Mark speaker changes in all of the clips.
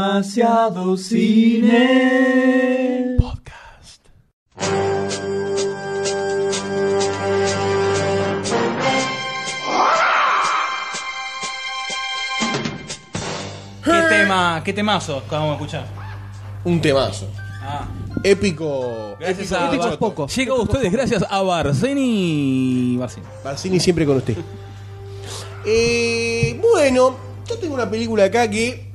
Speaker 1: Demasiado cine.
Speaker 2: Podcast.
Speaker 3: ¿Qué
Speaker 4: Eh.
Speaker 3: tema, qué temazo acabamos de escuchar?
Speaker 2: Un temazo.
Speaker 3: Ah,
Speaker 2: Épico.
Speaker 3: Gracias
Speaker 2: épico
Speaker 3: a
Speaker 4: Este
Speaker 2: épico
Speaker 3: Barto.
Speaker 2: poco.
Speaker 4: Llega a ustedes gracias a Barceni. Barceni.
Speaker 2: Barcini siempre con usted. Eh, bueno, yo tengo una película acá que.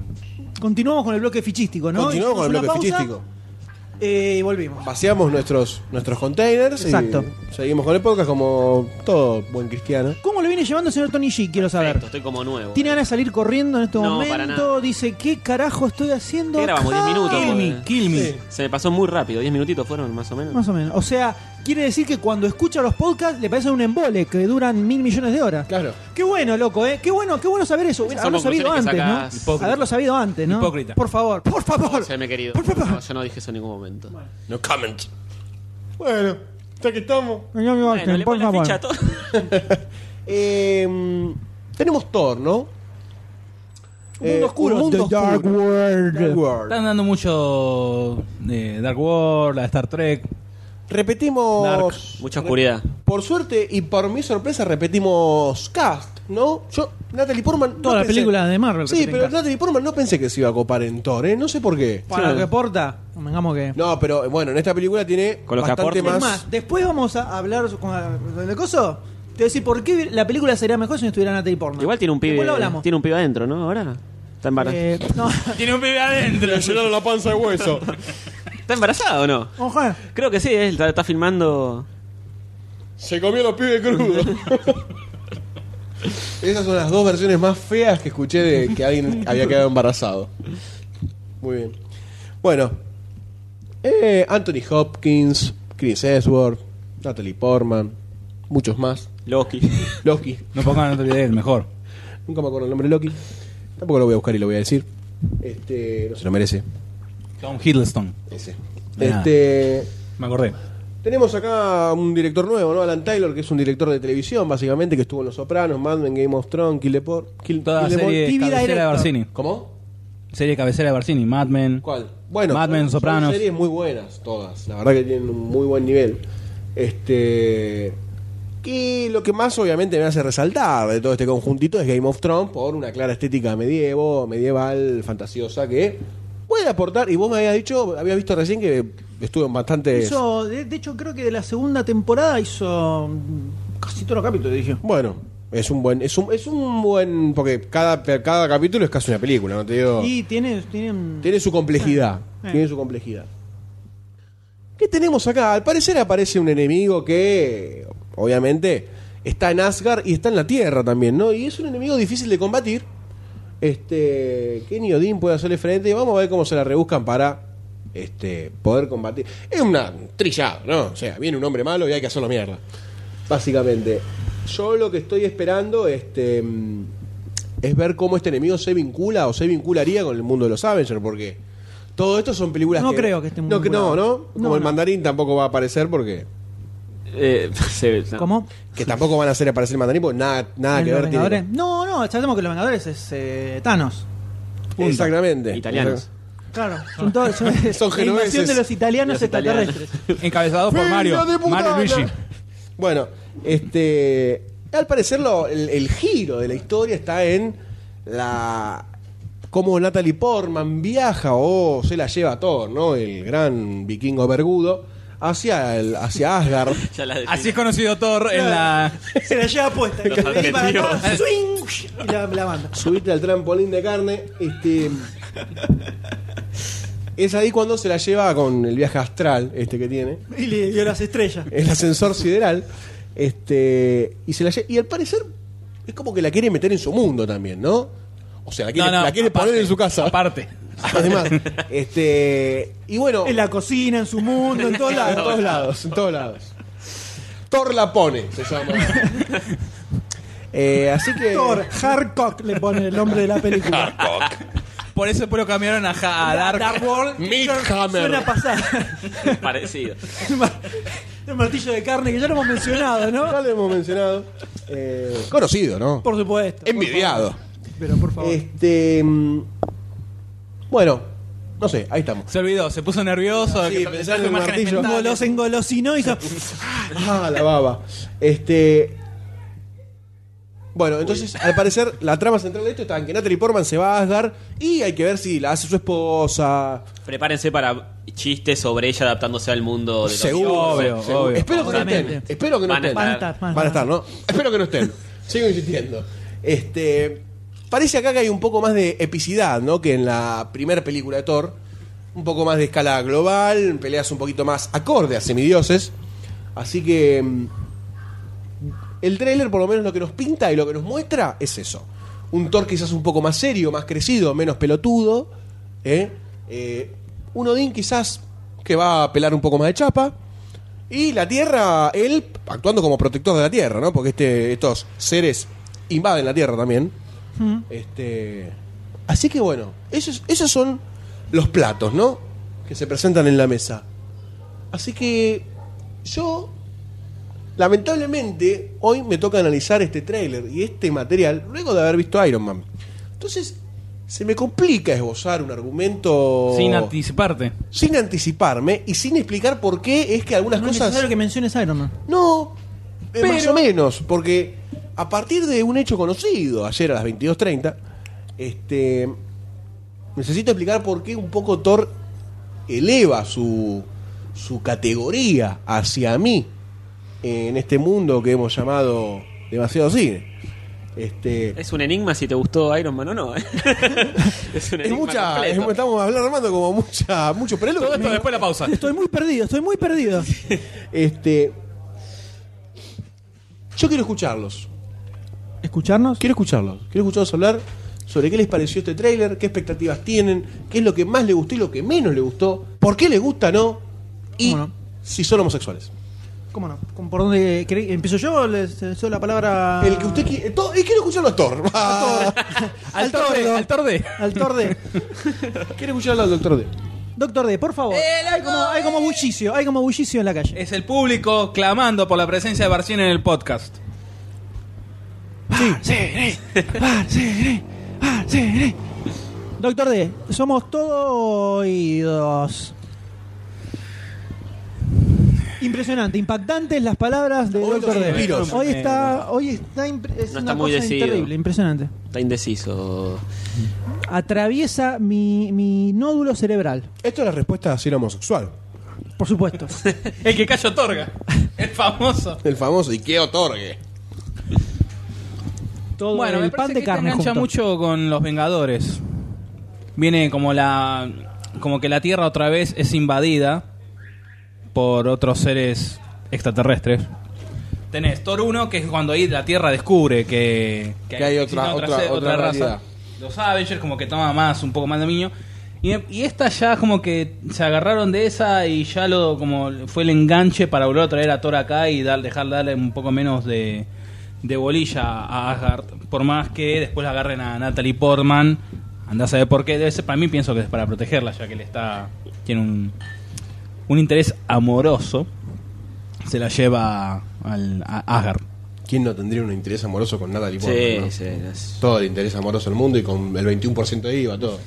Speaker 1: Continuamos con el bloque fichístico, ¿no?
Speaker 2: continuamos con el
Speaker 1: Hicimos
Speaker 2: bloque
Speaker 1: una pausa,
Speaker 2: fichístico.
Speaker 1: eh, y volvimos.
Speaker 2: Vaciamos nuestros, nuestros containers. y
Speaker 1: Exacto.
Speaker 2: seguimos con el podcast como todo buen cristiano.
Speaker 1: ¿Cómo lo viene llevando el señor Tony G? Quiero saber.
Speaker 5: Perfecto, estoy como nuevo.
Speaker 1: Tiene ganas de salir corriendo en este
Speaker 5: No,
Speaker 1: momento.
Speaker 5: para nada.
Speaker 1: Dice, ¿qué carajo estoy haciendo?
Speaker 5: ¿Qué grabamos?
Speaker 1: acá?"
Speaker 5: 10 minutos.
Speaker 4: Kill me, kill me.
Speaker 2: Sí.
Speaker 5: Se me pasó muy rápido, 10 minutitos fueron más o menos.
Speaker 1: Más o menos. O sea, quiere decir que cuando escucha los podcasts le parecen un embole que duran mil millones de horas.
Speaker 2: Claro.
Speaker 1: Qué bueno, loco, ¿eh? Qué bueno, qué bueno saber eso.
Speaker 5: Esas son
Speaker 1: Haberlo sabido antes,
Speaker 5: conclusiones que
Speaker 1: ¿no?
Speaker 5: sacás.
Speaker 4: Hipócrita.
Speaker 1: Haberlo sabido antes, ¿no?
Speaker 4: Hipócrita.
Speaker 1: Por favor, por favor.
Speaker 5: Se me querido.
Speaker 1: Por favor.
Speaker 5: No, yo no dije eso en ningún momento.
Speaker 2: No comment. Bueno, ya que estamos.
Speaker 1: Señor Vázquez,
Speaker 5: Bueno, le
Speaker 1: por
Speaker 5: pongo la
Speaker 1: favor.
Speaker 5: ficha a todo.
Speaker 2: Eh, tenemos Thor, ¿no? Eh,
Speaker 1: Un mundo oscuro.
Speaker 2: un mundo
Speaker 1: The Dark
Speaker 2: oscuro.
Speaker 1: World.
Speaker 2: Dark World.
Speaker 4: Están dando mucho eh, Dark World, la Star Trek.
Speaker 2: Repetimos.
Speaker 4: Dark.
Speaker 5: Mucha oscuridad.
Speaker 2: Por suerte y por mi sorpresa repetimos cast, ¿no? Yo, Natalie Portman.
Speaker 1: Todas
Speaker 2: no
Speaker 1: las
Speaker 2: pensé-
Speaker 1: películas de Marvel
Speaker 2: Sí,
Speaker 1: repiten
Speaker 2: pero
Speaker 1: cast.
Speaker 2: Natalie Portman no pensé que se iba a copar en Thor, ¿eh? No sé por qué.
Speaker 1: Para lo
Speaker 5: Sí.
Speaker 1: que aporta, convengamos que.
Speaker 2: No, pero bueno, en esta película tiene
Speaker 5: Con los que
Speaker 2: bastante
Speaker 5: aporta.
Speaker 2: más.
Speaker 1: Es más, después vamos a hablar con el coso. Te voy a decir por qué la película sería mejor si no estuviera Natalie Portman.
Speaker 5: Igual tiene un pibe.
Speaker 1: Después lo hablamos.
Speaker 5: Tiene un pibe adentro, ¿no? Ahora. Está embarazada.
Speaker 1: Eh, no,
Speaker 4: Tiene un pibe adentro.
Speaker 2: llenaron la panza de hueso.
Speaker 5: ¿Está embarazada o no?
Speaker 1: ojalá.
Speaker 5: Creo que sí, él está, está filmando.
Speaker 2: se comió los pibes crudos. Esas son las dos versiones más feas que escuché de que alguien había quedado embarazado. Muy bien. Bueno, eh, Anthony Hopkins, Chris Edward, Natalie Portman, muchos más.
Speaker 5: Loki.
Speaker 2: Loki,
Speaker 4: No pongan otro video, el mejor.
Speaker 2: nunca me acuerdo el nombre de Loki. Tampoco lo voy a buscar y lo voy a decir. Este, no se lo merece.
Speaker 4: Tom Hiddleston.
Speaker 2: Ese.
Speaker 4: Ah.
Speaker 2: Este,
Speaker 4: Me acordé.
Speaker 2: Tenemos acá un director nuevo, ¿no? Alan Taylor, que es un director de televisión, básicamente, que estuvo en Los Sopranos, Mad Men, Game of Thrones, Kill the Por... Kill,
Speaker 4: Toda
Speaker 2: Kill the
Speaker 4: serie
Speaker 1: TV
Speaker 4: cabecera de
Speaker 1: Director.
Speaker 4: Barcini.
Speaker 2: Por- ¿Cómo?
Speaker 4: Serie cabecera de Barcini. Mad Men.
Speaker 2: ¿Cuál? Bueno,
Speaker 4: Mad Men,
Speaker 2: son-
Speaker 4: Sopranos.
Speaker 2: Son series muy buenas, todas. La verdad que tienen un muy buen nivel. Este. Y lo que más obviamente me hace resaltar de todo este conjuntito es Game of Thrones por una clara estética medievo, medieval, fantasiosa que puede aportar. Y vos me habías dicho, habías visto recién que estuvo en bastantes.
Speaker 1: Hizo, de, de hecho, creo que de la segunda temporada hizo mm, casi todos los capítulos, dije.
Speaker 2: Bueno, es un buen, es un, es un buen, porque cada, cada capítulo es casi una película, no te digo.
Speaker 1: Y tiene. tiene un-
Speaker 2: Tiene su complejidad,
Speaker 1: Eh.
Speaker 2: tiene su complejidad. ¿Qué tenemos acá? Al parecer aparece un enemigo que, obviamente, está en Asgard y está en la Tierra también, ¿no? Y es un enemigo difícil de combatir. Este, Kenny Odin puede hacerle frente y vamos a ver cómo se la rebuscan para este, poder combatir. Es una trillado, ¿no? O sea, viene un hombre malo y hay que hacerlo mierda. Básicamente. Yo lo que estoy esperando este, mm, es ver cómo este enemigo se vincula o se vincularía con el mundo de los Avengers, porque todo esto son películas
Speaker 1: No
Speaker 2: que...
Speaker 1: creo que esté
Speaker 2: no, que- no,
Speaker 1: vinculado.
Speaker 2: ¿no?
Speaker 1: No,
Speaker 2: Como el
Speaker 1: no.
Speaker 2: mandarín tampoco va a aparecer porque...
Speaker 5: Eh, se- no.
Speaker 1: ¿Cómo?
Speaker 2: Que tampoco van a hacer aparecer el mandarín porque nada, nada
Speaker 1: ¿En
Speaker 2: que
Speaker 1: los
Speaker 2: ver tiene.
Speaker 1: Vengadores?
Speaker 2: con-
Speaker 1: No, no, sabemos que los Vengadores es eh, Thanos.
Speaker 4: Punto.
Speaker 2: Exactamente.
Speaker 5: Italianos.
Speaker 1: Claro, son todos. Son, la invasión
Speaker 2: genoveses.
Speaker 1: de los italianos
Speaker 5: Los italianos.
Speaker 1: extraterrestres.
Speaker 4: Encabezado por
Speaker 2: ¡Fila
Speaker 4: Mario.
Speaker 2: de puta!
Speaker 4: Mario Luigi.
Speaker 2: Bueno, este. Al parecer, lo- el, el giro de la historia está en la. cómo Natalie Portman viaja o se la lleva a Thor, ¿no? El gran vikingo vergudo, hacia, el, hacia Asgard.
Speaker 5: Ya la
Speaker 4: Así es conocido Thor en la.
Speaker 1: Se la lleva puesta.
Speaker 5: Los
Speaker 1: Y para
Speaker 5: adjetivos.
Speaker 1: acá, swing, y la, la manda.
Speaker 2: Subite al trampolín de carne. Este. Es ahí cuando se la lleva con el viaje astral este que tiene.
Speaker 1: Y le dio las estrellas.
Speaker 2: el ascensor sideral. Este, y, se la lle- y al parecer es como que la quiere meter en su mundo también, ¿no? O sea, la quiere,
Speaker 4: No, no,
Speaker 2: la quiere
Speaker 4: aparte,
Speaker 2: poner en su casa.
Speaker 4: Aparte.
Speaker 2: Además, este, y bueno,
Speaker 1: En la cocina, en su mundo, en todos
Speaker 2: en
Speaker 1: lados.
Speaker 2: todos lados, en todos lados. Thor la pone, se llama. Eh, así que
Speaker 1: Thor Harcock le pone el nombre de la película.
Speaker 4: Por eso después lo cambiaron a, Ja- a Dark.
Speaker 1: World.
Speaker 2: Meat
Speaker 1: Suena-
Speaker 2: Hammer.
Speaker 1: Suena a pasar.
Speaker 5: Parecido.
Speaker 1: El mar- El martillo de carne que ya lo hemos mencionado,
Speaker 2: ya
Speaker 1: ¿no?
Speaker 2: lo hemos mencionado. Eh, conocido, ¿no?
Speaker 1: Por supuesto.
Speaker 2: Envidiado.
Speaker 1: Pero por favor.
Speaker 2: Este. mm, Bueno, no sé, ahí estamos.
Speaker 4: Se olvidó, se puso nervioso.
Speaker 2: Sí,
Speaker 4: que-
Speaker 2: pensé
Speaker 4: trajo
Speaker 2: en el
Speaker 4: imágenes
Speaker 2: martillo.
Speaker 4: mentales.
Speaker 1: Los engolosinó y hizo.
Speaker 2: Ah, la baba. Este. Bueno, entonces, al parecer, la trama central de esto está en que Natalie Portman se va a Asgard y hay que ver si la hace su esposa.
Speaker 5: Prepárense para chistes sobre ella adaptándose al mundo de los
Speaker 2: Seguro,
Speaker 4: obvio,
Speaker 5: seguro.
Speaker 4: obvio.
Speaker 2: Espero que no estén.
Speaker 1: Obviamente.
Speaker 2: Espero que no
Speaker 5: Van a
Speaker 2: estén.
Speaker 5: estar.
Speaker 1: Van a estar, van a
Speaker 2: Van a estar, ¿no? Espero que no estén. Sigo insistiendo. Este, parece acá que hay un poco más de epicidad, ¿no? Que en la primera película de Thor. Un poco más de escala global, peleas un poquito más acorde a semidioses. Así que mm, el tráiler, por lo menos lo que nos pinta y lo que nos muestra, es eso. Un Thor quizás un poco más serio, más crecido, menos pelotudo. ¿eh? Eh, un Odín quizás que va a pelar un poco más de chapa. Y la Tierra, él actuando como protector de la Tierra, ¿no? Porque este, estos seres invaden la Tierra también.
Speaker 1: Mm.
Speaker 2: Este, así que bueno, esos, esos son los platos, ¿no? Que se presentan en la mesa. Así que yo, lamentablemente, hoy me toca analizar este tráiler y este material luego de haber visto Iron Man. Entonces, se me complica esbozar un argumento
Speaker 4: Sin anticiparte.
Speaker 2: sin anticiparme y sin explicar por qué es que algunas
Speaker 1: No es
Speaker 2: cosas...
Speaker 1: necesario que menciones Iron Man.
Speaker 2: No, eh, más o menos, porque a partir de un hecho conocido ayer a las 22.30, este, necesito explicar por qué un poco Thor eleva su, su categoría hacia mí en este mundo que hemos llamado demasiado cine. Este,
Speaker 5: Es un enigma si te gustó Iron Man o no. ¿eh? es un
Speaker 2: es
Speaker 5: enigma
Speaker 2: mucha, es-
Speaker 5: completo.
Speaker 2: estamos hablando Armando, como mucha, mucho preludio.
Speaker 4: Todo esto después de la pausa.
Speaker 1: Estoy muy perdido, estoy muy perdido.
Speaker 2: Este, yo quiero escucharlos.
Speaker 1: ¿Escucharnos?
Speaker 2: Quiero escucharlos. Quiero escucharlos hablar sobre qué les pareció este tráiler, qué expectativas tienen, qué es lo que más les gustó y lo que menos les gustó, por qué les gusta no y
Speaker 1: ¿Cómo no?
Speaker 2: si son homosexuales.
Speaker 1: ¿Cómo no? ¿Cómo- ¿Por dónde querés? empiezo yo o les les doy la palabra?
Speaker 2: El que usted quiere, y quiero escucharlo a Thor.
Speaker 4: Al torde,
Speaker 1: tordo.
Speaker 4: al torde.
Speaker 1: Al Thor D.
Speaker 2: quiero escucharlo al doctor D.
Speaker 1: Doctor D, por favor.
Speaker 4: Eh,
Speaker 1: Hay como, hay como bullicio, hay como bullicio en la calle.
Speaker 4: Es el público clamando por la presencia de Barcini en el podcast.
Speaker 1: Doctor D, somos todo oídos. Impresionante, impactantes las palabras de
Speaker 2: Oídos
Speaker 1: Doctor
Speaker 2: y
Speaker 1: D.
Speaker 2: suspiros.
Speaker 1: Hoy está, hoy está, impre- es una
Speaker 5: No está muy
Speaker 1: cosa
Speaker 5: decidido.
Speaker 1: terrible, impresionante.
Speaker 5: Está indeciso.
Speaker 1: Atraviesa mi, mi nódulo cerebral,
Speaker 2: Esto es la respuesta a si era homosexual.
Speaker 1: por supuesto.
Speaker 4: El que calla otorga. El famoso.
Speaker 2: El famoso y que otorgue.
Speaker 1: Todo
Speaker 4: bueno, me
Speaker 1: el pan
Speaker 4: parece que
Speaker 1: de carne
Speaker 4: te engancha
Speaker 1: junto.
Speaker 4: mucho con los Vengadores. Viene como la como que la Tierra otra vez es invadida por otros seres extraterrestres. Tenés Thor 1, que es cuando ahí la Tierra descubre que,
Speaker 2: Que hay
Speaker 4: existe
Speaker 2: otra- otra-
Speaker 4: se-
Speaker 2: otra realidad.
Speaker 4: Los Avengers como que toma más, un poco más de dominio. Y, y esta ya como que se agarraron de esa y ya lo como fue el enganche para volver a traer a Thor acá y dar, dejar darle un poco menos de, de bolilla a Asgard. Por más que después agarren a Natalie Portman, andá a saber por qué. Debe ser, para mí pienso que es para protegerla, ya que le está tiene un, un interés amoroso. Se la lleva al, a Asgard.
Speaker 2: ¿Quién no tendría un interés amoroso con Natalie
Speaker 5: sí,
Speaker 2: Portman? no?
Speaker 5: sí. es-
Speaker 2: Todo el interés amoroso del mundo y con el 21% de IVA, todo.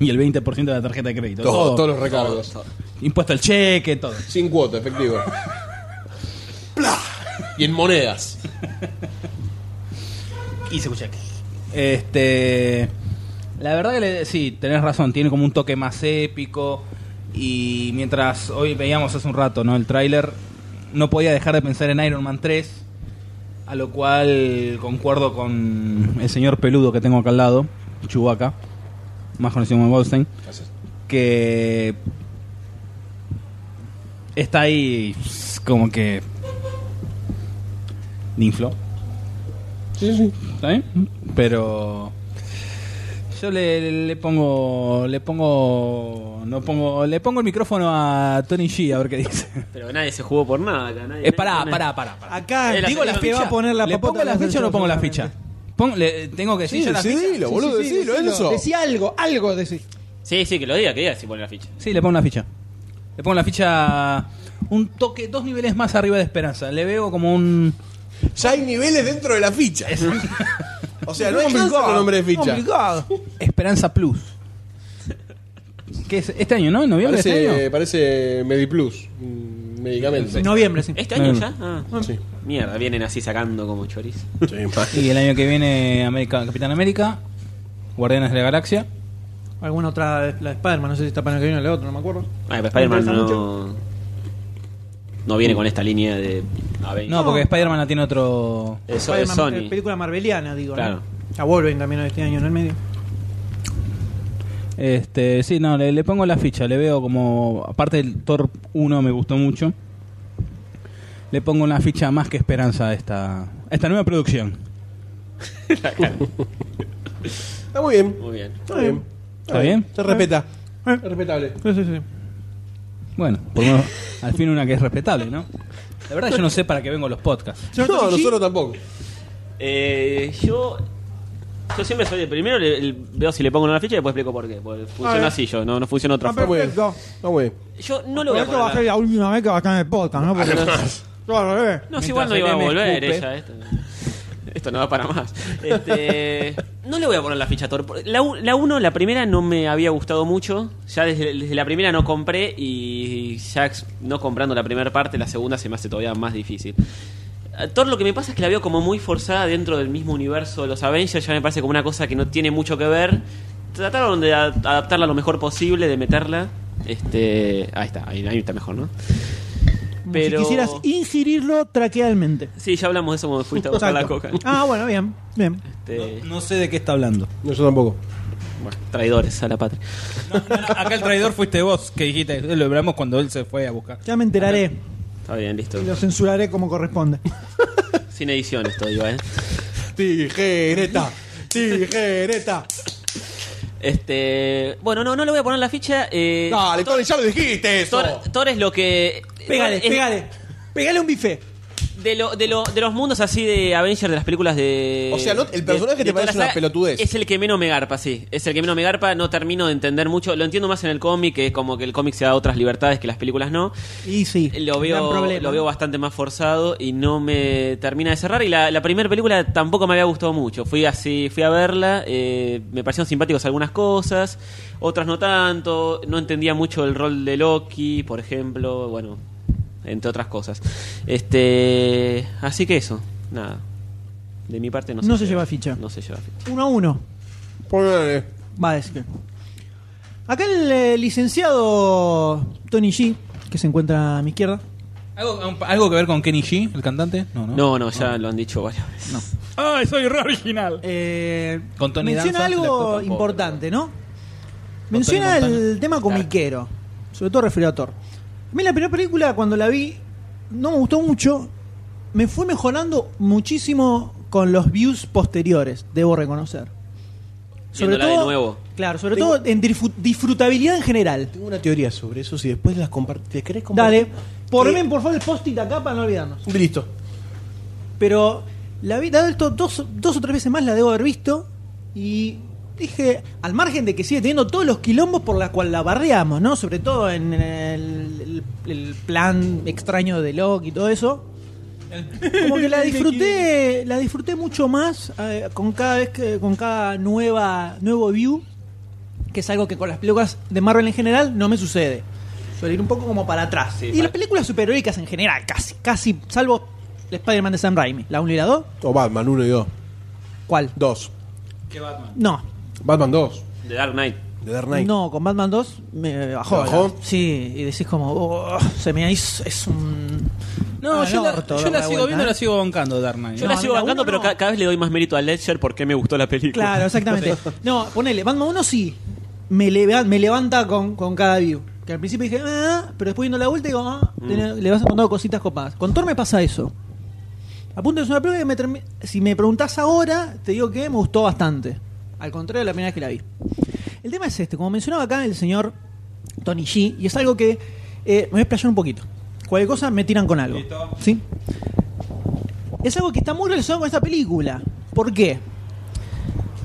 Speaker 4: Y el 20% de la tarjeta de crédito.
Speaker 2: Todo,
Speaker 4: Todo.
Speaker 2: todos los recargos.
Speaker 5: todo, todo.
Speaker 4: Impuesto al cheque, todo.
Speaker 2: Sin cuota, efectivo. Pla. Y en monedas.
Speaker 4: Y se escucha aquí. Este. La verdad que le- sí, tenés razón, tiene como un toque más épico. Y mientras hoy veíamos hace un rato, ¿no? El tráiler, no podía dejar de pensar en Iron Man 3. A lo cual concuerdo con el señor peludo que tengo acá al lado, Chewbacca, más conocido como Goldstein, que está ahí como que. Ninflo.
Speaker 2: Sí, sí.
Speaker 4: ¿Está bien? Pero yo le, le pongo le pongo no pongo le pongo el micrófono a Tony G a ver qué dice.
Speaker 5: Pero nadie se jugó por nada acá. Nadie,
Speaker 4: Eh, pará,
Speaker 5: nadie-
Speaker 4: pará, pará, pará.
Speaker 1: Acá
Speaker 5: Eh, la
Speaker 1: digo las
Speaker 5: señora
Speaker 1: que va a
Speaker 5: ficha.
Speaker 1: poner la
Speaker 4: ¿Le
Speaker 1: papota
Speaker 4: pongo la
Speaker 1: de
Speaker 4: ficha o no pongo la
Speaker 1: solamente?
Speaker 4: ficha? Pon- le- tengo que decir
Speaker 2: Sí,
Speaker 4: yo la ficha.
Speaker 2: decidilo, boludo,
Speaker 1: Sí, sí,
Speaker 2: decilo,
Speaker 1: decilo,
Speaker 2: Enzo.
Speaker 1: Decí algo, algo decí.
Speaker 5: Sí, sí, que lo diga, que diga si pone la ficha.
Speaker 4: Sí, le pongo la ficha. Le pongo la ficha un toque dos niveles más arriba de Esperanza. Le veo como un
Speaker 2: Ya hay niveles dentro de la ficha. o sea, no hay
Speaker 1: Complicado,
Speaker 2: nombre de ficha.
Speaker 1: complicado.
Speaker 4: Esperanza Plus. ¿Qué es? ¿Este año, no? ¿En noviembre de este
Speaker 2: Parece,
Speaker 4: año?
Speaker 2: parece MediPlus, un medicamento.
Speaker 1: Noviembre, sí.
Speaker 5: ¿Este año
Speaker 4: Mm.
Speaker 5: ya? Ah,
Speaker 2: Sí.
Speaker 5: mierda, vienen así sacando como chorizo.
Speaker 2: Sí, mal.
Speaker 4: Y el año que viene América, Capitán América, Guardianes de la Galaxia.
Speaker 1: Alguna otra, de- la de Spider-Man, no sé si está para el que viene o la otra, no me acuerdo.
Speaker 5: Ay, Ah, pero Spider-Man
Speaker 1: Me interesa
Speaker 5: no. No viene con esta línea de. A ver.
Speaker 4: No, porque Spider-Man la tiene otro...
Speaker 5: Eso es
Speaker 1: Spider-Man, eh,
Speaker 5: Sony.
Speaker 1: Película marveliana, digo.
Speaker 5: Claro.
Speaker 1: ¿no? A Wolverine también este año, en el medio.
Speaker 4: Este, sí, no, le, le pongo la ficha, le veo como. Aparte el Thor 1 me gustó mucho. Le pongo una ficha más que esperanza a esta, a esta nueva producción.
Speaker 2: Está muy bien.
Speaker 5: Muy bien.
Speaker 2: Está bien.
Speaker 4: ¿Está bien?
Speaker 2: Se respeta.
Speaker 1: Eh.
Speaker 2: Es respetable.
Speaker 1: Sí, sí, sí.
Speaker 4: Bueno, por lo menos, al fin una que es respetable, ¿no? La verdad yo no sé para qué vengo a los podcasts.
Speaker 2: No,
Speaker 1: Señor Tokichi,
Speaker 2: nosotros tampoco.
Speaker 5: Eh, yo. Yo siempre soy el primero, le- le- veo si le pongo una ficha y después explico por qué. Porque funciona
Speaker 1: bien.
Speaker 5: así yo, no, no funciona otra
Speaker 1: Ah,
Speaker 5: forma.
Speaker 2: bien.
Speaker 1: perfecto.
Speaker 2: Está muy bien.
Speaker 5: Yo no lo
Speaker 1: Por
Speaker 5: voy a
Speaker 1: eso va a
Speaker 5: poner.
Speaker 1: ser la última vez que va a estar en el podcast, ¿no? Porque... Claro, eh.
Speaker 5: Ah, No,
Speaker 4: Mientras
Speaker 5: si igual no
Speaker 4: el
Speaker 5: iba a
Speaker 4: M
Speaker 5: volver
Speaker 4: escupe.
Speaker 5: ella. eh, Esto, esto no va para más. Este, no le voy a poner la ficha a Thor. La 1, la, uno, la primera, no me había gustado mucho. Ya desde, desde la primera no compré y ya ex- no comprando la primera parte, la segunda se me hace todavía más difícil. A Thor lo que me pasa es que la veo como muy forzada dentro del mismo universo de los Avengers. Ya me parece como una cosa que no tiene mucho que ver. Trataron de a- adaptarla lo mejor posible, de meterla. Este, ahí está, ahí, ahí está mejor, ¿no? Pero-
Speaker 1: Si quisieras ingerirlo traquealmente.
Speaker 5: Sí, ya hablamos de eso cuando fuiste a buscar la coca.
Speaker 1: Ah, bueno, bien, bien.
Speaker 5: Este,
Speaker 4: No sé de qué está hablando.
Speaker 2: No, yo tampoco.
Speaker 5: bueno, traidores a la patria.
Speaker 4: acá el traidor fuiste vos que dijiste, lo hablamos cuando él se fue a buscar.
Speaker 1: Ya me enteraré
Speaker 5: Está bien, listo.
Speaker 1: y lo censuraré como corresponde.
Speaker 5: Sin edición esto, iba, ¿eh?
Speaker 2: Tijereta. Tijereta.
Speaker 5: Este, bueno, no, no le voy a poner la ficha. Eh,
Speaker 2: Dale, Tony, ya lo dijiste eso.
Speaker 5: Thor, Thor es lo que...
Speaker 1: Pégale,
Speaker 5: es-
Speaker 1: pégale. Pégale un bife.
Speaker 5: De, lo, de, lo- de los mundos así de Avengers, de las películas de...
Speaker 2: O sea, ¿no? el personaje te
Speaker 5: de- de toda
Speaker 2: parece
Speaker 5: la
Speaker 2: una
Speaker 5: saga,
Speaker 2: pelotudez.
Speaker 5: Es el que menos me garpa, sí. Es el que menos me garpa, no termino de entender mucho. Lo entiendo más en el cómic, que es como que el cómic se da otras libertades que las películas no.
Speaker 1: Y sí.
Speaker 5: Lo
Speaker 1: gran
Speaker 5: veo,
Speaker 1: problema.
Speaker 5: lo veo bastante más forzado y no me termina de cerrar. Y la, la primera película tampoco me había gustado mucho. Fui así, fui a verla, eh, me parecieron simpáticos algunas cosas, otras no tanto. No entendía mucho el rol de Loki, por ejemplo, bueno, entre otras cosas. Este, así que eso, nada. De mi parte no,
Speaker 1: No se lleva ficha.
Speaker 5: No se lleva ficha.
Speaker 1: Uno a uno.
Speaker 2: Ponele.
Speaker 1: Va, es que. Acá el eh, licenciado Tony G, que se encuentra a mi izquierda.
Speaker 4: ¿Algo, algo que ver con Kenny G, el cantante? No, no.
Speaker 5: No, Ah. no, ya lo han dicho varias veces.
Speaker 4: ¡Ay, soy re original!
Speaker 1: eh,
Speaker 4: Con Tony
Speaker 1: menciona
Speaker 4: Danza, la
Speaker 1: algo
Speaker 4: puta pobre,
Speaker 1: importante, ¿no? Menciona
Speaker 4: Tony Montana.
Speaker 1: el tema comiquero, sobre todo referido a Thor. A mí la primera película, cuando la vi, no me gustó mucho. Me fue mejorando muchísimo con los views posteriores, debo reconocer.
Speaker 5: Viéndola de nuevo.
Speaker 1: Claro, sobre
Speaker 2: Tengo-
Speaker 1: todo en disfru- disfrutabilidad en general.
Speaker 2: Tengo una teoría sobre eso. Si después las compartes, ¿te querés compartir?
Speaker 1: Dale, por,
Speaker 2: Eh,
Speaker 1: por favor el post-it acá para no olvidarnos.
Speaker 2: Listo.
Speaker 1: Pero la vi, la he visto dos, dos o tres veces más, la debo haber visto. Y dije, al margen de que sigue teniendo todos los quilombos por la cual la barreamos, ¿no? Sobre todo en el, el- el plan extraño de Locke y todo eso. Como que la disfruté, la disfruté mucho más eh, con cada vez que, con cada nueva, nuevo view, que es algo que con las películas de Marvel en general no me sucede. Suele ir un poco como para atrás.
Speaker 5: Sí,
Speaker 1: y
Speaker 5: para-
Speaker 1: las películas superheroicas en general, casi, casi, salvo el Spider-Man de Sam Raimi. ¿La 1 y la 2?
Speaker 2: O Batman 1 y 2.
Speaker 1: ¿Cuál?
Speaker 2: 2.
Speaker 1: No.
Speaker 2: Batman 2.
Speaker 5: The Dark Knight.
Speaker 2: De Dark Knight.
Speaker 1: No, con Batman 2 me bajó.
Speaker 2: ¿Te bajó?
Speaker 1: la- Sí, y decís como, oh, se me hizo, es un...
Speaker 4: No,
Speaker 1: Ah,
Speaker 4: yo, la,
Speaker 1: orto,
Speaker 4: yo
Speaker 1: la
Speaker 4: la sigo
Speaker 1: vuelta,
Speaker 4: viendo,
Speaker 1: ¿eh?
Speaker 4: la sigo bancando, ¿eh? Dark Knight.
Speaker 5: Yo
Speaker 1: No,
Speaker 5: la sigo
Speaker 1: la
Speaker 5: bancando,
Speaker 1: uno
Speaker 5: pero
Speaker 1: no.
Speaker 5: ca- cada vez le doy más mérito a Ledger porque me gustó la película.
Speaker 1: Claro, exactamente. No, ponele, Batman 1 sí. Me, leva- me levanta con, con cada view. Que al principio dije, ah, pero después viendo la vuelta digo, ah, tenés- le vas encontrando cositas copadas. Con Thor me pasa eso. A punto es una prueba que me termi- si me preguntás ahora, te digo que me gustó bastante. Al contrario de la primera vez que la vi. El tema es este, como mencionaba acá el señor Tony G, y es algo que eh, me voy a explayar un poquito. Cualquier cosa me tiran con algo.
Speaker 4: Listo.
Speaker 1: ¿Sí? Es algo que está muy relacionado con esta película. ¿Por qué?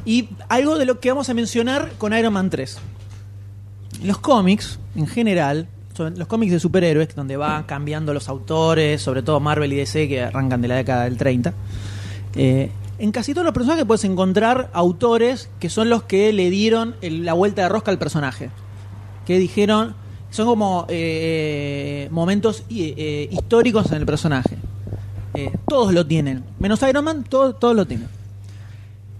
Speaker 1: Y algo de lo que vamos a mencionar con Iron Man 3. Los cómics, en general, son los cómics de superhéroes, donde van cambiando los autores, sobre todo Marvel y DC, que arrancan de la década del 30. eh, en casi todos los personajes puedes encontrar autores que son los que le dieron el- la vuelta de rosca al personaje. que dijeron son como eh, momentos hi- eh, históricos en el personaje. Eh, todos lo tienen, menos Iron Man, todo- todos lo tienen.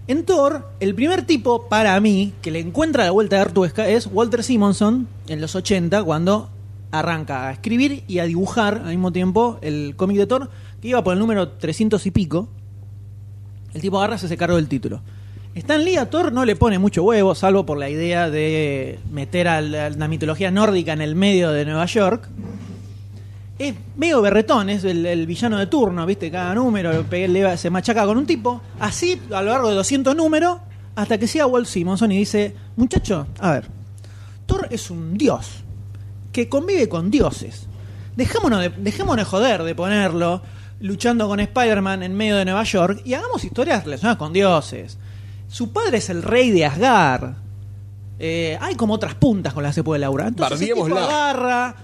Speaker 1: En Thor, el primer tipo para mí que le encuentra la vuelta de Artuesca es Walter Simonson en los 80 cuando arranca a escribir y a dibujar al mismo tiempo el cómic de Thor que iba por el número 300 y pico. El tipo agarra se hace cargo del título. Stan Lee a Thor no le pone mucho huevo, salvo por la idea de meter a la, la mitología nórdica en el medio de Nueva York. Es medio berretón, es el, el villano de turno, ¿viste? Cada número lo pe- le va- se machaca con un tipo. Así, a lo largo de 200 números, hasta que sea Walt Simonson y dice: Muchacho, a ver, Thor es un dios que convive con dioses. Dejémonos de, dejémonos de joder de ponerlo luchando con Spider-Man en medio de Nueva York y hagamos historias relacionadas con dioses. Su padre es el rey de Asgard. Eh, hay como otras puntas con las que se puede laburar. Entonces el tipo
Speaker 2: Bardiémosla.
Speaker 1: agarra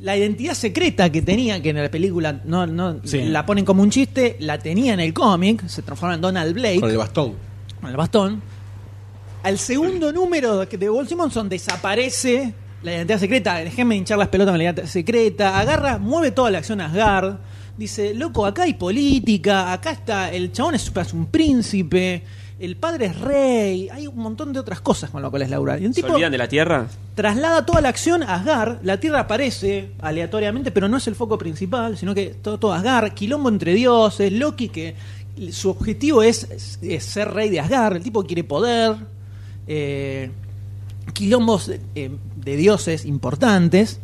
Speaker 1: la identidad secreta que tenía, que en la película no, no
Speaker 4: Sí.
Speaker 1: la ponen como un chiste, la tenía en el cómic, se transforma en Donald Blake
Speaker 2: Con el bastón.
Speaker 1: con el bastón. Al segundo número de- de Walt Simonson desaparece la identidad secreta. Déjenme hinchar las pelotas con la identidad secreta. Agarra, mueve toda la acción Asgard. Dice, loco, acá hay política, acá está, el chabón es, es un príncipe, el padre es rey, hay un montón de otras cosas con lo cual es laura. Y un
Speaker 5: ¿Se
Speaker 1: tipo
Speaker 5: olvidan de la Tierra?
Speaker 1: traslada toda la acción a Asgard, la Tierra aparece aleatoriamente, pero no es el foco principal, sino que todo, todo Asgard, quilombo entre dioses, Loki que su objetivo es, es ser rey de Asgard, el tipo quiere poder, eh, quilombos eh, de dioses importantes,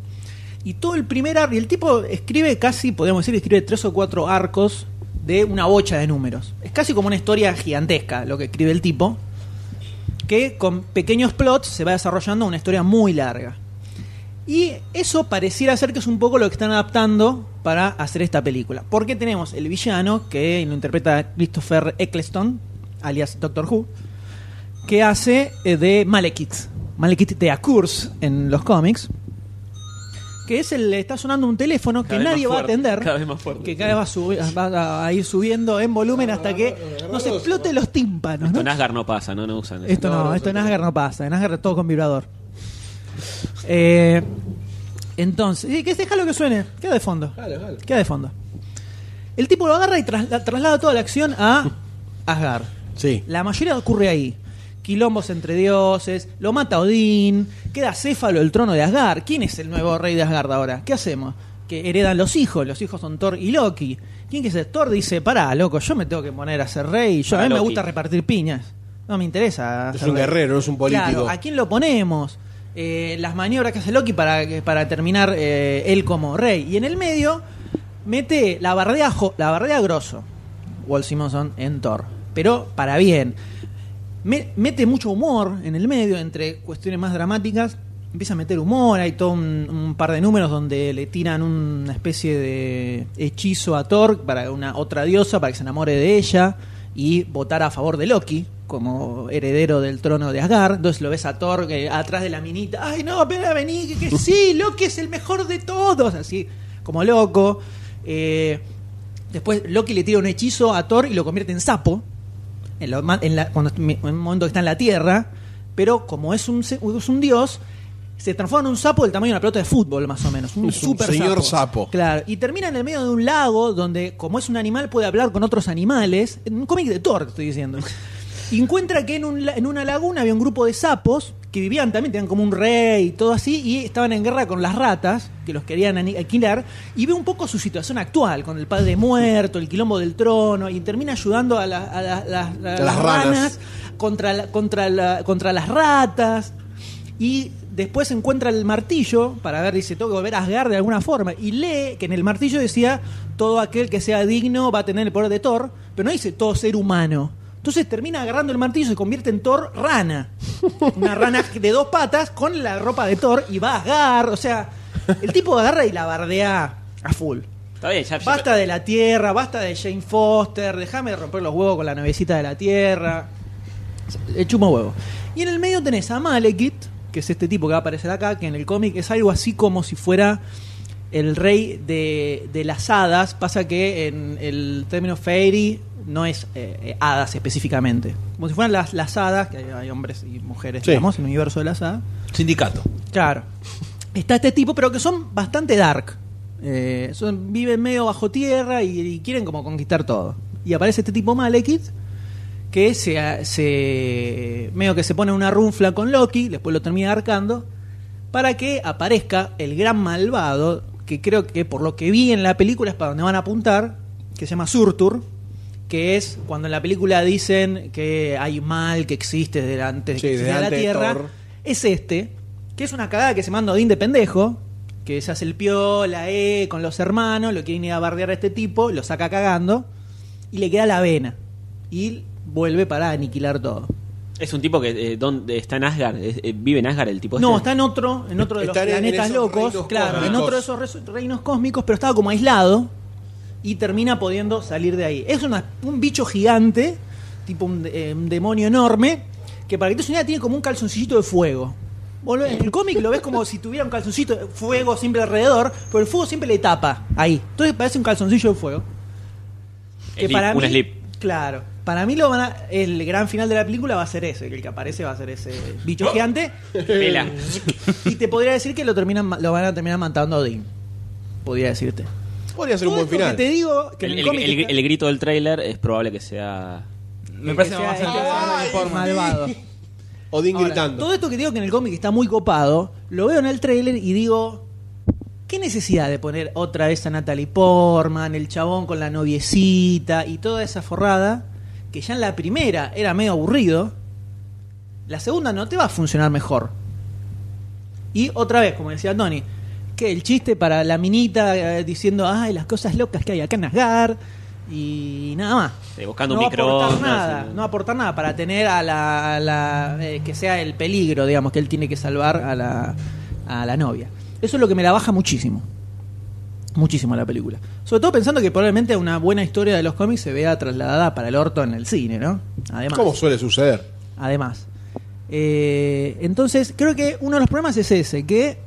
Speaker 1: y todo el primer arco, y el tipo escribe casi, podemos decir, escribe tres o cuatro arcos de una bocha de números. Es casi como una historia gigantesca lo que escribe el tipo que con pequeños plots se va desarrollando una historia muy larga. Y eso pareciera ser que es un poco lo que están adaptando para hacer esta película. Porque tenemos el villano, que lo interpreta Christopher Eccleston, alias Doctor Who, que hace eh, de Malekith. Malekith de Akurs en los cómics. Que es el. Está sonando un teléfono que
Speaker 5: Cada vez
Speaker 1: nadie
Speaker 5: más
Speaker 1: va a
Speaker 5: fuerte,
Speaker 1: atender.
Speaker 5: cada vez más fuerte.
Speaker 1: Que cada vez va a, subir- va a ir subiendo en volumen hasta que nos explote los tímpanos. ¿no?
Speaker 5: Con Asgard no pasa, no, no usan eso.
Speaker 1: Esto no, esto en Asgard no pasa. En Asgard todo con vibrador. Eh, entonces, sí, que deja lo que suene. Queda de fondo.
Speaker 2: Jalo, jalo.
Speaker 1: Queda de fondo. El tipo lo agarra y trasla- traslada toda la acción a Asgard.
Speaker 2: Sí.
Speaker 1: La mayoría ocurre ahí. Quilombos entre dioses, lo mata Odín, queda Céfalo el trono de Asgard. ¿Quién es el nuevo rey de Asgard ahora? ¿Qué hacemos? Que heredan los hijos, los hijos son Thor y Loki. ¿Quién que es Thor? Dice, pará, loco, yo me tengo que poner a ser rey, yo a
Speaker 5: Ah,
Speaker 1: mí me
Speaker 5: Loki.
Speaker 1: gusta repartir piñas. No me interesa.
Speaker 2: Es
Speaker 1: ser
Speaker 2: un
Speaker 1: rey".
Speaker 2: guerrero, es un político.
Speaker 1: Claro, ¿a quién lo ponemos? Eh, las maniobras que hace Loki para, para terminar eh, él como rey. Y en el medio mete la bardea, jo- la bardea grosso, Walt Simonson en Thor. Pero para bien. Me- mete mucho humor en el medio, entre cuestiones más dramáticas. Empieza a meter humor, hay todo un, un par de números donde le tiran una especie de hechizo a Thor para una otra diosa para que se enamore de ella y votar a favor de Loki como heredero del trono de Asgard. Entonces lo ves a Thor que atrás de la minita, ay no, espera, vení, que, que sí, Loki es el mejor de todos, así como loco. Eh, después Loki le tira un hechizo a Thor y lo convierte en sapo en, lo ma- en la- cuando en un momento que está en la Tierra, pero como es un, se- es un dios, se transforma en un sapo del tamaño de una pelota de fútbol, más o menos. Un
Speaker 2: Es un
Speaker 1: super
Speaker 2: señor sapo.
Speaker 1: Claro, y termina en el medio de un lago donde, como es un animal, puede hablar con otros animales. En un cómic de Thor, estoy diciendo. Y encuentra que en, un la- en una laguna había un grupo de sapos que vivían también, tenían como un rey y todo así, y estaban en guerra con las ratas, que los querían ani- alquilar, y ve un poco su situación actual, con el padre muerto, el quilombo del trono, y termina ayudando a, la- a la- a la- a las
Speaker 2: ranas.
Speaker 1: ranas contra, la- contra, la- contra las ratas. Y después encuentra el martillo para ver, dice, tengo que volver a Asgard de alguna forma. Y lee que en el martillo decía, todo aquel que sea digno va a tener el poder de Thor, pero no dice todo ser humano. Entonces termina agarrando el martillo y se convierte en Thor rana. Una rana de dos patas con la ropa de Thor y va a Asgard. O sea, el tipo agarra y la bardea a full.
Speaker 5: Está bien, ya, ya-
Speaker 1: Basta de la Tierra, basta de Jane Foster, déjame de romper los huevos con la nuevecita de la Tierra. Le chumo huevo. Y en el medio tenés a Malekith, que es este tipo que va a aparecer acá, que en el cómic es algo así como si fuera el rey de, de las hadas. Pasa que en el término fairy no es eh, eh, hadas específicamente. Como si fueran las, las hadas, que hay, hay hombres y mujeres,
Speaker 2: Sí.
Speaker 1: digamos, en el universo de las hadas.
Speaker 4: Sindicato.
Speaker 1: Claro. Está este tipo, pero que son bastante dark. Eh, son, viven medio bajo tierra y, y quieren como conquistar todo. Y aparece este tipo Malekith que se, se medio que se pone una runfla con Loki, después lo termina arcando, para que aparezca el gran malvado, que creo que por lo que vi en la película es para donde van a apuntar, que se llama Surtur, que es cuando en la película dicen que hay mal que existe desde la- antes de
Speaker 2: Sí,
Speaker 1: que
Speaker 2: desde
Speaker 1: existiera la
Speaker 2: antes de
Speaker 1: Tierra,
Speaker 2: Thor.
Speaker 1: es este, que es una cagada que se manda Odín de pendejo, que se hace el piola eh, con los hermanos, lo quieren ir a bardear a este tipo, lo saca cagando, y le queda la vena. Y vuelve para aniquilar todo.
Speaker 5: Es un tipo que eh, donde está en Asgard, es- eh, vive en Asgard el tipo.
Speaker 1: No,
Speaker 5: este.
Speaker 1: está en otro, en otro de los
Speaker 2: Está en- en
Speaker 1: planetas
Speaker 2: esos
Speaker 1: locos,
Speaker 2: reinos
Speaker 1: claro, en
Speaker 2: cósmicos.
Speaker 1: otro de esos res- reinos cósmicos, pero estaba como aislado y termina pudiendo salir de ahí. Es una- un bicho gigante, tipo un, de- eh, un demonio enorme, que para que te des una idea tiene como un calzoncillito de fuego. Vos lo- En el cómic lo ves como si tuviera un calzoncito de fuego siempre alrededor, pero el fuego siempre le tapa ahí. Entonces parece un calzoncillo de fuego. Que
Speaker 5: Slip,
Speaker 1: para
Speaker 5: un
Speaker 1: mí,
Speaker 5: slip.
Speaker 1: Claro. Para mí lo van a- el gran final de la película va a ser ese, que el que aparece va a ser ese
Speaker 5: Oh.
Speaker 1: bicho gigante.
Speaker 5: Pela.
Speaker 1: Y te podría decir que lo terminan ma- lo van a terminar matando a Odín. Podría decirte.
Speaker 2: Podría ser un
Speaker 1: Todo
Speaker 2: buen
Speaker 1: esto
Speaker 2: final.
Speaker 1: que te digo que en
Speaker 5: El,
Speaker 1: el,
Speaker 5: el-
Speaker 1: cómic
Speaker 5: el-
Speaker 1: está-
Speaker 5: el grito del tráiler es probable que sea.
Speaker 4: Me
Speaker 1: que
Speaker 4: parece
Speaker 1: sea
Speaker 4: más
Speaker 1: el-
Speaker 2: Ay,
Speaker 1: el malvado.
Speaker 2: Odín
Speaker 1: Ahora,
Speaker 2: gritando.
Speaker 1: todo esto que digo que en el cómic está muy copado, lo veo en el tráiler y digo, ¿qué necesidad de poner otra vez a Natalie Portman, el chabón con la noviecita y toda esa forrada? Que ya en la primera era medio aburrido. La segunda no te va a funcionar mejor. Y otra vez, como decía Tony, que el chiste para la minita eh, diciendo, ay, las cosas locas que hay acá en Asgard y nada más
Speaker 5: eh, buscando
Speaker 1: no
Speaker 5: un
Speaker 1: va a aportar
Speaker 5: microondas.
Speaker 1: nada, no va a aportar nada para tener a la, a la, eh, que sea el peligro, digamos, que él tiene que salvar a la, a la novia. Eso es lo que me la baja muchísimo. Muchísimo la película. Sobre todo pensando que probablemente una buena historia de los cómics se vea trasladada para el orto en el cine, ¿no? Además.
Speaker 2: Como suele suceder.
Speaker 1: Además. Eh, entonces, creo que uno de los problemas es ese, que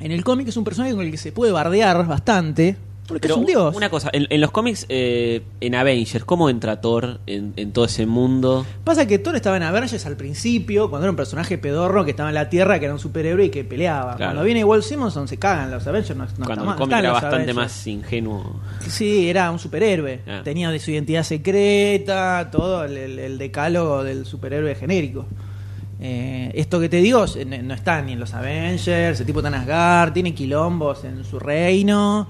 Speaker 1: en el cómic es un personaje con el que se puede bardear bastante, porque
Speaker 5: Pero
Speaker 1: es un dios.
Speaker 5: Una cosa, en, en los cómics, eh, en Avengers, ¿cómo entra Thor en, en todo ese mundo?
Speaker 1: Pasa que Thor estaba en Avengers al principio, cuando era un personaje pedorro que estaba en la Tierra, que era un superhéroe y que peleaba.
Speaker 5: Claro.
Speaker 1: Cuando viene Walt Simonson se cagan los Avengers, no, no está
Speaker 5: Cuando
Speaker 1: mal,
Speaker 5: el cómic
Speaker 1: están
Speaker 5: era
Speaker 1: los
Speaker 5: bastante
Speaker 1: Avengers.
Speaker 5: más ingenuo.
Speaker 1: Sí, era un superhéroe.
Speaker 5: Ah.
Speaker 1: Tenía de su identidad secreta, todo el, el- el decálogo del superhéroe genérico. Eh, esto que te digo eh, no no está ni en los Avengers, el tipo tan Asgard, tiene quilombos en su reino,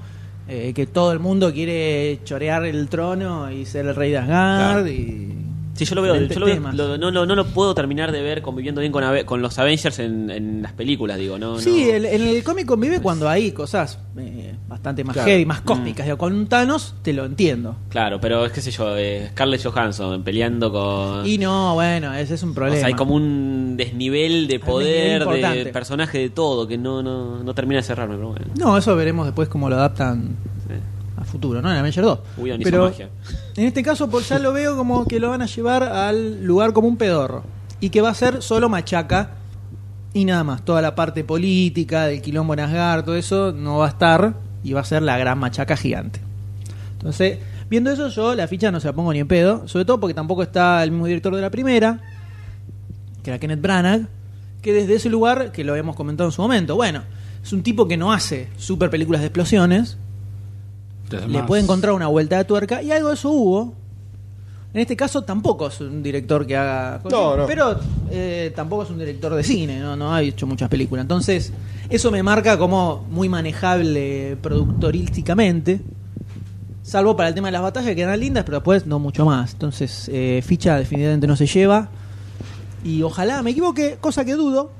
Speaker 1: eh, que todo el mundo quiere chorear el trono y ser el rey de Asgard. y-
Speaker 5: Sí, yo lo veo, yo lo veo-
Speaker 1: Temas.
Speaker 5: lo- no, lo- no lo puedo terminar de ver conviviendo bien con, Ave- con los Avengers en, en las películas, digo, ¿no?
Speaker 1: Sí,
Speaker 5: no. Pues-
Speaker 1: el- en el cómic convive cuando hay cosas eh, bastante más
Speaker 2: Claro.
Speaker 1: heavy,
Speaker 5: Mm.
Speaker 1: más cósmicas. Digo, Con un Thanos te lo entiendo.
Speaker 5: Claro, pero es qué sé yo, eh, Scarlett Johansson peleando con...
Speaker 1: Y no, bueno, ese es un
Speaker 5: Ah. o
Speaker 1: problema.
Speaker 5: sea, hay como un desnivel de
Speaker 1: un
Speaker 5: poder,
Speaker 1: nivel
Speaker 5: de
Speaker 1: importante.
Speaker 5: personaje, de todo, que no, no, no termina de cerrarme, pero bueno.
Speaker 1: No, eso veremos después cómo lo adaptan
Speaker 5: Sí.
Speaker 1: a futuro, ¿no? En Avengers 2.
Speaker 5: Whedon hizo
Speaker 1: Pero
Speaker 5: magia.
Speaker 1: en este caso por ya lo veo como que lo van a llevar al lugar como un pedorro. Y que va a ser solo machaca y nada más. Toda la parte política, del quilombo en Asgard, todo eso no va a estar y va a ser la gran machaca gigante. Entonces, viendo eso yo la ficha no se la pongo ni en pedo. Sobre todo porque tampoco está el mismo director de la primera que era Kenneth Branagh, que desde ese lugar, que lo habíamos comentado en su momento, bueno, es un tipo que no hace super películas de explosiones, le puede encontrar una vuelta de tuerca, y algo de eso hubo. En este caso tampoco es un director que haga... cosas,
Speaker 2: No, no.
Speaker 1: Pero eh, tampoco es un director de cine, ¿no? no ha hecho muchas películas. Entonces, eso me marca como muy manejable productorísticamente. Salvo para el tema de las batallas que eran lindas, pero después no mucho más. Entonces, eh, ficha definitivamente no se lleva. Y ojalá me equivoque, cosa que dudo,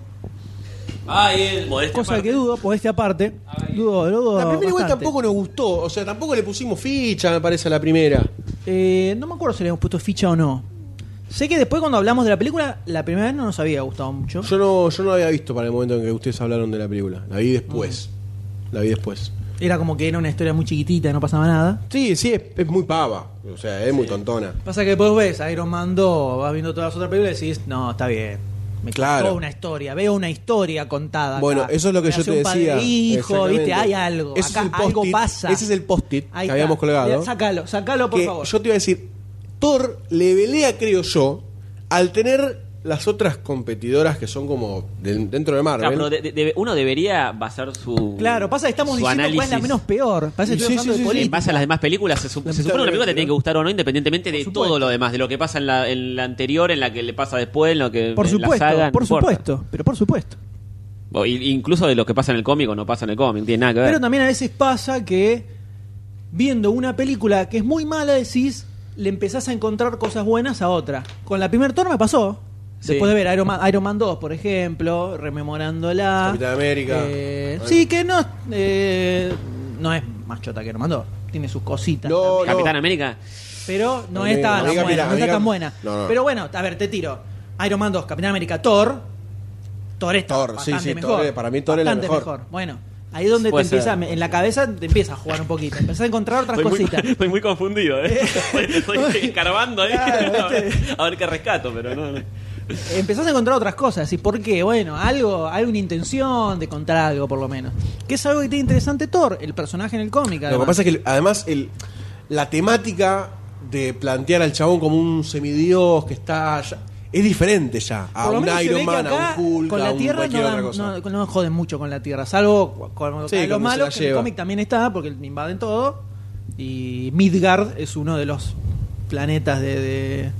Speaker 5: Ay, el modestia
Speaker 1: cosa
Speaker 5: aparte.
Speaker 1: que dudo, por este aparte. Dudo, lo dudo.
Speaker 2: La primera igual
Speaker 1: bastante.
Speaker 2: tampoco nos gustó. O sea, tampoco le pusimos ficha, me parece, a la primera.
Speaker 1: Eh, no me acuerdo si le hemos puesto ficha o no. Sé que después cuando hablamos de la película, la primera vez no nos había gustado mucho.
Speaker 2: Yo no, yo no la había visto para el momento en que ustedes hablaron de la película. La vi después.
Speaker 1: Ah.
Speaker 2: La vi después.
Speaker 1: Era como que era una historia muy chiquitita, no pasaba nada.
Speaker 2: Sí, sí, es, es muy pava. O sea, es muy tontona.
Speaker 1: Pasa que después ves a Iron Man 2, vas viendo todas las otras películas y decís, no, está bien. Me
Speaker 2: Claro.
Speaker 1: contó una historia, veo una historia contada. acá.
Speaker 2: Bueno, eso es lo que
Speaker 1: Me
Speaker 2: yo
Speaker 1: hace
Speaker 2: te
Speaker 1: un padre
Speaker 2: decía.
Speaker 1: e hijo,
Speaker 2: Exactamente.
Speaker 1: viste, hay algo.
Speaker 2: Ese
Speaker 1: acá
Speaker 2: es el
Speaker 1: algo
Speaker 2: post-it,
Speaker 1: pasa.
Speaker 2: Ese es el post-it
Speaker 1: Ahí
Speaker 2: que
Speaker 1: está.
Speaker 2: habíamos colgado.
Speaker 1: Sácalo, sácalo, por
Speaker 2: que
Speaker 1: favor.
Speaker 2: Yo te iba a decir, Thor le velea, creo yo, al tener las otras competidoras que son como del- dentro de Marvel.
Speaker 5: Claro, pero de- de- de- uno debería basar su.
Speaker 1: Claro, pasa que estamos
Speaker 5: su
Speaker 1: diciendo cuál es la
Speaker 5: análisis
Speaker 1: menos peor. Parece que
Speaker 2: Sí,
Speaker 1: estoy
Speaker 2: sí,
Speaker 1: hablando
Speaker 2: sí,
Speaker 1: de
Speaker 2: sí.
Speaker 5: En
Speaker 1: política.
Speaker 5: base a las demás películas, se, su- se supone que una película te tiene que gustar o no, independientemente de
Speaker 1: supuesto.
Speaker 5: todo lo demás, de lo que pasa en la, en la anterior, en la que le pasa después, en lo que.
Speaker 1: Por
Speaker 5: en la
Speaker 1: supuesto,
Speaker 5: saga, no
Speaker 1: por
Speaker 5: importa.
Speaker 1: supuesto, pero por supuesto.
Speaker 5: O i- Incluso de lo que pasa en el cómic o no pasa en el cómic, no tiene nada que ver.
Speaker 1: Pero también a veces pasa que viendo una película que es muy mala, decís, le empezás a encontrar cosas buenas a otra. Con la primer torre me pasó.
Speaker 5: Sí.
Speaker 1: Después de ver Iron Man, Iron Man 2, por ejemplo, rememorándola.
Speaker 2: Capitán América.
Speaker 1: Eh,
Speaker 2: Bueno.
Speaker 1: sí, que no, eh, no es más chota que Iron Man 2. Tiene sus cositas.
Speaker 2: No,
Speaker 1: también.
Speaker 5: Capitán América.
Speaker 1: Pero no,
Speaker 2: No
Speaker 1: es
Speaker 2: diga-
Speaker 1: tan
Speaker 2: no diga
Speaker 1: buena.
Speaker 2: pila,
Speaker 1: no está
Speaker 2: diga-
Speaker 1: tan buena.
Speaker 2: No, no.
Speaker 1: Pero bueno, a ver, te tiro. Iron Man 2, Capitán América, Thor. Thor está
Speaker 2: Thor, sí,
Speaker 1: bastante
Speaker 2: sí,
Speaker 1: mejor.
Speaker 2: Thor es- para mí Thor es la
Speaker 1: Bastante
Speaker 2: mejor.
Speaker 1: Bueno, ahí es donde
Speaker 5: Puede
Speaker 1: te empieza,
Speaker 5: ser.
Speaker 1: en la cabeza te empieza a jugar un poquito. Empezás a encontrar otras
Speaker 5: Estoy muy,
Speaker 1: cositas.
Speaker 5: estoy muy confundido, ¿eh? Estoy, estoy escarbando ahí.
Speaker 1: Claro,
Speaker 5: a, ver, a ver qué rescato, pero no. no.
Speaker 1: Empezás a encontrar otras cosas. ¿Y por qué? Bueno, algo, hay una intención de contar algo, por lo menos. Que es algo que tiene interesante Thor, el personaje en el cómic.
Speaker 2: Lo que
Speaker 1: además.
Speaker 2: pasa es que además el, la temática de plantear al chabón como un semidios que está ya- es diferente ya a
Speaker 1: Por lo
Speaker 2: un
Speaker 1: menos se ve
Speaker 2: Iron
Speaker 1: que
Speaker 2: Man, a
Speaker 1: acá
Speaker 2: un Hulk,
Speaker 1: con
Speaker 2: a
Speaker 1: la
Speaker 2: un
Speaker 1: Tierra no,
Speaker 2: cualquier otra
Speaker 1: dan-
Speaker 2: cosa.
Speaker 1: no- no joden mucho con la Tierra, salvo cu- cuando
Speaker 2: Sí,
Speaker 1: caen los
Speaker 2: cuando se la
Speaker 1: malos, que en el
Speaker 2: lleva.
Speaker 1: cómic también está, porque invaden todo. Y Midgard es uno de los planetas de, de-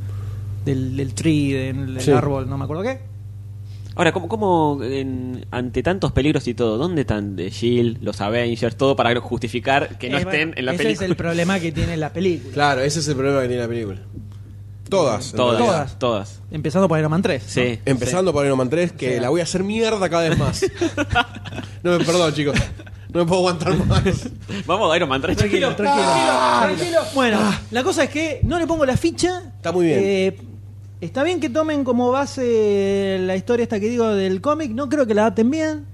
Speaker 1: del, del tree, del, del
Speaker 2: Sí.
Speaker 1: árbol, no me acuerdo qué.
Speaker 5: Ahora, ¿cómo, cómo en- ante tantos peligros y todo, dónde están de Shield, los Avengers, todo para justificar que no
Speaker 1: Eh, bueno,
Speaker 5: estén en la
Speaker 1: ese
Speaker 5: película?
Speaker 1: es el problema que tiene la película.
Speaker 2: Claro, ese es el problema que tiene la película. Todas. en
Speaker 5: Todas,
Speaker 2: realidad.
Speaker 5: todas. Todas.
Speaker 1: Empezando por Iron Man 3. ¿no?
Speaker 5: Sí.
Speaker 2: Empezando por Iron Man 3, que la voy a hacer mierda cada vez más. no me perdón, chicos. No me puedo aguantar más.
Speaker 5: Vamos, Iron Man 3,
Speaker 1: Tranquilo,
Speaker 5: chiquillo.
Speaker 1: tranquilo,
Speaker 2: Ah,
Speaker 1: tranquilo. Bueno, la cosa es que no le pongo la ficha.
Speaker 2: Está muy bien.
Speaker 1: Eh, está bien que tomen como base la historia esta que digo del cómic. No creo que la adapten bien.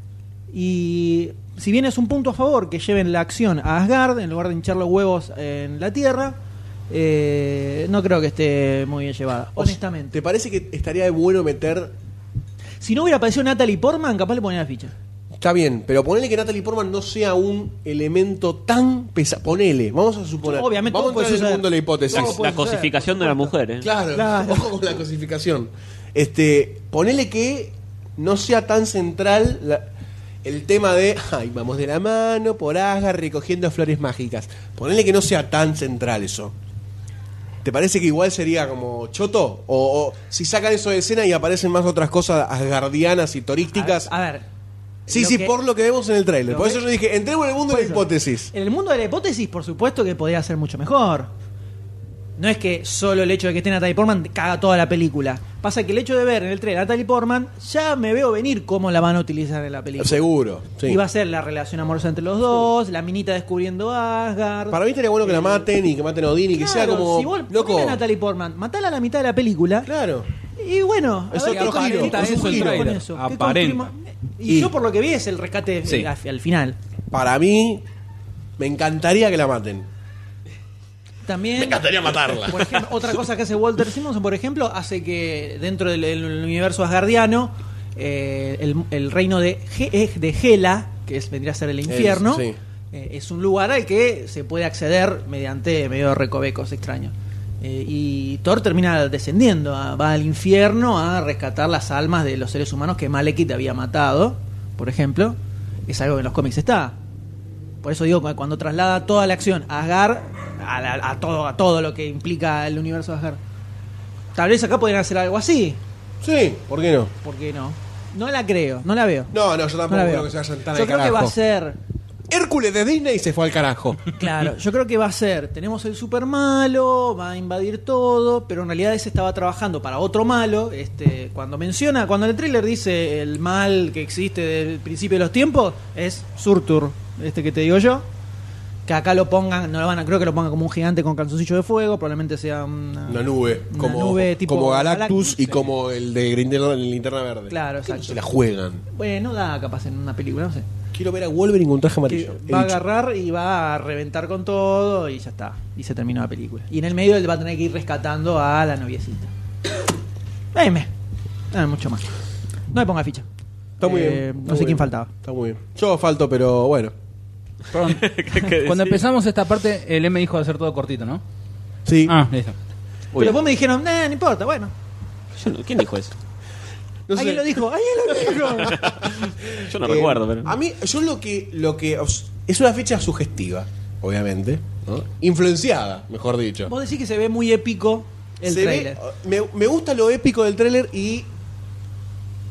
Speaker 1: Y si bien es un punto a favor que lleven la acción a Asgard en lugar de hinchar los huevos en la Tierra, eh, no creo que esté muy bien llevada, honestamente.
Speaker 2: ¿Te parece que estaría de bueno meter?
Speaker 1: Si no hubiera aparecido Natalie Portman, capaz le ponía la ficha.
Speaker 2: Está bien, pero ponele que Natalie Portman no sea un elemento tan pesado. Ponele, vamos a suponer.
Speaker 1: Obviamente,
Speaker 2: vamos
Speaker 1: todo
Speaker 2: a
Speaker 1: puede
Speaker 2: entrar en el
Speaker 1: suceder.
Speaker 2: mundo de la hipótesis.
Speaker 1: Todo puede
Speaker 5: La
Speaker 1: suceder,
Speaker 5: cosificación de la mujer, ¿eh?
Speaker 2: Claro,
Speaker 1: Claro.
Speaker 2: ojo con la cosificación. Este, ponele que no sea tan central la- el tema de, ay, vamos de la mano por Asgard recogiendo flores mágicas. Ponele que no sea tan central eso. ¿Te parece que igual sería como choto? O, o si sacan eso de escena y aparecen más otras cosas asgardianas y torísticas.
Speaker 1: A ver.
Speaker 2: sí,
Speaker 1: lo
Speaker 2: sí,
Speaker 1: que-
Speaker 2: por lo que vemos en el tráiler.
Speaker 1: lo
Speaker 2: Por
Speaker 1: que-
Speaker 2: eso yo dije, entremos en el mundo de la hipótesis.
Speaker 1: En el mundo de la hipótesis, por supuesto que podría ser mucho mejor. No es que solo el hecho de que esté Natalie Portman caga toda la película. Pasa que el hecho de ver en el tren a Natalie Portman, ya me veo venir cómo la van a utilizar en la película.
Speaker 2: Seguro. sí.
Speaker 1: Y va a ser la relación amorosa entre los dos, la minita descubriendo Asgard.
Speaker 2: Para mí estaría bueno que la maten y que maten a Odín y que sea
Speaker 1: Claro,
Speaker 2: como...
Speaker 1: Si vos ponés
Speaker 2: loco.
Speaker 1: a Natalie Portman, matala a la mitad de la película.
Speaker 2: Claro.
Speaker 1: Y bueno,
Speaker 2: Es
Speaker 1: a ver
Speaker 2: otro
Speaker 1: qué-
Speaker 2: giro,
Speaker 1: qué
Speaker 2: es un
Speaker 1: construimos
Speaker 2: giro.
Speaker 1: con eso, qué
Speaker 4: Aparenta.
Speaker 1: construimos. Y, yo por lo que vi es el rescate
Speaker 4: Sí.
Speaker 1: al, al final.
Speaker 2: Para mí, me encantaría que la maten.
Speaker 1: También. este,
Speaker 2: matarla.
Speaker 1: Por ejemplo, otra cosa que hace Walter Simonson, por ejemplo, hace que dentro del, del universo asgardiano, eh, el, el reino de, Ge- eh, de Hela, que es, vendría a ser el infierno,
Speaker 2: sí.
Speaker 1: eh, es un lugar al que se puede acceder mediante medio recovecos extraños. Eh, y Thor termina descendiendo, a- va al infierno a rescatar las almas de los seres humanos que Malekith había matado, por ejemplo. Es algo que en los cómics está. Por eso digo, cu- cuando traslada toda la acción a Asgard, a, la- a todo, a todo lo que implica el universo de Asgard. Tal vez acá podrían hacer algo así,
Speaker 2: Sí, ¿por qué no?
Speaker 1: porque no. No la creo, no la veo.
Speaker 2: No, no, yo
Speaker 1: No
Speaker 2: tampoco
Speaker 1: la
Speaker 2: creo
Speaker 1: veo.
Speaker 2: que se vayan tan
Speaker 1: yo creo
Speaker 2: al
Speaker 1: que
Speaker 2: carajo.
Speaker 1: va a ser,
Speaker 2: Hércules de Disney se fue al carajo.
Speaker 1: claro, yo creo que va a ser, tenemos el super malo, va a invadir todo, pero en realidad ese estaba trabajando para otro malo, este, cuando menciona, cuando en el thriller dice el mal que existe del principio de los tiempos, es Surtur, este que te digo yo, que acá lo pongan, no lo van a, creo que lo pongan como un gigante con calzoncillo de fuego, probablemente sea una,
Speaker 2: Una nube.
Speaker 1: Una
Speaker 2: Como,
Speaker 1: nube tipo
Speaker 2: como Galactus
Speaker 1: Galactus,
Speaker 2: y como el de Grindel, Linterna Verde.
Speaker 1: Claro,
Speaker 2: ¿Por qué no
Speaker 1: exacto.
Speaker 2: Se la juegan.
Speaker 1: Bueno, da capaz en una película, no sé.
Speaker 2: Quiero ver a Wolverine con traje
Speaker 1: que
Speaker 2: amarillo.
Speaker 1: va a
Speaker 2: He dicho.
Speaker 1: agarrar y va a reventar con todo y ya está. Y se terminó la película. Y en el medio él va a tener que ir rescatando a la noviecita. Dame. Dame mucho más. No me ponga ficha.
Speaker 2: Está muy
Speaker 1: Eh,
Speaker 2: bien.
Speaker 1: No
Speaker 2: está
Speaker 1: sé
Speaker 2: muy
Speaker 1: quién
Speaker 2: bien.
Speaker 1: faltaba.
Speaker 2: Está muy bien. Yo falto, pero bueno.
Speaker 4: Perdón. Cuando empezamos esta parte, el M dijo de hacer todo cortito, ¿no?
Speaker 2: Sí.
Speaker 4: Ah, listo.
Speaker 5: Uy,
Speaker 1: Pero vos me dijeron, "Nah, no importa, bueno.
Speaker 5: yo no- ¿Quién dijo eso?
Speaker 2: No
Speaker 1: Alguien
Speaker 2: sé.
Speaker 1: lo dijo, alguien lo dijo.
Speaker 5: Yo no
Speaker 2: Eh,
Speaker 5: recuerdo, pero.
Speaker 2: A mí, yo lo que, lo que. os- Es una fecha sugestiva, obviamente. ¿no? Influenciada, mejor dicho.
Speaker 1: Vos decís que se ve muy épico el
Speaker 2: Se ve- ah,
Speaker 1: trailer.
Speaker 2: me, me gusta lo épico del tráiler y.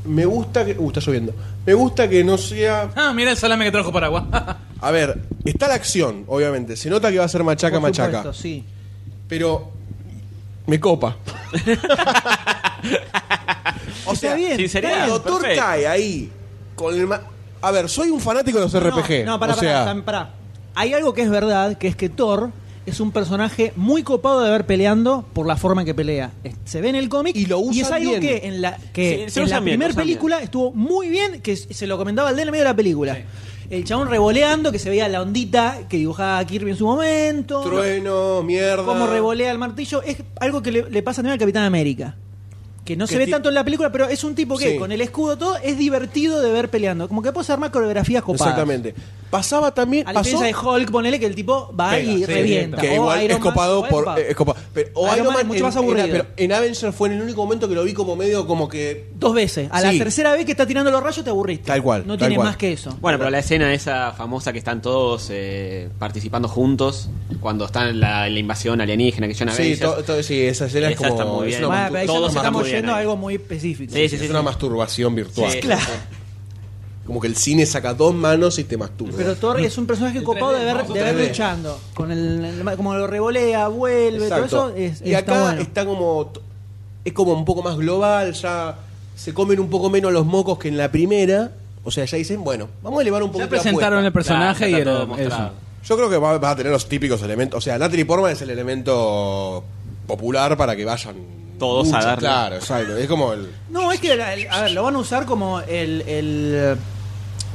Speaker 2: Me gusta que. Uh, está lloviendo. Me gusta que no sea.
Speaker 4: Ah, mira el salame que trajo Paraguay.
Speaker 2: A ver, está la acción, obviamente. Se nota que va a ser machaca,
Speaker 1: Por supuesto,
Speaker 2: machaca.
Speaker 1: sí.
Speaker 2: Pero. Me copa. o sea,
Speaker 1: Está bien.
Speaker 5: sinceridad,
Speaker 2: el doctor
Speaker 5: perfecto.
Speaker 2: cae ahí. Con el ma- A ver, soy un fanático de los RPG.
Speaker 1: No, no, pará,
Speaker 2: o sea,
Speaker 1: pará, pará. Hay algo que es verdad, que es que Thor es un personaje muy copado de ver peleando por la forma en que pelea. Es- Se ve en el cómic
Speaker 2: Y lo
Speaker 1: es
Speaker 2: usan
Speaker 1: algo
Speaker 2: bien.
Speaker 1: que en la, que
Speaker 5: Sí, se
Speaker 1: en la
Speaker 5: usan bien, lo
Speaker 1: primera
Speaker 5: usan
Speaker 1: película estuvo muy bien, que s- se lo comentaba al de en el medio de la película. El chabón revoleando, que se veía la ondita que dibujaba Kirby en su momento.
Speaker 2: Trueno, mierda.
Speaker 1: Cómo revolea el martillo. Es algo que le, le pasa también al Capitán América. Que no
Speaker 2: Que
Speaker 1: se ve
Speaker 2: ti-
Speaker 1: tanto en la película, pero es un tipo que
Speaker 2: Sí.
Speaker 1: con el escudo todo es divertido de ver peleando. Como que puedes armar coreografías copadas.
Speaker 2: Exactamente. Pasaba también.
Speaker 1: A la
Speaker 2: pasó,
Speaker 1: diferencia de Hulk, ponele que el tipo va
Speaker 2: Pega,
Speaker 1: y
Speaker 2: sí,
Speaker 1: revienta.
Speaker 2: Que
Speaker 1: O
Speaker 2: igual
Speaker 1: Iron
Speaker 2: es
Speaker 1: Man,
Speaker 2: copado
Speaker 1: o
Speaker 2: por. eh,
Speaker 1: Iron Man.
Speaker 2: es copado. Pero, o
Speaker 1: Iron
Speaker 2: Iron
Speaker 1: Man es
Speaker 2: Man
Speaker 1: mucho
Speaker 2: en-
Speaker 1: más aburrido.
Speaker 2: era- pero en Avengers fue en el único momento que lo vi como medio como que.
Speaker 1: Dos veces. A la
Speaker 2: Sí.
Speaker 1: tercera vez que está tirando los rayos te aburriste.
Speaker 2: Tal cual,
Speaker 1: No
Speaker 2: tal
Speaker 1: tiene
Speaker 2: cual.
Speaker 1: más que eso.
Speaker 5: Bueno, pero la escena esa famosa que están todos eh, participando juntos cuando están en la, en la invasión alienígena que yo una
Speaker 2: Sí,
Speaker 5: vez.
Speaker 2: to- to- sí, esa escena es
Speaker 5: Esa está
Speaker 2: como.
Speaker 5: muy
Speaker 2: es
Speaker 5: bien.
Speaker 2: una
Speaker 1: Bueno,
Speaker 5: Bueno,
Speaker 1: pero ahí ya
Speaker 5: todos
Speaker 1: nos
Speaker 5: están
Speaker 1: estamos
Speaker 5: muy bien
Speaker 1: yendo a
Speaker 5: ahí.
Speaker 1: algo muy específico.
Speaker 5: Sí,
Speaker 2: Es
Speaker 5: sí,
Speaker 2: una masturbación virtual.
Speaker 5: Sí.
Speaker 1: Claro.
Speaker 2: Como que el cine saca dos manos y te masturba.
Speaker 1: Pero Thor es un personaje copado de ver, de ver
Speaker 2: 3D.
Speaker 1: luchando. Con el, el- como lo revolea, vuelve,
Speaker 2: Exacto.
Speaker 1: todo eso. Es,
Speaker 2: y acá
Speaker 1: está bueno.
Speaker 2: está como. t- Es como un poco más global, ya se comen un poco menos los mocos que en la primera. O sea, ya dicen, bueno, vamos a elevar un poco
Speaker 4: Ya presentaron el personaje
Speaker 5: Claro, ya
Speaker 4: y
Speaker 5: está
Speaker 4: era
Speaker 5: todo mostrado.
Speaker 4: eso.
Speaker 2: Yo creo que va- vas a tener los típicos elementos. O sea, Natalie Portman es el elemento popular para que vayan
Speaker 5: Todos a darle.
Speaker 2: Claro, exacto. Es como el.
Speaker 1: No, es que, la- el- a ver, lo van a usar como el. el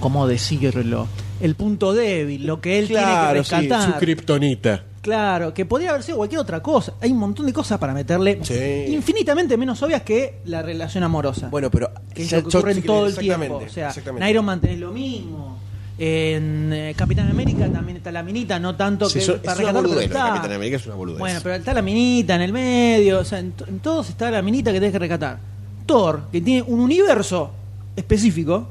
Speaker 1: ¿Cómo decirlo? El punto débil, lo que él
Speaker 2: Claro,
Speaker 1: tiene
Speaker 2: sí,
Speaker 1: que rescatar.
Speaker 2: su kriptonita.
Speaker 1: Claro, que podría haber sido cualquier otra cosa. Hay un montón de cosas para meterle
Speaker 2: Sí.
Speaker 1: infinitamente menos obvias que la relación amorosa.
Speaker 2: Bueno, pero.
Speaker 1: que es
Speaker 2: ya-
Speaker 1: lo que
Speaker 2: yo-
Speaker 1: ocurre en
Speaker 2: sí,
Speaker 1: todo el
Speaker 2: exactamente,
Speaker 1: tiempo. O sea,
Speaker 2: exactamente.
Speaker 1: en Iron Man tenés lo mismo. En eh, Capitán América también está la minita, no tanto
Speaker 2: Sí,
Speaker 1: que
Speaker 2: eso-
Speaker 1: para
Speaker 2: es una
Speaker 1: rescatar, pero
Speaker 2: boludez. lo de
Speaker 1: está.
Speaker 2: Capitán América es una boludez.
Speaker 1: Bueno, pero está la minita en el medio, o sea, en, to- en todos está la minita que tenés que rescatar. Thor, que tiene un universo específico,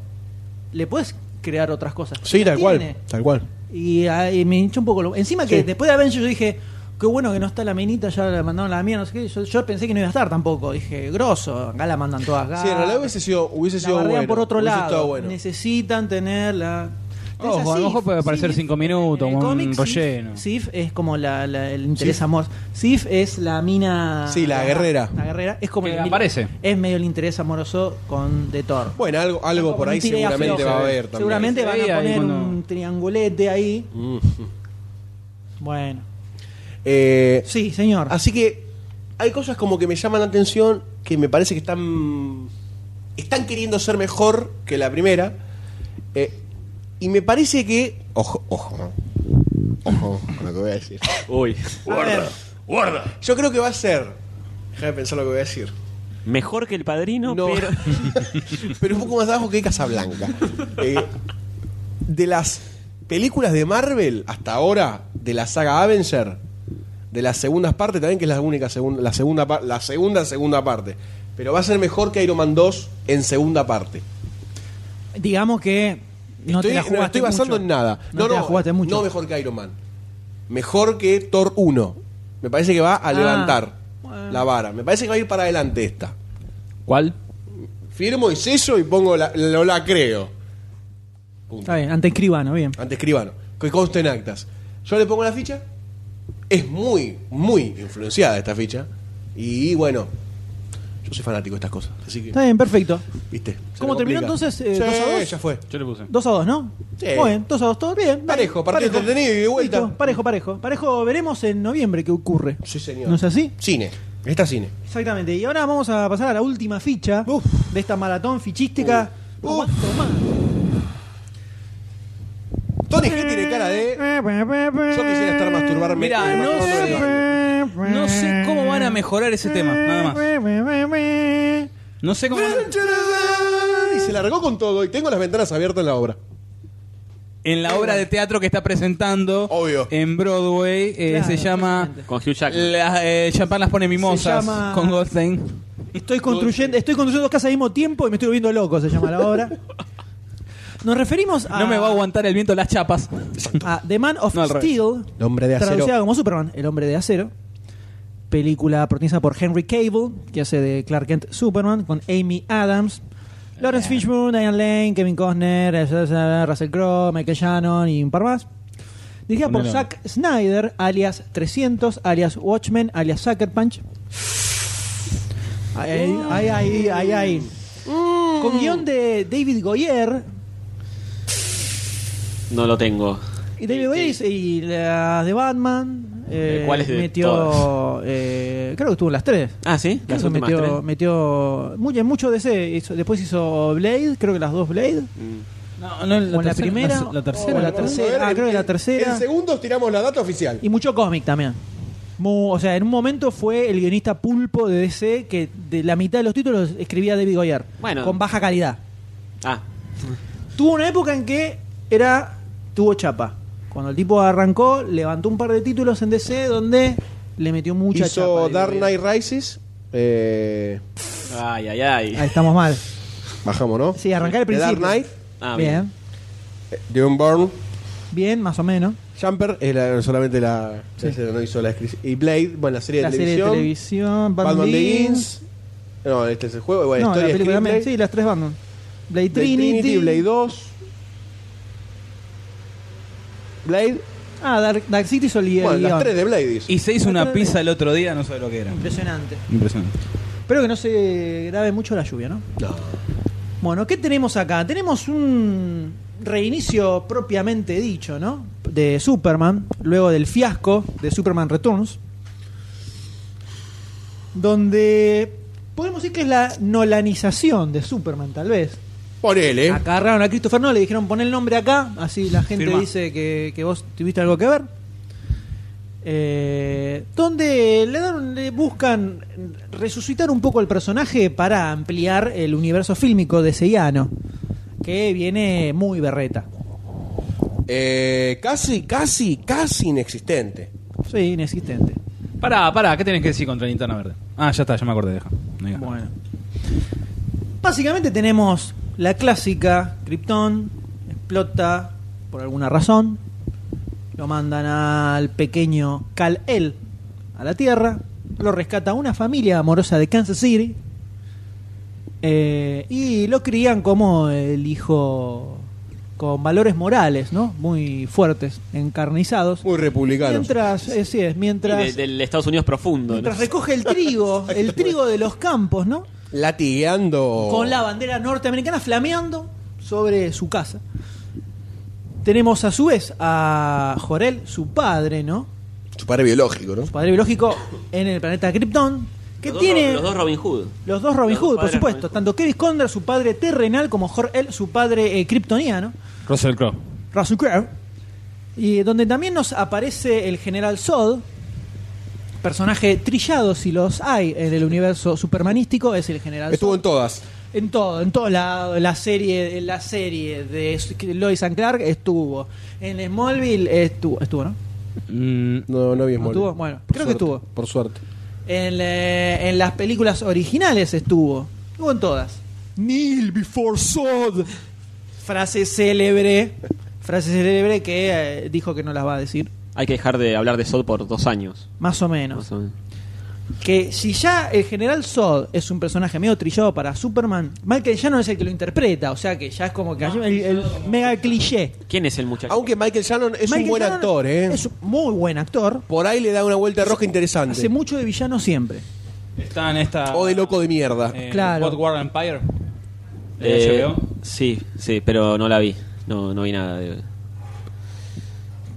Speaker 1: le puedes crear otras cosas.
Speaker 2: Sí,
Speaker 1: Las
Speaker 2: tal cual.
Speaker 1: tiene.
Speaker 2: Tal cual.
Speaker 1: Y, ah, y me hinchó un poco. lo- Encima que
Speaker 2: Sí.
Speaker 1: después de Avengers yo dije, qué bueno que no está la minita, ya la mandaron a la mía, no sé qué. Yo, yo pensé que no iba a estar tampoco. Dije, grosso, acá la mandan todas acá.
Speaker 2: Sí, en realidad hubiese sido, hubiese
Speaker 1: La
Speaker 2: sido
Speaker 1: bardean
Speaker 2: bueno.
Speaker 1: por otro
Speaker 2: hubiese
Speaker 1: lado.
Speaker 2: estado bueno.
Speaker 1: Necesitan tenerla.
Speaker 4: Ojo, a lo mejor puede aparecer cinco minutos, un
Speaker 1: eh,
Speaker 4: relleno.
Speaker 1: Sif es como la, la- el interés
Speaker 2: Sif.
Speaker 1: amor. Sif es la mina.
Speaker 2: Sí, la guerrera.
Speaker 1: La guerrera. Es como
Speaker 4: Que
Speaker 1: el-
Speaker 4: aparece.
Speaker 1: Es medio el interés amoroso con de Thor.
Speaker 2: Bueno, algo, algo
Speaker 1: Como
Speaker 2: por
Speaker 1: un
Speaker 2: ahí
Speaker 1: tire y
Speaker 2: seguramente
Speaker 1: afloje.
Speaker 2: va a haber también.
Speaker 1: Seguramente van
Speaker 4: Sí,
Speaker 1: a
Speaker 4: ahí
Speaker 1: poner
Speaker 4: cuando-
Speaker 1: un triangulete ahí.
Speaker 2: Mm.
Speaker 1: Bueno.
Speaker 2: Eh,
Speaker 1: Sí, señor.
Speaker 2: Así que hay cosas como que me llaman la atención que me parece que están. están queriendo ser mejor que la primera. Eh, y me parece que. Ojo, ojo, ¿no? Ojo con lo que voy a decir.
Speaker 5: Uy.
Speaker 2: Guarda, guarda. Yo creo que va a ser. Déjame pensar lo que voy a decir.
Speaker 5: Mejor que el padrino,
Speaker 2: No.
Speaker 5: pero.
Speaker 2: Pero un poco más abajo que Casablanca. Eh, de las películas de Marvel hasta ahora, de la saga Avenger, de las segundas partes también, que es la única segunda, la segunda, pa- la segunda, segunda parte. Pero va a ser mejor que Iron Man 2 en segunda parte.
Speaker 1: Digamos que no
Speaker 2: estoy,
Speaker 1: te la
Speaker 2: no
Speaker 1: jugaste
Speaker 2: estoy basando
Speaker 1: mucho.
Speaker 2: en nada.
Speaker 1: No, te la jugaste mucho.
Speaker 2: No mejor que Iron Man. Mejor que Thor 1. Me parece que va a
Speaker 1: Ah,
Speaker 2: levantar
Speaker 1: bueno.
Speaker 2: la vara. Me parece que va a ir para adelante esta.
Speaker 4: ¿Cuál?
Speaker 2: Firmo y sello y pongo la, lo la creo. Punto.
Speaker 1: Está bien, ante escribano, bien.
Speaker 2: Ante escribano. Que conste en actas. Yo le pongo la ficha. Es muy, muy influenciada esta ficha. Y bueno, yo soy fanático de estas cosas. Así que,
Speaker 1: Está bien, perfecto.
Speaker 2: viste. se me
Speaker 1: ¿Cómo terminó
Speaker 2: complica.
Speaker 1: entonces, eh,
Speaker 2: Sí,
Speaker 1: dos a dos?
Speaker 2: ya fue.
Speaker 4: Yo le puse.
Speaker 1: 2 a 2, ¿no?
Speaker 2: Sí.
Speaker 1: Muy bien, 2 a 2, todo bien.
Speaker 2: Parejo, partido entretenido y de vuelta.
Speaker 1: Listo, parejo, parejo. Parejo, veremos en noviembre qué ocurre.
Speaker 2: Sí, señor.
Speaker 1: ¿No es así?
Speaker 2: Cine. Esta cine.
Speaker 1: Exactamente. Y ahora vamos a pasar a la última ficha
Speaker 2: Uf.
Speaker 1: de esta maratón fichística.
Speaker 2: Uf.
Speaker 1: No,
Speaker 2: Uf.
Speaker 1: cuánto más.
Speaker 2: Tony G tiene cara de. Yo quisiera estar masturbarme.
Speaker 4: Mirá,
Speaker 2: en el
Speaker 4: no
Speaker 2: balcón
Speaker 4: sé.
Speaker 2: de-
Speaker 4: No sé cómo van a mejorar ese tema, nada más. No sé cómo. van-
Speaker 2: Y se largó con todo. Y tengo las ventanas abiertas en la obra.
Speaker 4: En la obra de teatro que está presentando
Speaker 2: Obvio.
Speaker 4: en Broadway eh,
Speaker 1: Claro,
Speaker 4: se llama
Speaker 1: exactamente.
Speaker 5: Con Hugh Jackman.
Speaker 4: La, eh, Champán las pone mimosas
Speaker 1: llama-
Speaker 4: con Goldstein.
Speaker 1: Estoy construyendo, estoy construyendo dos casas al mismo tiempo y me estoy volviendo loco, se llama la obra. Nos referimos a,
Speaker 4: No me va a aguantar el viento las chapas.
Speaker 1: a Ah, The Man of
Speaker 4: No, al revés.
Speaker 1: Steel,
Speaker 2: El hombre de acero.
Speaker 1: traducida como Superman, el hombre de acero. Película protagonizada por Henry Cable, que hace de Clark Kent Superman, con Amy Adams, Lawrence Fishburne, Diane Lane, Kevin Costner, eh, eh, Russell Crowe, Michael Shannon y un par más. Dirigida por
Speaker 4: Ponelo.
Speaker 1: Zack Snyder, alias 300, alias Watchmen, alias Sucker Punch. Ay, ay, ay, ay, ay.
Speaker 4: Mm.
Speaker 1: Con guión de David Goyer.
Speaker 5: No lo tengo.
Speaker 1: Y David Goyer hizo- y las de Batman. Eh,
Speaker 5: ¿Cuál es Este, de
Speaker 1: Metió.
Speaker 5: todas?
Speaker 1: eh, creo que estuvo en las tres.
Speaker 5: Ah, ¿sí?
Speaker 1: Creo
Speaker 5: Las
Speaker 1: que
Speaker 5: últimas
Speaker 1: metió,
Speaker 5: tres.
Speaker 1: metió mucho, mucho DC. hizo- después hizo Blade, creo que las dos Blade.
Speaker 5: Mm.
Speaker 4: No, no,
Speaker 1: O en la primera,
Speaker 4: La, tercera.
Speaker 1: o la tercera. ah, creo que la tercera.
Speaker 2: En segundos tiramos la data oficial.
Speaker 1: Y mucho cómic también. Mu- o sea, en un momento fue el guionista pulpo de DC que de la mitad de los títulos escribía David Goyer.
Speaker 5: Bueno.
Speaker 1: Con baja calidad.
Speaker 5: Ah,
Speaker 1: Tuvo una época en que era tuvo chapa. Cuando el tipo arrancó, levantó un par de títulos en DC donde le metió mucha chapa.
Speaker 2: Hizo
Speaker 1: David
Speaker 2: Dark
Speaker 1: Goyer.
Speaker 2: Knight Rises. Eh,
Speaker 5: ay, ay, ay.
Speaker 1: Ahí estamos mal.
Speaker 2: bajamos, ¿no?
Speaker 1: Sí, arrancar el
Speaker 2: The
Speaker 1: principio.
Speaker 2: Dark Knight,
Speaker 5: Ah,
Speaker 1: bien.
Speaker 2: eh, Dune Burn,
Speaker 1: Bien, más o menos.
Speaker 2: Jumper, es la- solamente la. ese no hizo la escri- Y Blade, bueno, la serie
Speaker 1: la
Speaker 2: de
Speaker 1: serie de
Speaker 2: televisión.
Speaker 1: televisión, Batman,
Speaker 2: Batman
Speaker 1: Begins.
Speaker 2: Begins. No, este es el juego. Bueno,
Speaker 1: No, la
Speaker 2: historia,
Speaker 1: película también.
Speaker 2: screenplay,
Speaker 1: Sí, las tres Batman. Blade
Speaker 2: Blade
Speaker 1: Trinity.
Speaker 2: Blade 2. Blade.
Speaker 1: Ah, Dark, Dark City hizo el guion.
Speaker 2: Bueno, las tres de Blade hizo.
Speaker 4: Y se hizo una pizza el otro día, no sé lo que era.
Speaker 1: Impresionante.
Speaker 4: Impresionante.
Speaker 1: Espero que no se grabe mucho la lluvia, ¿no?
Speaker 2: No.
Speaker 1: Bueno, ¿qué tenemos acá? Tenemos un reinicio propiamente dicho, ¿no? De Superman, luego del fiasco de Superman Returns, donde podemos decir que es la nolanización de Superman, tal vez.
Speaker 2: Ponele.
Speaker 1: Agarraron a Christopher Nolan, le dijeron pon el nombre acá, así la gente
Speaker 4: Firma.
Speaker 1: dice que, que vos tuviste algo que ver. Eh, donde le, dan- le buscan resucitar un poco el personaje para ampliar el universo fílmico de Seiano, que viene muy berreta.
Speaker 2: Eh, casi, casi, casi inexistente.
Speaker 1: Sí, inexistente.
Speaker 4: Pará, pará, ¿qué tenés que decir contra Linterna Verde? Ah, ya está, ya me acordé, deja. No digas.
Speaker 1: Bueno. Básicamente tenemos la clásica Krypton explota por alguna razón. Lo mandan al pequeño Kal-El a la Tierra. Lo rescata una familia amorosa de Kansas City. eh, y lo crían como el hijo con valores morales, ¿no? Muy fuertes, encarnizados.
Speaker 2: Muy republicano.
Speaker 1: Mientras, eh, sí es,
Speaker 5: Y de-
Speaker 1: mientras,
Speaker 5: del Estados Unidos profundo. ¿no?
Speaker 1: mientras recoge el trigo, el trigo de los campos, ¿no?
Speaker 2: Latigueando.
Speaker 1: con la bandera norteamericana flameando sobre su casa. Tenemos a su vez a Jorel, su padre, ¿no?
Speaker 2: Su padre biológico, ¿no?
Speaker 1: Su padre biológico en el planeta Krypton, que
Speaker 5: Los dos
Speaker 1: tiene
Speaker 5: Ro- los dos Robin Hood.
Speaker 1: los dos Robin
Speaker 5: los dos
Speaker 1: Hood, por
Speaker 5: padres
Speaker 1: supuesto,
Speaker 5: Robin Hood.
Speaker 1: tanto Kevin Conner, su padre terrenal, como Jorel, su padre eh, kryptoniano,
Speaker 4: Russell Crowe.
Speaker 1: Russell Crowe, y donde también nos aparece el general Zod, personaje trillado si los hay en el universo supermanístico, es el general
Speaker 2: Estuvo
Speaker 1: Zod.
Speaker 2: en todas.
Speaker 1: En todo, en todo lado. En La serie, en la serie de Lois and Clark estuvo. En Smallville estuvo, estuvo ¿no?
Speaker 4: Mm,
Speaker 2: No, no vi
Speaker 1: ¿No
Speaker 2: Smallville.
Speaker 1: estuvo? Bueno,
Speaker 2: Por
Speaker 1: creo que
Speaker 2: suerte,
Speaker 1: estuvo.
Speaker 2: Por suerte.
Speaker 1: En, eh, en las películas originales estuvo. Estuvo en todas.
Speaker 2: Neil before Sod.
Speaker 1: Frase célebre. Frase célebre que eh, dijo que no las va a decir.
Speaker 5: Hay que dejar de hablar de Sod por dos años.
Speaker 1: Más o menos.
Speaker 5: más o menos.
Speaker 1: Que si ya el general Zod es un personaje medio trillado para Superman, Michael Shannon es el que lo interpreta. O sea que ya es como que el- el mega cliché.
Speaker 5: ¿Quién es el muchacho?
Speaker 2: Aunque Michael Shannon es
Speaker 1: Michael
Speaker 2: un buen
Speaker 1: Shannon
Speaker 2: actor, ¿eh?
Speaker 1: Es un muy buen actor.
Speaker 2: Por ahí le da una vuelta de rosca interesante.
Speaker 1: Hace mucho de villano siempre.
Speaker 4: Está en esta.
Speaker 2: O Oh, de loco de mierda.
Speaker 4: eh,
Speaker 1: Claro.
Speaker 4: What War Empire.
Speaker 5: Eh,
Speaker 4: De HBO.
Speaker 5: sí, sí, pero no la vi. No, no vi nada. de-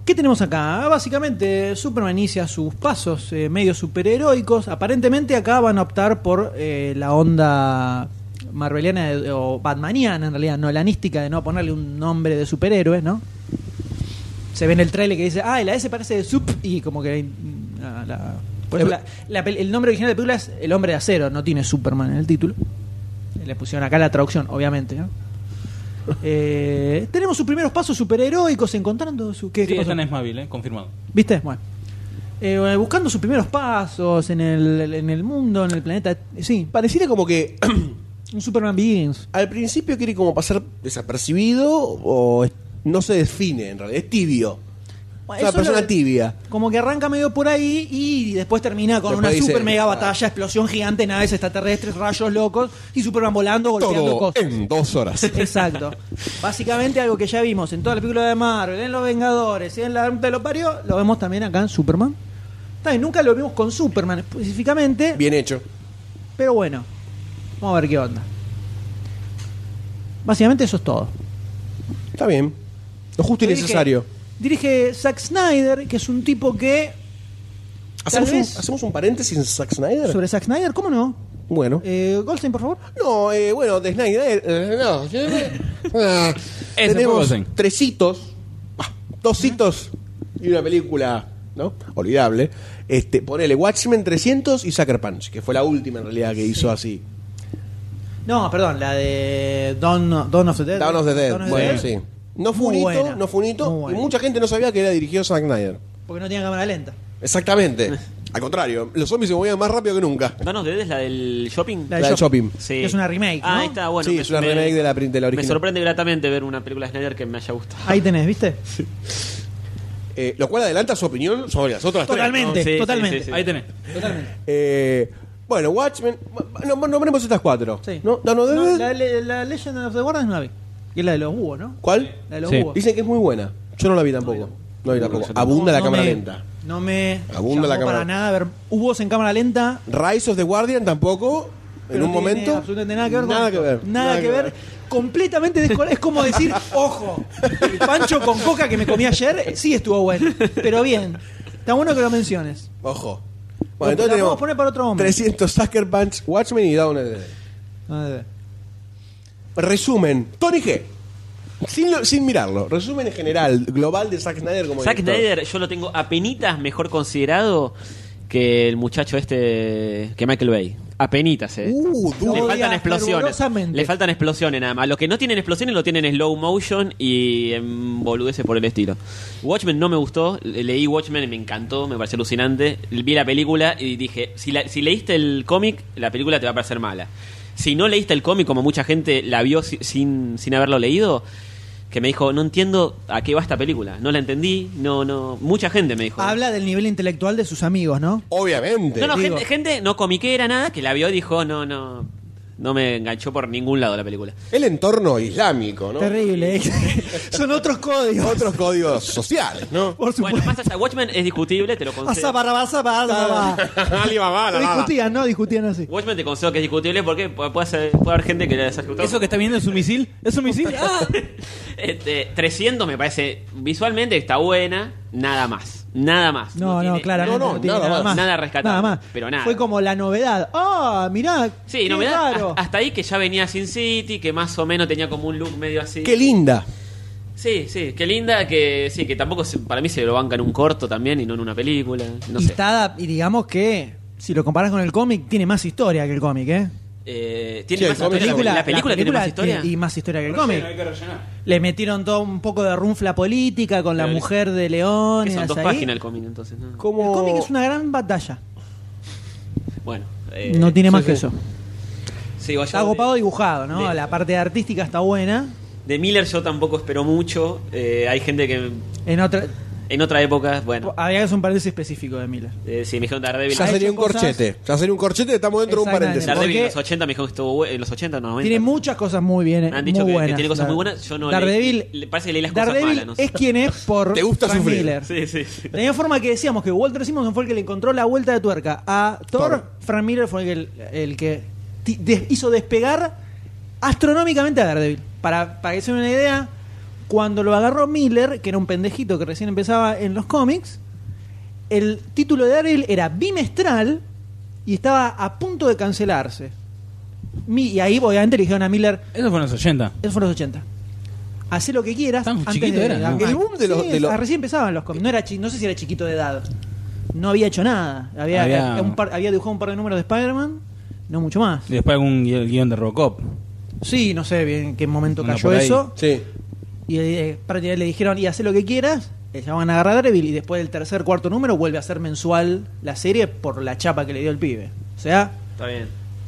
Speaker 1: ¿Qué tenemos acá? Ah, Básicamente, Superman inicia sus pasos eh, medio superheroicos. Aparentemente acá van a optar por eh, la onda marveliana de- o batmaniana, en realidad, nolanística, de no ponerle un nombre de superhéroes, ¿no? Se ve en el trailer que dice, ah, la S parece de Sup, y como que... mm, la- la- por eso la- la pel- el nombre original de la película es El Hombre de Acero, no tiene Superman en el título. Le pusieron acá la traducción, obviamente, ¿no? Eh, tenemos sus primeros pasos superheroicos encontrando su... ¿qué-
Speaker 4: Sí,
Speaker 1: qué pasó?
Speaker 4: está en Smallville, eh, confirmado.
Speaker 1: ¿Viste? Bueno. eh, buscando sus primeros pasos en el, en el mundo, en el planeta. Sí,
Speaker 2: Pareciera como que
Speaker 1: un Superman Begins.
Speaker 2: al principio quiere como pasar desapercibido o es- no se define en realidad, es tibio. Es una
Speaker 1: Eso
Speaker 2: persona
Speaker 1: lo-
Speaker 2: tibia.
Speaker 1: Como que arranca medio por ahí y después termina con
Speaker 2: Después
Speaker 1: una
Speaker 2: dice,
Speaker 1: super mega
Speaker 2: ah.
Speaker 1: batalla, explosión gigante, naves extraterrestres, rayos locos y Superman volando, golpeando
Speaker 2: Todo
Speaker 1: cosas.
Speaker 2: en dos horas.
Speaker 1: Exacto. Básicamente algo que ya vimos en toda la película de Marvel, en Los Vengadores, en la de los Parió, lo vemos también acá en Superman. También nunca lo vimos con Superman específicamente,
Speaker 2: Bien hecho.
Speaker 1: pero bueno. Vamos a ver qué onda. Básicamente eso es todo.
Speaker 2: Está bien. Lo justo y
Speaker 1: Dirige-
Speaker 2: necesario.
Speaker 1: Dirige Zack Snyder, que es un tipo que...
Speaker 2: ¿Hacemos
Speaker 1: Tal
Speaker 2: un,
Speaker 1: vez-
Speaker 2: hacemos un paréntesis en Zack Snyder?
Speaker 1: ¿Sobre Zack Snyder? ¿Cómo no?
Speaker 2: Bueno.
Speaker 1: Eh, Goldstein, por favor.
Speaker 2: No, eh, bueno, de Snyder. eh, no. Ah,
Speaker 4: Ese fue
Speaker 2: tenemos
Speaker 4: Goldstein.
Speaker 2: tres hitos, ah, dos hitos y una película, ¿no? Olvidable. Este, ponele Watchmen 300 y Sucker Punch, que fue la última en realidad que hizo así.
Speaker 1: No, perdón, la de Dawn, Dawn of the Dead.
Speaker 2: Dawn of the Dead.
Speaker 1: Dawn of the
Speaker 2: bueno,
Speaker 1: Dead,
Speaker 2: sí. No fue
Speaker 1: Muy
Speaker 2: un hito,
Speaker 1: buena.
Speaker 2: no fue un hito,
Speaker 1: Muy buena.
Speaker 2: y mucha gente no sabía que era dirigido Zack Snyder.
Speaker 1: Porque no tiene cámara lenta.
Speaker 2: Exactamente. Al contrario, los zombies se movían más rápido que nunca.
Speaker 5: Danos de es la del shopping.
Speaker 1: La de
Speaker 2: La del
Speaker 1: Shopping.
Speaker 2: shopping.
Speaker 5: Sí.
Speaker 1: que es una remake,
Speaker 5: Ah,
Speaker 1: ¿no?
Speaker 5: está bueno.
Speaker 2: sí,
Speaker 5: me-
Speaker 2: es una
Speaker 5: me-
Speaker 2: remake de la, pri- de la
Speaker 5: Me
Speaker 2: original.
Speaker 5: sorprende gratamente ver una película de Snyder que me haya gustado.
Speaker 1: Ahí tenés, ¿viste?
Speaker 2: Eh, lo cual adelanta su opinión sobre las otras tres.
Speaker 1: Totalmente,
Speaker 5: Sí, sí,
Speaker 1: totalmente.
Speaker 5: sí, sí.
Speaker 4: Ahí tenés.
Speaker 2: Eh, bueno, Watchmen. No, no- nombremos estas cuatro.
Speaker 1: Sí.
Speaker 2: ¿No? Dawn of the
Speaker 1: No,
Speaker 2: Dead.
Speaker 1: la, le- la Legend of the Guardians no la vi. Y es la de los búhos, ¿no?
Speaker 2: ¿Cuál?
Speaker 1: La de los
Speaker 4: Sí.
Speaker 1: búhos.
Speaker 2: Dicen que es muy buena. Yo no la vi tampoco. No la vi tampoco.
Speaker 1: No,
Speaker 2: Abunda la
Speaker 1: no
Speaker 2: cámara
Speaker 1: me-
Speaker 2: lenta.
Speaker 1: No me
Speaker 2: Abunda la
Speaker 1: llamó
Speaker 2: cámara.
Speaker 1: para nada ver búhos en cámara lenta.
Speaker 2: Rise of the Guardian tampoco. en
Speaker 1: pero
Speaker 2: un
Speaker 1: no tiene
Speaker 2: momento.
Speaker 1: absolutamente nada que ver con
Speaker 2: Nada
Speaker 1: esto.
Speaker 2: que ver.
Speaker 1: Nada, que ver. Completamente descolado. Es como decir, ojo, el pancho con coca que me comí ayer eh, sí estuvo bueno. Pero bien. Está bueno que lo menciones.
Speaker 2: Ojo.
Speaker 1: Lo-
Speaker 2: Bueno, entonces
Speaker 1: la
Speaker 2: tenemos
Speaker 1: podemos poner para otro momento.
Speaker 2: 300 Sucker Punch, Watchmen y Down.
Speaker 1: A ver.
Speaker 2: Resumen. Tony G. Sin, lo- sin mirarlo. Resumen en general, global de Zack Snyder como
Speaker 5: Zack
Speaker 2: director.
Speaker 5: Snyder, yo lo tengo apenitas mejor considerado que el muchacho este, que Michael Bay. Apenitas, eh.
Speaker 2: Uh,
Speaker 1: Lo
Speaker 5: Le
Speaker 2: duro.
Speaker 1: odia
Speaker 5: faltan explosiones.
Speaker 1: fervorosamente.
Speaker 5: Le faltan explosiones nada más. Los que no tienen explosiones lo tienen en slow motion y en boludeces por el estilo. Watchmen no me gustó. Le- Leí Watchmen y me encantó, me pareció alucinante. Vi la película y dije, si, la- si leíste el cómic, la película te va a parecer mala. Si no leíste el cómic, como mucha gente la vio si- sin, sin haberlo leído, que me dijo, no entiendo a qué va esta película. No la entendí, no, no. Mucha gente me dijo.
Speaker 1: Habla del nivel intelectual de sus amigos, ¿no?
Speaker 2: Obviamente.
Speaker 5: No, no,
Speaker 1: Digo-
Speaker 5: gente, gente no comiquera, nada, que la vio y dijo, no, no, no me enganchó por ningún lado la película.
Speaker 2: El entorno islámico, ¿no?
Speaker 1: Terrible. ¿eh? Son otros códigos.
Speaker 2: Otros códigos sociales, ¿no?
Speaker 1: Por
Speaker 5: Bueno,
Speaker 1: supuesto.
Speaker 5: más allá, Watchmen es discutible, te lo
Speaker 1: Pasa
Speaker 5: concedo.
Speaker 1: para, pasa para, pasa para.
Speaker 2: Alibaba, la- la- la.
Speaker 1: Discutían, ¿no? Discutían así.
Speaker 5: Watchmen te concedo que es discutible porque pu- puede, ser- puede haber gente que le haya gustado.
Speaker 4: ¿Eso que está viendo es un misil? ¿Es un misil? ¡Ah!
Speaker 5: Este, 300 me parece, visualmente está buena, nada más. Nada más.
Speaker 1: No, no,
Speaker 5: tiene-
Speaker 1: claramente
Speaker 2: no,
Speaker 1: no,
Speaker 2: no,
Speaker 1: tiene
Speaker 2: nada
Speaker 1: nada,
Speaker 2: más.
Speaker 1: más.
Speaker 5: Nada rescatable,
Speaker 1: Nada más.
Speaker 5: pero nada.
Speaker 1: Fue como la novedad. ¡Ah, mirá!
Speaker 5: Sí,
Speaker 1: qué
Speaker 5: no me da
Speaker 1: raro.
Speaker 5: hasta ahí que ya venía Sin City, que más o menos tenía como un look medio así.
Speaker 2: Qué linda.
Speaker 5: sí, sí, qué linda, que sí, que tampoco se- para mí se lo banca en un corto también y no en una película. No
Speaker 1: y,
Speaker 5: sé.
Speaker 1: está- y digamos que, si lo comparas con el cómic, tiene más historia que el cómic, ¿eh?
Speaker 5: Eh, tiene
Speaker 2: Sí,
Speaker 5: más
Speaker 2: el cómic
Speaker 5: historia.
Speaker 2: película-
Speaker 5: la película tiene más historia.
Speaker 1: Y más historia que el cómic. Le metieron todo un poco de runfla política con la
Speaker 5: Pero-
Speaker 1: mujer de
Speaker 5: Que
Speaker 1: León.
Speaker 5: son dos
Speaker 1: ahí.
Speaker 5: páginas el cómic, entonces. ¿no?
Speaker 1: El
Speaker 2: Como...
Speaker 1: cómic es una gran batalla.
Speaker 5: Bueno. eh,
Speaker 1: no tiene más
Speaker 2: sí,
Speaker 1: que
Speaker 2: sí.
Speaker 1: eso.
Speaker 5: sí, igual
Speaker 1: Está
Speaker 5: yo-
Speaker 1: agopado dibujado, ¿no?
Speaker 5: de-
Speaker 1: la parte artística está buena.
Speaker 5: De Miller yo tampoco espero mucho. Eh, hay gente que
Speaker 1: En otra,
Speaker 5: en otra época, bueno,
Speaker 1: había que hacer un paréntesis específico de Miller.
Speaker 5: eh, sí, me dijeron Daredevil.
Speaker 2: Ya
Speaker 1: Ha
Speaker 2: sería
Speaker 1: hecho
Speaker 2: un
Speaker 1: cosas-
Speaker 2: corchete. Ya sería un corchete, estamos dentro de un
Speaker 1: Exactamente.
Speaker 2: paréntesis.
Speaker 1: Claro.
Speaker 5: Daredevil en
Speaker 1: porque-
Speaker 5: los 80 me dijeron que estuvo bueno. En los 80 no, 90.
Speaker 1: Tiene muchas cosas muy bien.
Speaker 5: Me han dicho
Speaker 1: muy
Speaker 5: que- que
Speaker 1: buenas.
Speaker 5: tiene cosas muy
Speaker 1: Dar-
Speaker 5: buenas, yo no
Speaker 1: Daredevil,
Speaker 5: leí- le- parece que leí las cosas
Speaker 1: Daredevil
Speaker 5: malas, no sé.
Speaker 1: es quien es por
Speaker 2: Te gusta
Speaker 1: Frank
Speaker 2: sufrir.
Speaker 1: Miller.
Speaker 5: Sí, sí, sí.
Speaker 1: De la misma forma que decíamos que Walter Simonson fue el que le encontró la vuelta de tuerca a Thor,
Speaker 2: Thor.
Speaker 1: Frank Miller fue el, que- el que ti- de- hizo despegar astronómicamente a Daredevil. Para, para que se den una idea, cuando lo agarró Miller, que era un pendejito que recién empezaba en los cómics, el título de Daredevil era bimestral y estaba a punto de cancelarse. Mi- y ahí obviamente le dijeron a Miller,
Speaker 4: Eso fue en los 80.
Speaker 1: eso fue en los 80. Hacé lo que quieras.
Speaker 4: Tan chiquito era, ¿no?
Speaker 2: El boom de los-
Speaker 1: Sí,
Speaker 2: de los-
Speaker 1: Recién empezaban los cómics. No, era chi- no sé si era chiquito de edad. No había hecho nada. Había,
Speaker 4: Había-
Speaker 1: eh, un par- había dibujado un par de números de Spider-Man. No mucho más.
Speaker 4: Y después algún gui- guión de Robocop.
Speaker 1: Sí, no sé bien en qué momento
Speaker 4: Anda
Speaker 1: cayó
Speaker 4: por ahí.
Speaker 1: eso. eh,
Speaker 2: Sí.
Speaker 1: Y eh, prácticamente le dijeron, y hacé lo que quieras. le llaman a agarrar a Daredevil y después del tercer, cuarto número vuelve a ser mensual la serie por la chapa que le dio el pibe. O sea,
Speaker 5: Está bien.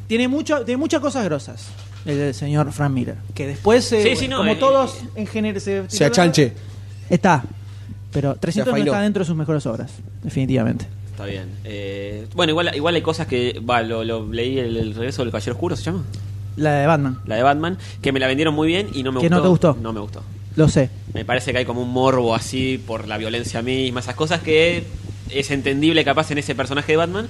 Speaker 1: tiene, mucho, tiene muchas cosas grosas el, del señor Frank Miller. Que después, eh,
Speaker 5: Sí, sí, no,
Speaker 1: como
Speaker 5: eh,
Speaker 1: todos
Speaker 5: eh,
Speaker 1: en género se,
Speaker 2: Se achanche.
Speaker 1: Está. Pero 300 no
Speaker 2: afailó.
Speaker 1: está dentro de sus mejores obras, definitivamente.
Speaker 5: Está bien. Eh, bueno, igual, igual hay cosas que. Va, lo, lo leí el, el regreso del Caballero Oscuro, ¿se llama?
Speaker 1: La de Batman,
Speaker 5: La de Batman, que me la vendieron muy bien y no me
Speaker 1: Que
Speaker 5: gustó.
Speaker 1: no te gustó.
Speaker 5: No me gustó.
Speaker 1: lo sé.
Speaker 5: Me parece que hay como un morbo así por la violencia misma, esas cosas que es entendible capaz en ese personaje de Batman.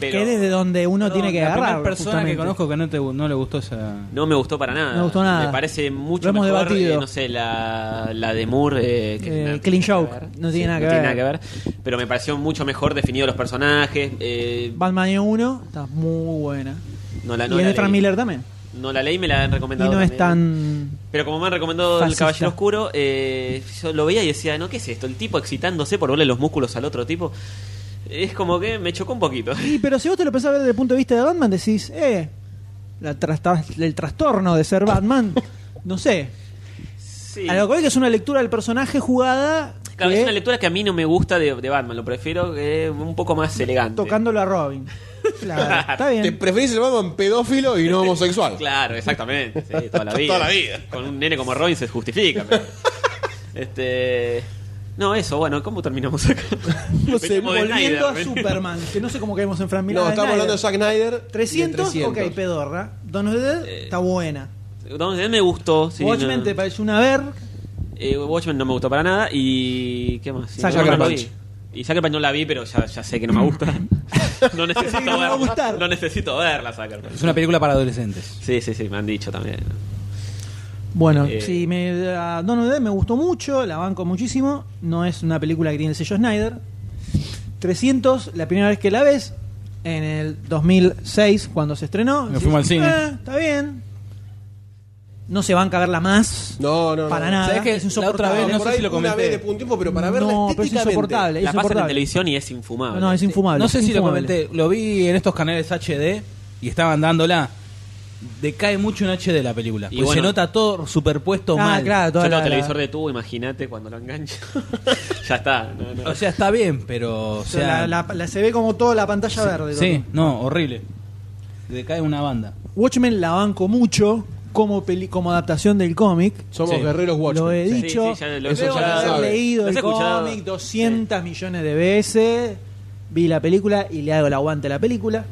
Speaker 5: Pero
Speaker 1: que es desde donde uno
Speaker 4: No,
Speaker 1: tiene que
Speaker 4: la
Speaker 1: agarrar.
Speaker 4: primera persona
Speaker 1: justamente.
Speaker 4: que conozco que no, te, no le gustó esa.
Speaker 5: no me gustó para nada.
Speaker 1: No me gustó nada.
Speaker 5: Me parece mucho
Speaker 1: Lo hemos
Speaker 5: mejor,
Speaker 1: debatido.
Speaker 5: eh, no sé, la, la de Moore. eh, que
Speaker 1: Eh,
Speaker 5: nada que
Speaker 1: Clean
Speaker 5: tiene
Speaker 1: Joke.
Speaker 5: ver.
Speaker 1: No tiene nada que ver.
Speaker 5: ver. Pero me pareció mucho mejor definido los personajes. eh,
Speaker 1: Batman Año 1 está muy buena.
Speaker 5: no la,
Speaker 1: Y
Speaker 5: no
Speaker 1: es
Speaker 5: la
Speaker 1: de Frank
Speaker 5: leí.
Speaker 1: Miller también.
Speaker 5: No la leí, me la han
Speaker 1: Y
Speaker 5: recomendado.
Speaker 1: no es
Speaker 5: también.
Speaker 1: tan.
Speaker 5: Pero como me han recomendado El
Speaker 1: Fascista.
Speaker 5: Caballero Oscuro, eh, yo lo veía y decía, no, ¿qué es esto? El tipo excitándose por verle los músculos al otro tipo. Es como que me chocó un poquito.
Speaker 1: Y, pero si vos te lo pensás ver desde el punto de vista de Batman, decís, eh, la trasta- el trastorno de ser Batman, no sé.
Speaker 5: Sí.
Speaker 1: A lo que veo que es una lectura del personaje jugada,
Speaker 5: Claro,
Speaker 1: que-
Speaker 5: es una lectura que a mí no me gusta de, de Batman, lo prefiero eh, un poco más elegante.
Speaker 1: tocándolo a Robin. Claro, está bien. Este,
Speaker 2: Te preferís el Batman pedófilo y no homosexual.
Speaker 5: Claro, exactamente. sí, toda la vida.
Speaker 2: Toda la vida.
Speaker 5: Con un nene como Robin se justifica. pero- este. No, eso, bueno, ¿cómo terminamos acá?
Speaker 2: No sé,
Speaker 5: Venimos de
Speaker 1: Volviendo a
Speaker 5: Snyder,
Speaker 1: Superman, que no sé cómo caemos en Frank Miller.
Speaker 2: No,
Speaker 1: de
Speaker 2: estamos hablando de
Speaker 1: Snyder.
Speaker 2: Zack Snyder.
Speaker 1: 300,
Speaker 2: de Eh,
Speaker 1: ok, pedorra. Dawn of the Dead, está buena.
Speaker 5: Entonces, me gustó. sí,
Speaker 1: Watchmen
Speaker 5: no.
Speaker 1: te pareció una ver.
Speaker 5: Eh, Watchmen no me gustó para nada y ¿qué más? Sí,
Speaker 1: Sucker
Speaker 5: no, no la
Speaker 2: Punch.
Speaker 5: vi. Y Sucker Punch no la vi, pero ya, ya sé que no me gusta. No necesito
Speaker 1: Sí, no me va a
Speaker 5: verla.
Speaker 1: gustar.
Speaker 5: No necesito verla Sucker Punch.
Speaker 4: Es una película para adolescentes.
Speaker 5: Sí, sí, sí, me han dicho también.
Speaker 1: Bueno,
Speaker 5: Eh.
Speaker 1: sí, me, a Dawn of the Dead me gustó mucho, la banco muchísimo. No es una película que tiene el sello Snyder. 300, la primera vez que la ves, en el 2006, cuando se estrenó.
Speaker 4: Nos fuimos al cine.
Speaker 1: "Eh, está bien. No se van a verla más.
Speaker 2: No, no, no.
Speaker 1: Para nada.
Speaker 4: ¿Sabés que
Speaker 1: es
Speaker 4: la otra
Speaker 1: insoportable.
Speaker 4: vez
Speaker 2: Por
Speaker 4: no sé
Speaker 2: ahí
Speaker 4: si lo
Speaker 2: una
Speaker 4: comenté.
Speaker 2: vez de punto tiempo, pero para
Speaker 1: No,
Speaker 2: verla
Speaker 1: pero es
Speaker 2: estéticamente.
Speaker 1: insoportable. es
Speaker 5: La pasan en
Speaker 1: insoportable.
Speaker 5: televisión y es infumable.
Speaker 1: No, es infumable.
Speaker 4: No sé si lo
Speaker 1: infumable.
Speaker 4: comenté. Lo vi en estos canales HD y estaban dándola. Decae mucho en HD la película.
Speaker 5: Y
Speaker 4: Porque
Speaker 5: bueno.
Speaker 4: se nota todo superpuesto
Speaker 1: Ah,
Speaker 4: mal.
Speaker 1: claro,
Speaker 5: Yo
Speaker 1: toda
Speaker 5: tengo
Speaker 1: la-
Speaker 5: televisor de tubo, imagínate cuando lo engancho. ya está. no, no.
Speaker 4: O sea, está bien, pero. O
Speaker 1: O sea,
Speaker 4: sea,
Speaker 1: la, la- la- se ve como toda la pantalla verde.
Speaker 4: sí, no, horrible. Decae una banda.
Speaker 1: Watchmen la banco mucho como, peli- como adaptación del cómic.
Speaker 2: Somos
Speaker 4: Sí.
Speaker 2: guerreros Watchmen.
Speaker 1: Lo he
Speaker 5: Sí,
Speaker 1: dicho.
Speaker 5: sí, ya lo-
Speaker 2: Eso
Speaker 1: Debo
Speaker 2: ya lo
Speaker 1: haber
Speaker 2: sabe.
Speaker 1: leído
Speaker 5: ¿Lo
Speaker 1: el
Speaker 5: has escuchado?
Speaker 1: cómic 200 millones de veces. Vi la película y le hago el aguante a la película.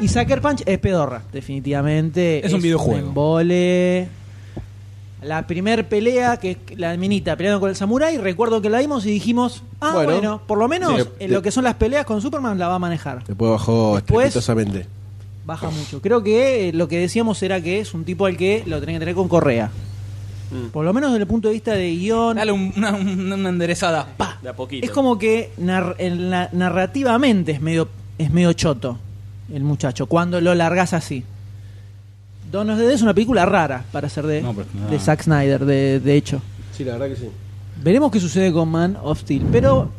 Speaker 1: Y Sucker Punch es pedorra, definitivamente.
Speaker 4: Es un videojuego.
Speaker 1: embole. La primer pelea, que es la minita peleando con el samurái, recuerdo que la vimos y dijimos, ah,
Speaker 2: Bueno.
Speaker 1: bueno, por lo menos
Speaker 2: Sí,
Speaker 1: en
Speaker 2: de-
Speaker 1: lo que son las peleas con Superman la va a manejar.
Speaker 2: Después bajó
Speaker 1: Después-
Speaker 2: estrepitosamente.
Speaker 1: Baja mucho. Creo que eh, lo que decíamos era que es un tipo al que lo tenés que tener con correa.
Speaker 5: Mm.
Speaker 1: Por lo menos desde el punto de vista de guión.
Speaker 4: Dale un- una, una- una enderezada. Pa.
Speaker 5: de a poquito.
Speaker 1: Es como que nar- el na- narrativamente es medio, es medio choto el muchacho, cuando lo largas así. Dawn of the Dead es una película rara para ser de,
Speaker 4: No, pero-
Speaker 1: de Zack Snyder, de, de hecho.
Speaker 2: Sí, la verdad que sí.
Speaker 1: Veremos qué sucede con Man of Steel, pero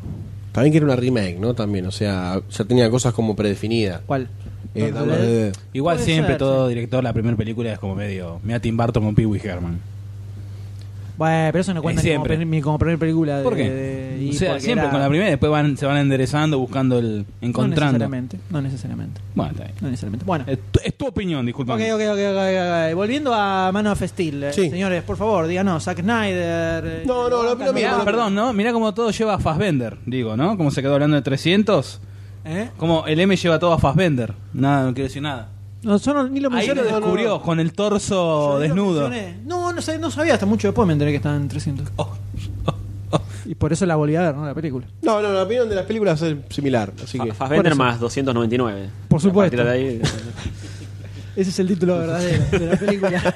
Speaker 2: También que era una remake, ¿no? También, o sea, ya tenía cosas como predefinidas.
Speaker 1: ¿cuál?
Speaker 2: Eh,
Speaker 1: Dawn
Speaker 2: Dawn
Speaker 1: of the Dead.
Speaker 2: of the Dead.
Speaker 4: Igual
Speaker 1: Puede
Speaker 4: siempre
Speaker 1: ser,
Speaker 4: todo director, la primera película es como medio. Mira Tim Burton con Pee Wee Herman.
Speaker 1: Bueno, pero eso no cuenta
Speaker 4: Es
Speaker 1: ni como,
Speaker 4: siempre.
Speaker 1: pri- ni como primera película. De,
Speaker 4: ¿Por qué?
Speaker 1: de- Eh, y
Speaker 4: o sea,
Speaker 1: porque
Speaker 4: siempre
Speaker 1: era-
Speaker 4: con la primera, después van, se van enderezando, buscando el.
Speaker 1: No
Speaker 4: encontrando.
Speaker 1: necesariamente, no necesariamente,
Speaker 4: bueno, está bien.
Speaker 1: no necesariamente. Bueno.
Speaker 4: Es tu, es tu opinión, disculpa.
Speaker 1: Ok, ok, ok, ok, ok. Volviendo a Man of Steel, eh,
Speaker 2: Sí.
Speaker 1: señores, por favor, díganos, Zack Snyder. eh,
Speaker 2: No, no, lo- lo mismo, lo-
Speaker 4: Perdón, ¿no? Mirá cómo todo lleva a Fassbender, digo, ¿no? Como se quedó hablando de 300.
Speaker 1: ¿Eh?
Speaker 4: Como el M lleva todo a Fassbender. Nada, no quiero decir nada.
Speaker 1: No, yo no- ni lo
Speaker 4: Ahí
Speaker 1: mencioné.
Speaker 4: lo
Speaker 1: no, no,
Speaker 4: descubrió,
Speaker 1: no.
Speaker 4: con el
Speaker 1: Yo
Speaker 4: torso
Speaker 1: ni lo
Speaker 4: desnudo.
Speaker 1: mencioné. No, no, sabía, no sabía, hasta mucho después me enteré que estaban en 300.
Speaker 4: Oh, oh, oh.
Speaker 1: Y por eso la volví a ver, ¿no? La película.
Speaker 2: No, no, la opinión de las películas es similar. Así que.
Speaker 5: Fa- Fassbender
Speaker 1: Por eso.
Speaker 5: más 299.
Speaker 1: Por supuesto.
Speaker 5: A partir de ahí,
Speaker 1: Ese es el título verdadero de la película.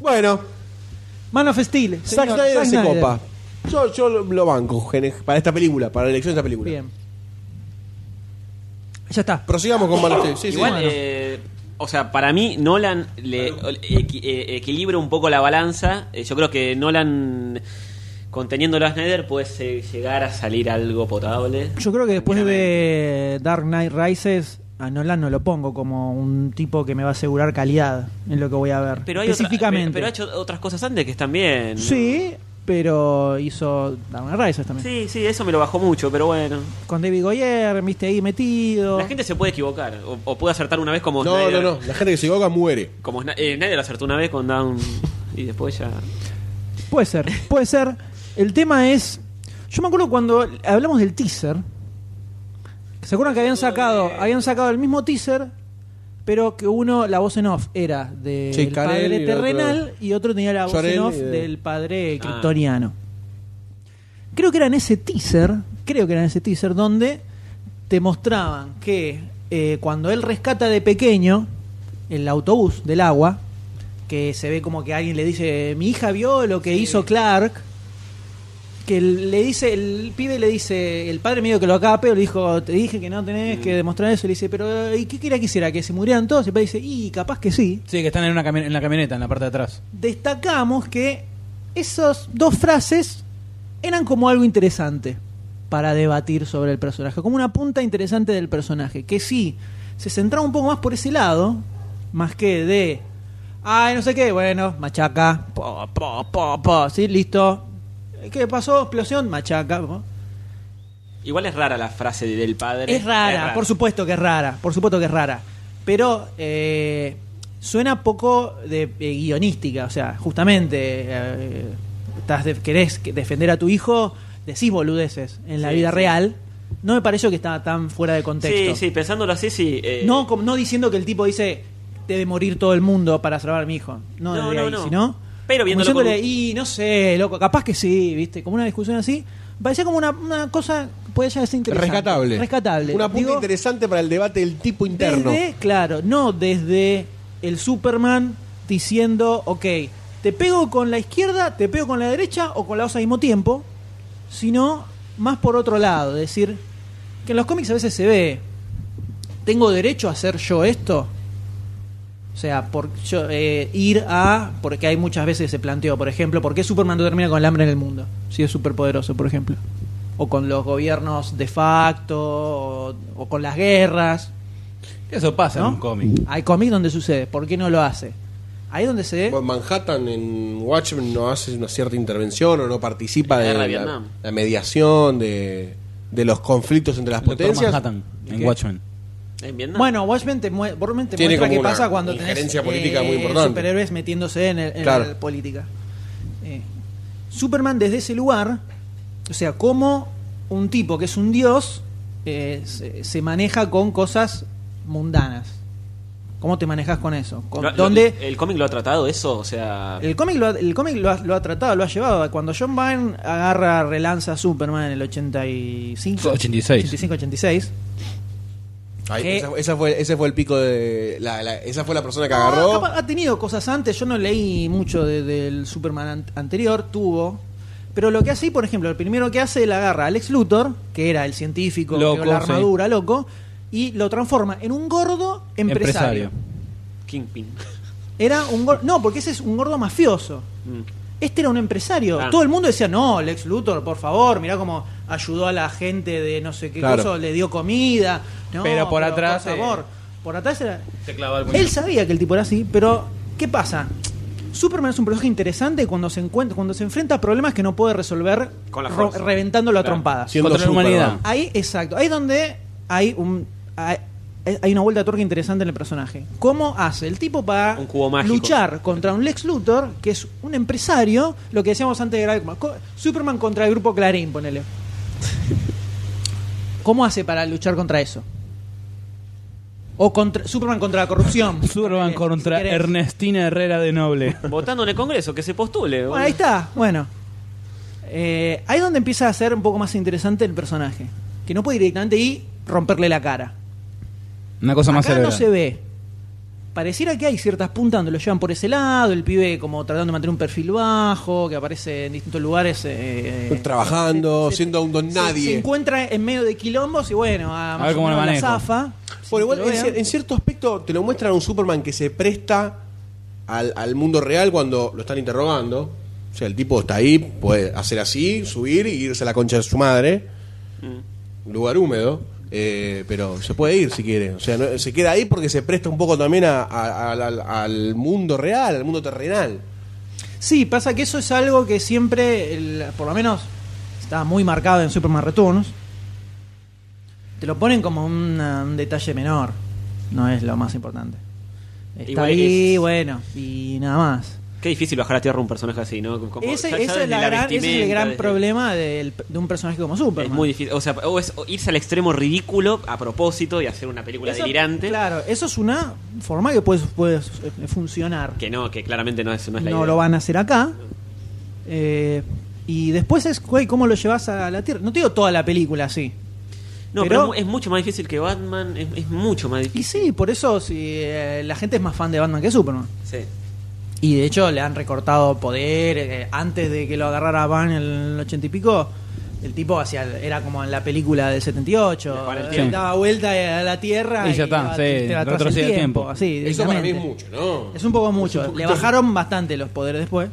Speaker 2: Bueno,
Speaker 1: Man of Steel.
Speaker 2: Zack
Speaker 1: señor, Zack
Speaker 2: Snyder se copa. Yo, yo lo- lo banco gene- para esta película, para la elección de esta película.
Speaker 1: Bien. Ya está.
Speaker 2: Prosigamos con Man of Steel. Sí, sí.
Speaker 5: Igual,
Speaker 1: bueno.
Speaker 5: eh, o sea, para mí Nolan le, equi- eh, equilibra un poco la balanza. Eh, yo creo que Nolan, conteniéndolo a Snyder, puede eh, llegar a salir algo potable.
Speaker 1: Yo creo que después de Dark Knight Rises a Nolan no lo pongo como un tipo que me va a asegurar calidad en lo que voy a ver.
Speaker 5: Pero hay otra-
Speaker 1: específicamente.
Speaker 5: pero, pero ha hecho otras cosas antes que están bien.
Speaker 1: Sí, pero hizo Darwin Rises también.
Speaker 5: Sí, sí, eso me lo bajó mucho, pero bueno.
Speaker 1: Con David Goyer, viste ahí metido.
Speaker 5: La gente se puede equivocar o, o puede acertar una vez como
Speaker 2: No, no,
Speaker 5: Snyder.
Speaker 2: no. La gente que se equivoca muere.
Speaker 5: Como Sna- eh, nadie lo acertó una vez con Down y después ya.
Speaker 1: Puede ser, puede ser. El tema es. Yo me acuerdo cuando hablamos del teaser. ¿Se acuerdan que habían sacado, habían sacado el mismo teaser, pero que uno, la voz en off era del
Speaker 2: Sí, Carell y
Speaker 1: padre
Speaker 2: el
Speaker 1: terrenal
Speaker 2: otro-
Speaker 1: y otro tenía la voz
Speaker 2: Sorel
Speaker 1: en off
Speaker 2: y de-
Speaker 1: del padre
Speaker 5: Ah.
Speaker 1: kryptoniano? Creo que era en ese teaser, creo que era en ese teaser, donde te mostraban que eh, cuando él rescata de pequeño el autobús del agua, que se ve como que alguien le dice, mi hija vio lo que hizo Clark, que el- le dice, el pibe le dice, el padre medio que lo acape, le dijo, te dije que no tenés que demostrar eso, le dice, pero ¿y qué quería que hiciera? ¿Que se murieran todos? Y el padre dice, y capaz que sí.
Speaker 4: Sí, que están en, una cami- en la camioneta, en la parte de atrás.
Speaker 1: Destacamos que esas dos frases eran como algo interesante para debatir sobre el personaje, como una punta interesante del personaje, que sí, se centraba un poco más por ese lado, más que de, ay, no sé qué, bueno, machaca, po, po, po, po, sí, listo. ¿Qué pasó? Explosión, machaca. po.
Speaker 5: Igual es rara la frase del padre.
Speaker 1: Es rara, por supuesto que es rara, por supuesto que es rara. Pero eh, suena poco de, eh, guionística, o sea, justamente eh, estás de- querés que- defender a tu hijo, decís boludeces en la
Speaker 5: Sí,
Speaker 1: vida
Speaker 5: sí.
Speaker 1: real. No me pareció que estaba tan fuera de contexto.
Speaker 5: Sí, sí, pensándolo así, sí. eh,
Speaker 1: No, como- no diciendo que el tipo dice debe morir todo el mundo para salvar a mi hijo. No,
Speaker 5: No,
Speaker 1: desde
Speaker 5: no,
Speaker 1: ahí,
Speaker 5: no.
Speaker 1: sino
Speaker 5: Pero
Speaker 1: como
Speaker 5: viéndolo
Speaker 1: diciéndole,
Speaker 5: con un-
Speaker 1: y no sé, loco, capaz que sí, viste, como una discusión así. Parecía como una, una cosa puede ya ser interesante.
Speaker 2: Rescatable.
Speaker 1: Rescatable.
Speaker 2: Una punta
Speaker 1: Digo,
Speaker 2: interesante para el debate del tipo interno.
Speaker 1: desde-
Speaker 5: ¿Eh?
Speaker 1: claro, no desde el Superman diciendo, ok, te pego con la izquierda, te pego con la derecha o con la dos al mismo tiempo, sino más por otro lado, es decir, que en los cómics a veces se ve, tengo derecho a hacer yo esto. O sea, por yo, eh, ir a. Porque hay muchas veces se planteó, por ejemplo, ¿por qué Superman no termina con el hambre en el mundo? Si es superpoderoso, por ejemplo. O con los gobiernos de facto, o- o con las guerras.
Speaker 4: Eso pasa
Speaker 1: ¿No?
Speaker 4: en un cómic.
Speaker 1: Hay cómics donde sucede, ¿por qué no lo hace? Ahí es donde se ve.
Speaker 2: Bueno, Manhattan en Watchmen no hace una cierta intervención o no participa
Speaker 5: La
Speaker 2: de
Speaker 5: guerra de
Speaker 2: la,
Speaker 5: Vietnam.
Speaker 2: la mediación de, de los conflictos entre las
Speaker 4: Doctor
Speaker 2: potencias.
Speaker 4: Manhattan, en
Speaker 1: ¿Qué?
Speaker 4: Watchmen.
Speaker 5: En Vietnam.
Speaker 1: Bueno, Watchmen te, mue- Watchmen te
Speaker 2: Tiene
Speaker 1: muestra
Speaker 2: como
Speaker 1: qué
Speaker 2: una
Speaker 1: pasa cuando tenés eh,
Speaker 2: injerencia política muy importante.
Speaker 1: superhéroes metiéndose en, el- en
Speaker 2: Claro.
Speaker 1: la política. Eh, Superman desde ese lugar, o sea, como un tipo que es un dios eh, se, se maneja con cosas mundanas. ¿Cómo te manejas con eso? Con-
Speaker 5: Lo- eh, lo-
Speaker 1: ¿Dónde
Speaker 5: el cómic lo ha tratado eso, o sea.
Speaker 1: El cómic, lo ha, el cómic lo, ha, lo ha tratado, lo ha llevado. Cuando John Byrne agarra, relanza a Superman en el 85,
Speaker 4: 86.
Speaker 1: 85, 86.
Speaker 2: Ahí,
Speaker 1: ¿Qué?
Speaker 2: esa, esa fue, ese fue el pico de. la- la- esa fue la persona que
Speaker 1: No,
Speaker 2: agarró.
Speaker 1: Ah, capaz- ha tenido cosas antes, yo no leí mucho de- del Superman an- anterior, tuvo. Pero lo que hace, por ejemplo, el primero que hace, él agarra a Lex Luthor, que era el científico
Speaker 4: Loco,
Speaker 1: con la
Speaker 4: sí.
Speaker 1: armadura, loco, y lo transforma en un gordo empresario.
Speaker 5: Kingpin.
Speaker 1: Era un gordo. No, porque ese es un gordo mafioso.
Speaker 5: Mm.
Speaker 1: Este era un empresario.
Speaker 5: Ah.
Speaker 1: Todo el mundo decía, no, Lex Luthor, por favor, mirá cómo ayudó a la gente de no sé qué
Speaker 2: Claro.
Speaker 1: cosa, le dio comida. No,
Speaker 4: Pero por atrás,
Speaker 1: Por
Speaker 4: eh,
Speaker 1: favor. Por atrás era.
Speaker 4: Se clava el
Speaker 1: Él sabía que el tipo era así, pero ¿qué pasa? Superman es un personaje interesante cuando se encuentra, cuando se enfrenta a problemas que no puede resolver
Speaker 5: Con la
Speaker 1: ro-
Speaker 5: fuerza.
Speaker 1: reventándolo a
Speaker 5: Claro.
Speaker 1: trompadas.
Speaker 2: Siendo
Speaker 4: Contra la
Speaker 2: Superman.
Speaker 4: humanidad.
Speaker 1: Ahí, exacto. Ahí es donde hay un hay, hay una vuelta de tuerca interesante en el personaje. ¿Cómo hace el tipo para
Speaker 5: Un cubo mágico.
Speaker 1: luchar contra un Lex Luthor, que es un empresario, lo que decíamos antes de grabar, como co- Superman contra el grupo Clarín, ponele. ¿Cómo hace para luchar contra eso? O contra, Superman contra la corrupción.
Speaker 4: Superman
Speaker 1: ponele,
Speaker 4: contra
Speaker 1: si querés.
Speaker 4: Ernestina Herrera de Noble.
Speaker 5: Votando en el Congreso, que se postule.
Speaker 1: Bueno,
Speaker 5: boludo.
Speaker 1: ahí está, bueno. Eh, ahí es donde empieza a ser un poco más interesante el personaje. Que no puede directamente ir romperle la cara.
Speaker 4: Una cosa más
Speaker 1: Acá no se
Speaker 4: severa.
Speaker 1: ve. Pareciera que hay ciertas puntas donde lo llevan por ese lado, el pibe como tratando de mantener un perfil bajo, que aparece en distintos lugares. eh,
Speaker 2: Pues
Speaker 1: se-
Speaker 2: Trabajando,
Speaker 1: se-
Speaker 2: siendo un don
Speaker 1: se-
Speaker 2: nadie.
Speaker 1: Se encuentra en medio de quilombos y bueno, a, más
Speaker 4: ver
Speaker 1: o
Speaker 4: cómo lo
Speaker 1: menos la
Speaker 4: manejo.
Speaker 1: zafa.
Speaker 2: Bueno,
Speaker 1: sin que
Speaker 2: igual
Speaker 1: lo
Speaker 2: en,
Speaker 1: vean.
Speaker 2: cier- en cierto aspecto te lo muestran a un Superman que se presta al, al mundo real cuando lo están interrogando. O sea, el tipo está ahí,
Speaker 1: Mm.
Speaker 2: puede hacer así, subir y irse a la concha de su madre. Lugar húmedo. Eh, pero se puede ir si quiere. O sea, no- se queda ahí porque se presta un poco también a- a- al- al- al mundo real, al mundo terrenal.
Speaker 1: Sí, pasa que eso es algo que siempre, el- por lo menos, está muy marcado en Superman Returns. Te lo ponen como una- un detalle menor. No es lo más importante. Está
Speaker 5: Igual
Speaker 1: ahí,
Speaker 5: es-
Speaker 1: bueno, y nada más.
Speaker 5: Qué difícil bajar a tierra un personaje así, ¿no? Como-
Speaker 1: Ese,
Speaker 5: ya- ya
Speaker 1: ese es
Speaker 5: desde
Speaker 1: la
Speaker 5: la
Speaker 1: gran- ese es el
Speaker 5: vestimenta,
Speaker 1: gran
Speaker 5: desde-
Speaker 1: problema del- de un personaje como Superman.
Speaker 5: Es muy difícil. O sea, o es irse al extremo ridículo a propósito y hacer una película
Speaker 1: Eso-
Speaker 5: delirante.
Speaker 1: Claro, eso es una forma que puede, puede eh, funcionar.
Speaker 5: Que no, que claramente no es, no es la
Speaker 1: no
Speaker 5: idea.
Speaker 1: lo van a hacer acá. Eh, y después es, güey, ¿cómo lo llevas a la Tierra? No te digo toda la película así.
Speaker 5: No,
Speaker 1: pero-
Speaker 5: pero, es mu- es mucho más difícil que Batman. Es, es mucho más
Speaker 1: Y
Speaker 5: difícil.
Speaker 1: sí, por eso sí, eh, la gente es más fan de Batman que Superman.
Speaker 5: Sí.
Speaker 1: Y de hecho le han recortado poder. eh, antes de que lo agarrara Van en el ochenta y pico, el tipo hacía, era como en la película del 78.
Speaker 5: Para el
Speaker 1: eh,
Speaker 5: tiempo.
Speaker 1: daba vuelta a la Tierra
Speaker 4: Y ya está,
Speaker 1: iba-
Speaker 4: sí,
Speaker 1: te iba atrás el
Speaker 4: retrocedía el
Speaker 1: tiempo,
Speaker 4: tiempo.
Speaker 1: así,
Speaker 2: Eso para mí es
Speaker 1: directamente.
Speaker 2: mucho, ¿no?
Speaker 1: Es un poco mucho.
Speaker 2: poquito.
Speaker 1: Le bajaron bastante los poderes después.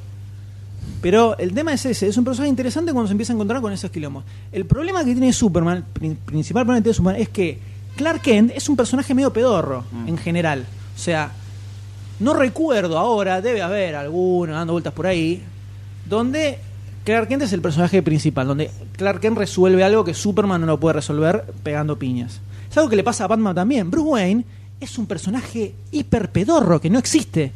Speaker 1: Pero el tema es ese. Es un personaje interesante cuando se empieza a encontrar con esos quilombos. El problema que tiene Superman, el prin- principal problema que tiene Superman, es que Clark Kent es un personaje medio pedorro
Speaker 4: Mm.
Speaker 1: en general. O sea, no recuerdo ahora, debe haber alguno dando vueltas por ahí, donde Clark Kent es el personaje principal, donde Clark Kent resuelve algo que Superman no lo puede resolver pegando piñas. Es algo que le pasa a Batman también. Bruce Wayne es un personaje hiper pedorro que no existe.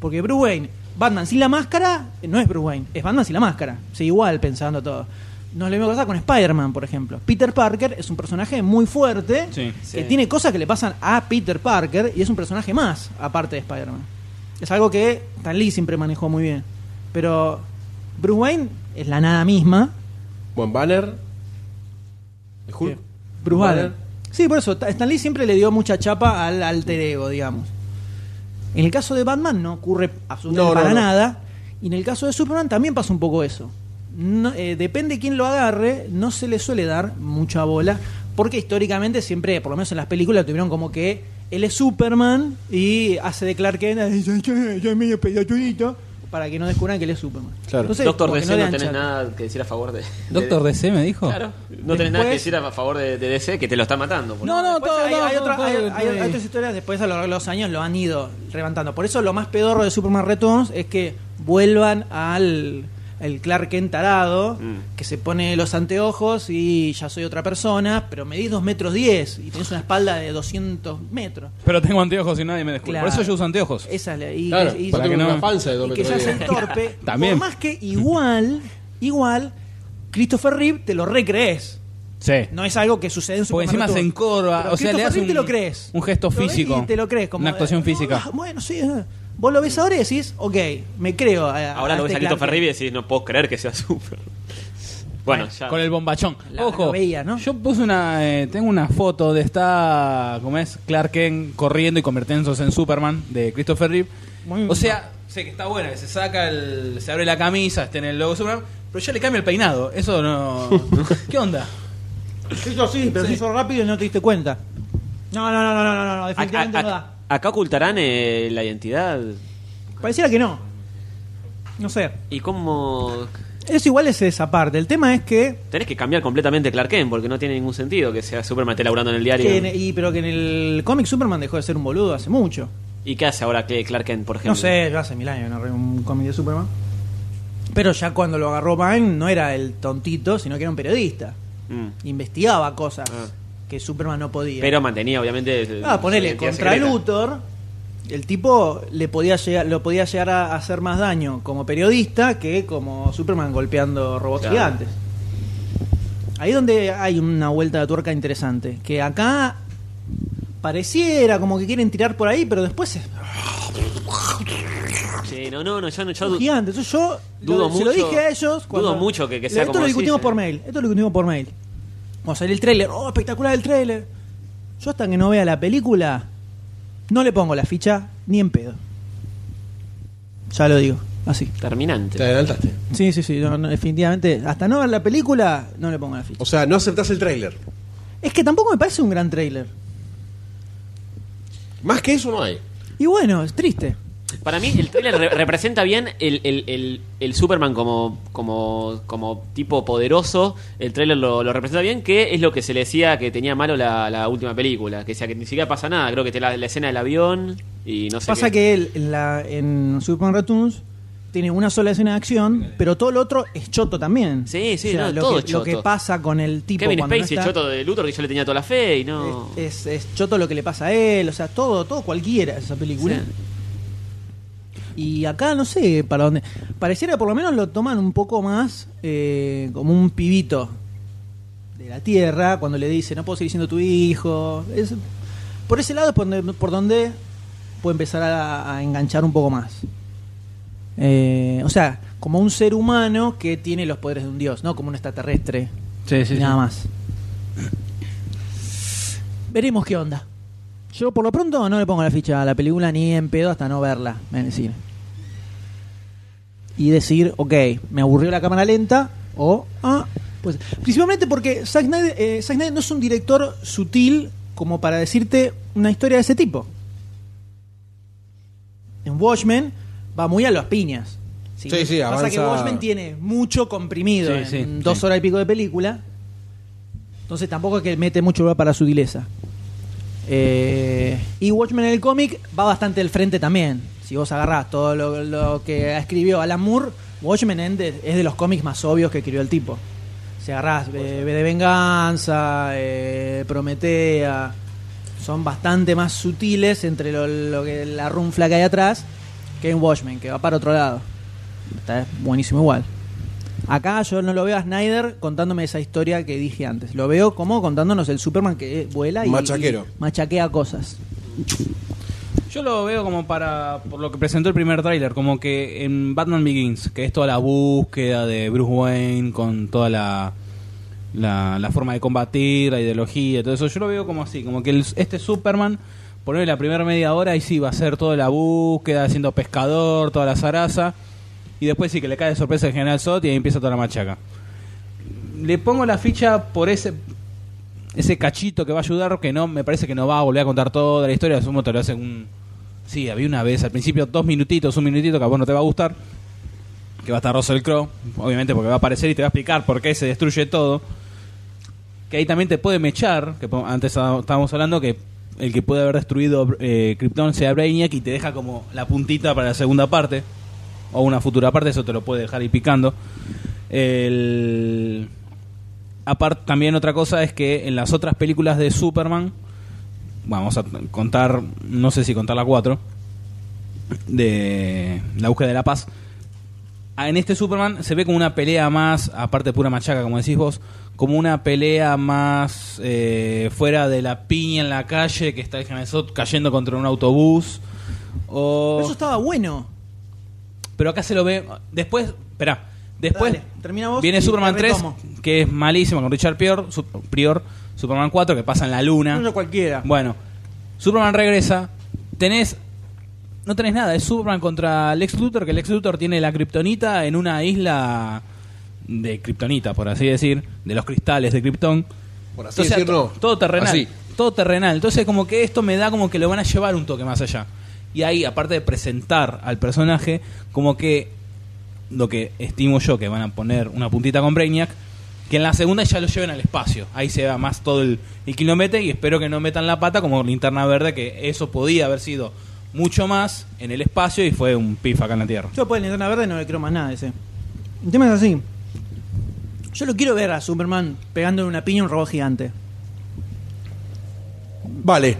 Speaker 1: Porque Bruce Wayne, Batman sin la máscara, no es Bruce Wayne, es Batman sin la máscara. Sí, igual pensando todo. No es lo mismo que pasa con Spider-Man, por ejemplo. Peter Parker es un personaje muy fuerte
Speaker 4: Sí.
Speaker 1: que
Speaker 5: Sí.
Speaker 1: tiene cosas que le pasan a Peter Parker y es un personaje más, aparte de Spider-Man. Es algo que Stan Lee siempre manejó muy bien. Pero Bruce Wayne es la nada misma.
Speaker 2: Buen banner. ¿El Hulk?
Speaker 1: Bruce
Speaker 2: Banner.
Speaker 1: Banner. Sí, por eso. Ta- Stan Lee siempre le dio mucha chapa al alter ego, digamos. En el caso de Batman no ocurre absolutamente
Speaker 2: No, no,
Speaker 1: para
Speaker 2: no.
Speaker 1: nada. Y en el caso de Superman también pasa un poco eso. No, eh, depende quién lo agarre, no se le suele dar mucha bola. Porque históricamente siempre, por lo menos en las películas, tuvieron como que él es Superman y hace de Clark Kent, "Ay, yo- yo- yo medio peyachudito", para que no descubran que él es Superman.
Speaker 2: Claro.
Speaker 5: Doctor
Speaker 1: como que
Speaker 5: DC,
Speaker 1: le
Speaker 5: no,
Speaker 1: dan
Speaker 5: tenés
Speaker 1: chapa.
Speaker 5: nada que decir a favor de. de-
Speaker 4: Doctor DC me dijo.
Speaker 5: Claro. No tenés nada que
Speaker 1: Después-
Speaker 5: decir a favor de, de DC que te lo está matando. por-
Speaker 4: No, no,
Speaker 1: Después
Speaker 4: todo,
Speaker 1: hay,
Speaker 4: todo,
Speaker 1: hay
Speaker 4: todo,
Speaker 1: otra-
Speaker 4: todo,
Speaker 1: hay-
Speaker 4: todo,
Speaker 1: hay
Speaker 4: todo.
Speaker 1: otras historias después a lo largo de los años lo han ido levantando. Por eso lo más pedorro de Superman Returns es que vuelvan al el Clark Kent tarado, que se pone los anteojos y ya soy otra persona, pero medís 2 metros 10 y tenés una espalda de 200 metros.
Speaker 4: Pero tengo anteojos y nadie me descubre.
Speaker 1: Claro.
Speaker 4: Por eso yo uso anteojos.
Speaker 1: Esa es la- y,
Speaker 2: Claro,
Speaker 1: y-
Speaker 2: para
Speaker 1: y-
Speaker 2: que
Speaker 4: no-
Speaker 2: una panza de dos
Speaker 1: y que
Speaker 2: metros
Speaker 1: ya
Speaker 2: de
Speaker 1: es
Speaker 2: diez.
Speaker 1: torpe.
Speaker 4: También.
Speaker 1: Por más que igual, igual, Christopher Reeve te lo recrees.
Speaker 4: Sí.
Speaker 1: No es algo que sucede en su
Speaker 4: Porque encima se encorva,
Speaker 1: Pero
Speaker 4: o sea, le
Speaker 1: Christopher
Speaker 4: das
Speaker 1: Reeve te
Speaker 4: un-
Speaker 1: lo crees.
Speaker 4: un gesto
Speaker 1: Lo ves
Speaker 4: físico,
Speaker 1: y te lo crees, como,
Speaker 4: una actuación
Speaker 1: eh,
Speaker 4: física.
Speaker 1: "Ah, bueno, sí. eh". Vos lo ves ahora y decís, ok, me creo. a-
Speaker 5: Ahora lo ves
Speaker 1: este
Speaker 5: a Christopher
Speaker 1: Clark
Speaker 5: Reeve y
Speaker 1: Kent.
Speaker 5: decís, no puedo creer que sea super. Bueno, ya.
Speaker 4: Con el bombachón.
Speaker 1: La-
Speaker 4: Ojo,
Speaker 1: lo veía, ¿no?
Speaker 4: yo puse una, eh, tengo una foto de esta, ¿cómo es? Clark Kent corriendo y convirtiéndose en Superman de Christopher Reeve.
Speaker 1: Muy
Speaker 4: o sea, sé que está buena, que se saca, el, se abre la camisa, está en el logo de Superman, pero yo le cambio el peinado. Eso no. ¿Qué onda?
Speaker 1: Eso sí, pero se hizo rápido y no te diste cuenta. No, no, no, no, no, no, no,
Speaker 5: Ac- ac-
Speaker 1: definitivamente no da.
Speaker 5: acá ocultarán eh, la identidad.
Speaker 1: Pareciera que no. No sé.
Speaker 5: ¿Y cómo.?
Speaker 1: Eso igual es esa parte. El tema es que
Speaker 5: Tenés que cambiar completamente Clark Kent porque no tiene ningún sentido que sea Superman esté laburando en el diario.
Speaker 1: Que en- y, pero que en el cómic Superman dejó de ser un boludo hace mucho.
Speaker 5: ¿Y qué hace ahora Cl- Clark Kent, por ejemplo?
Speaker 1: No sé, yo hace mil años no leo un cómic de Superman. Pero ya cuando lo agarró Bane no era el tontito, sino que era un periodista.
Speaker 5: Mm.
Speaker 1: Investigaba cosas
Speaker 5: Ah.
Speaker 1: que Superman no podía.
Speaker 5: Pero mantenía, obviamente. el-
Speaker 1: Ah, ponele
Speaker 5: su identidad
Speaker 1: contra
Speaker 5: secreta.
Speaker 1: Luthor. El tipo le podía llegar, lo podía llegar a hacer más daño como periodista que como Superman golpeando robots
Speaker 5: Claro.
Speaker 1: gigantes. Ahí donde hay una vuelta de tuerca interesante. Que acá pareciera como que quieren tirar por ahí, pero después es
Speaker 5: Sí, no, no, no, yo, no- yo
Speaker 1: un
Speaker 5: du-
Speaker 1: gigante. Entonces yo
Speaker 5: dudo
Speaker 1: lo, se lo
Speaker 5: mucho-
Speaker 1: dije a ellos.
Speaker 5: dudo mucho que- que sea
Speaker 1: Esto
Speaker 5: como
Speaker 1: lo
Speaker 5: decís,
Speaker 1: discutimos
Speaker 5: eh.
Speaker 1: por mail. Esto lo discutimos por mail. Cuando salió el tráiler, oh, espectacular el tráiler. Yo hasta que no vea la película, no le pongo la ficha ni en pedo. Ya lo digo, así.
Speaker 2: Te
Speaker 5: Terminante.
Speaker 2: adelantaste.
Speaker 1: Sí, sí, sí, no, no, definitivamente. Hasta no ver la película, no le pongo la ficha.
Speaker 2: O sea, no aceptás el tráiler.
Speaker 1: Es que tampoco me parece un gran tráiler.
Speaker 2: Más que eso no hay.
Speaker 1: Y bueno, es triste.
Speaker 5: Para mí, el trailer re- representa bien el, el- el- el Superman como, como, como tipo poderoso. El trailer lo, lo representa bien, que es lo que se le decía que tenía malo la, la última película. Que sea que ni siquiera pasa nada. Creo que te la, la escena del avión y no sé.
Speaker 1: Pasa
Speaker 5: qué.
Speaker 1: que él en, la, en Superman Returns tiene una sola escena de acción, pero todo lo otro es choto también.
Speaker 5: Sí, sí,
Speaker 1: O sea,
Speaker 5: no,
Speaker 1: lo,
Speaker 5: todo
Speaker 1: que,
Speaker 5: es
Speaker 1: lo
Speaker 5: choto.
Speaker 1: que pasa con el tipo
Speaker 5: Kevin
Speaker 1: cuando no
Speaker 5: Spacey,
Speaker 1: está, Este,
Speaker 5: choto de Luthor, que yo le tenía toda la fe y no.
Speaker 1: es, es choto lo que le pasa a él, o sea, todo, todo cualquiera esa película.
Speaker 5: Sí.
Speaker 1: Y acá no sé para dónde. Pareciera por lo menos lo toman un poco más eh, como un pibito de la tierra cuando le dice no puedo seguir siendo tu hijo. Es- por ese lado es por donde, por donde puede empezar a, a enganchar un poco más. Eh, o sea, como un ser humano que tiene los poderes de un dios, no como un extraterrestre.
Speaker 4: Sí,
Speaker 1: nada más. Veremos qué onda. Yo por lo pronto no le pongo la ficha a la película ni en pedo hasta no verla en el cine. Y decir, ok, me aburrió la cámara lenta o... Ah, pues, principalmente porque Zack Snyder, eh, Zack Snyder no es un director sutil como para decirte una historia de ese tipo. En Watchmen va muy a las piñas.
Speaker 2: Sí, sí,
Speaker 1: Pasa que
Speaker 2: avanza.
Speaker 1: Watchmen tiene mucho comprimido
Speaker 4: Sí,
Speaker 1: en
Speaker 4: sí,
Speaker 1: dos
Speaker 4: sí.
Speaker 1: horas y pico de película. Entonces tampoco es que mete mucho lugar para sutileza. Eh, y Watchmen en el cómic va bastante al frente también. Si vos agarrás todo lo, lo que escribió Alan Moore, Watchmen en de- es de los cómics más obvios que escribió el tipo. Si agarrás eh, V de Venganza, eh, Prometea, son bastante más sutiles entre lo, lo que la runfla que hay atrás que en Watchmen, que va para otro lado. Está buenísimo igual. Acá yo no lo veo a Snyder contándome esa historia que dije antes. Lo veo como contándonos el Superman que vuela y,
Speaker 2: Machaquero.
Speaker 1: y machaquea cosas.
Speaker 4: Yo lo veo como para, por lo que presentó el primer tráiler, como que en Batman Begins, que es toda la búsqueda de Bruce Wayne con toda la, la, la forma de combatir, la ideología, todo eso, yo lo veo como así, como que el- este Superman, ponerle la primera media hora y sí, va a ser toda la búsqueda, siendo pescador, toda la zaraza, y después sí que le cae de sorpresa el General Zod y ahí empieza toda la machaca. Le pongo la ficha por ese ese cachito que va a ayudar, que no me parece que no va a volver a contar toda la historia, asumo te lo hace un... Sí, había una vez, al principio dos minutitos, un minutito que a vos no te va a gustar, que va a estar Russell Crowe, obviamente porque va a aparecer y te va a explicar por qué se destruye todo, que ahí también te puede mechar, que po- antes a- estábamos hablando que el que puede haber destruido eh, Krypton sea Brainiac y te deja como la puntita para la segunda parte, o una futura parte, eso te lo puede dejar ir picando. El... Aparte, también otra cosa es que en las otras películas de Superman, vamos a contar, no sé si contar la 4, de la búsqueda de la paz, Ah, en este Superman se ve como una pelea más, aparte de pura machaca, como decís vos, como una pelea más eh, fuera de la piña en la calle, que está el General Zod cayendo contra un autobús. O...
Speaker 1: Pero eso estaba bueno.
Speaker 4: Pero acá se lo ve. Después, espera. Después
Speaker 1: Dale, termina vos y
Speaker 4: viene Superman
Speaker 1: te
Speaker 4: 3,
Speaker 1: retomo.
Speaker 4: que es malísimo con Richard Prior, Su- Prior, Superman 4, que pasa en la luna.
Speaker 1: Uno cualquiera.
Speaker 4: Bueno, Superman regresa. Tenés. No tenés nada, es Superman contra Lex Luthor, que Lex Luthor tiene la kriptonita en una isla de kriptonita, por así decir, de los cristales de Krypton.
Speaker 2: Por así
Speaker 4: Entonces,
Speaker 2: decirlo.
Speaker 4: to- Todo terrenal.
Speaker 2: Así.
Speaker 4: Todo terrenal. Entonces, como que esto me da como que lo van a llevar un toque más allá. Y ahí, aparte de presentar al personaje, como que lo que estimo yo que van a poner una puntita con Brainiac, que en la segunda ya lo lleven al espacio. Ahí se va más todo el, el kilómetro y espero que no metan la pata como linterna verde, que eso podía haber sido mucho más en el espacio y fue un pif acá en la Tierra.
Speaker 1: Yo después de Linterna Verde no le creo más nada a ese. El tema es así. Yo lo quiero ver a Superman pegándole una piña a un robot gigante.
Speaker 2: Vale.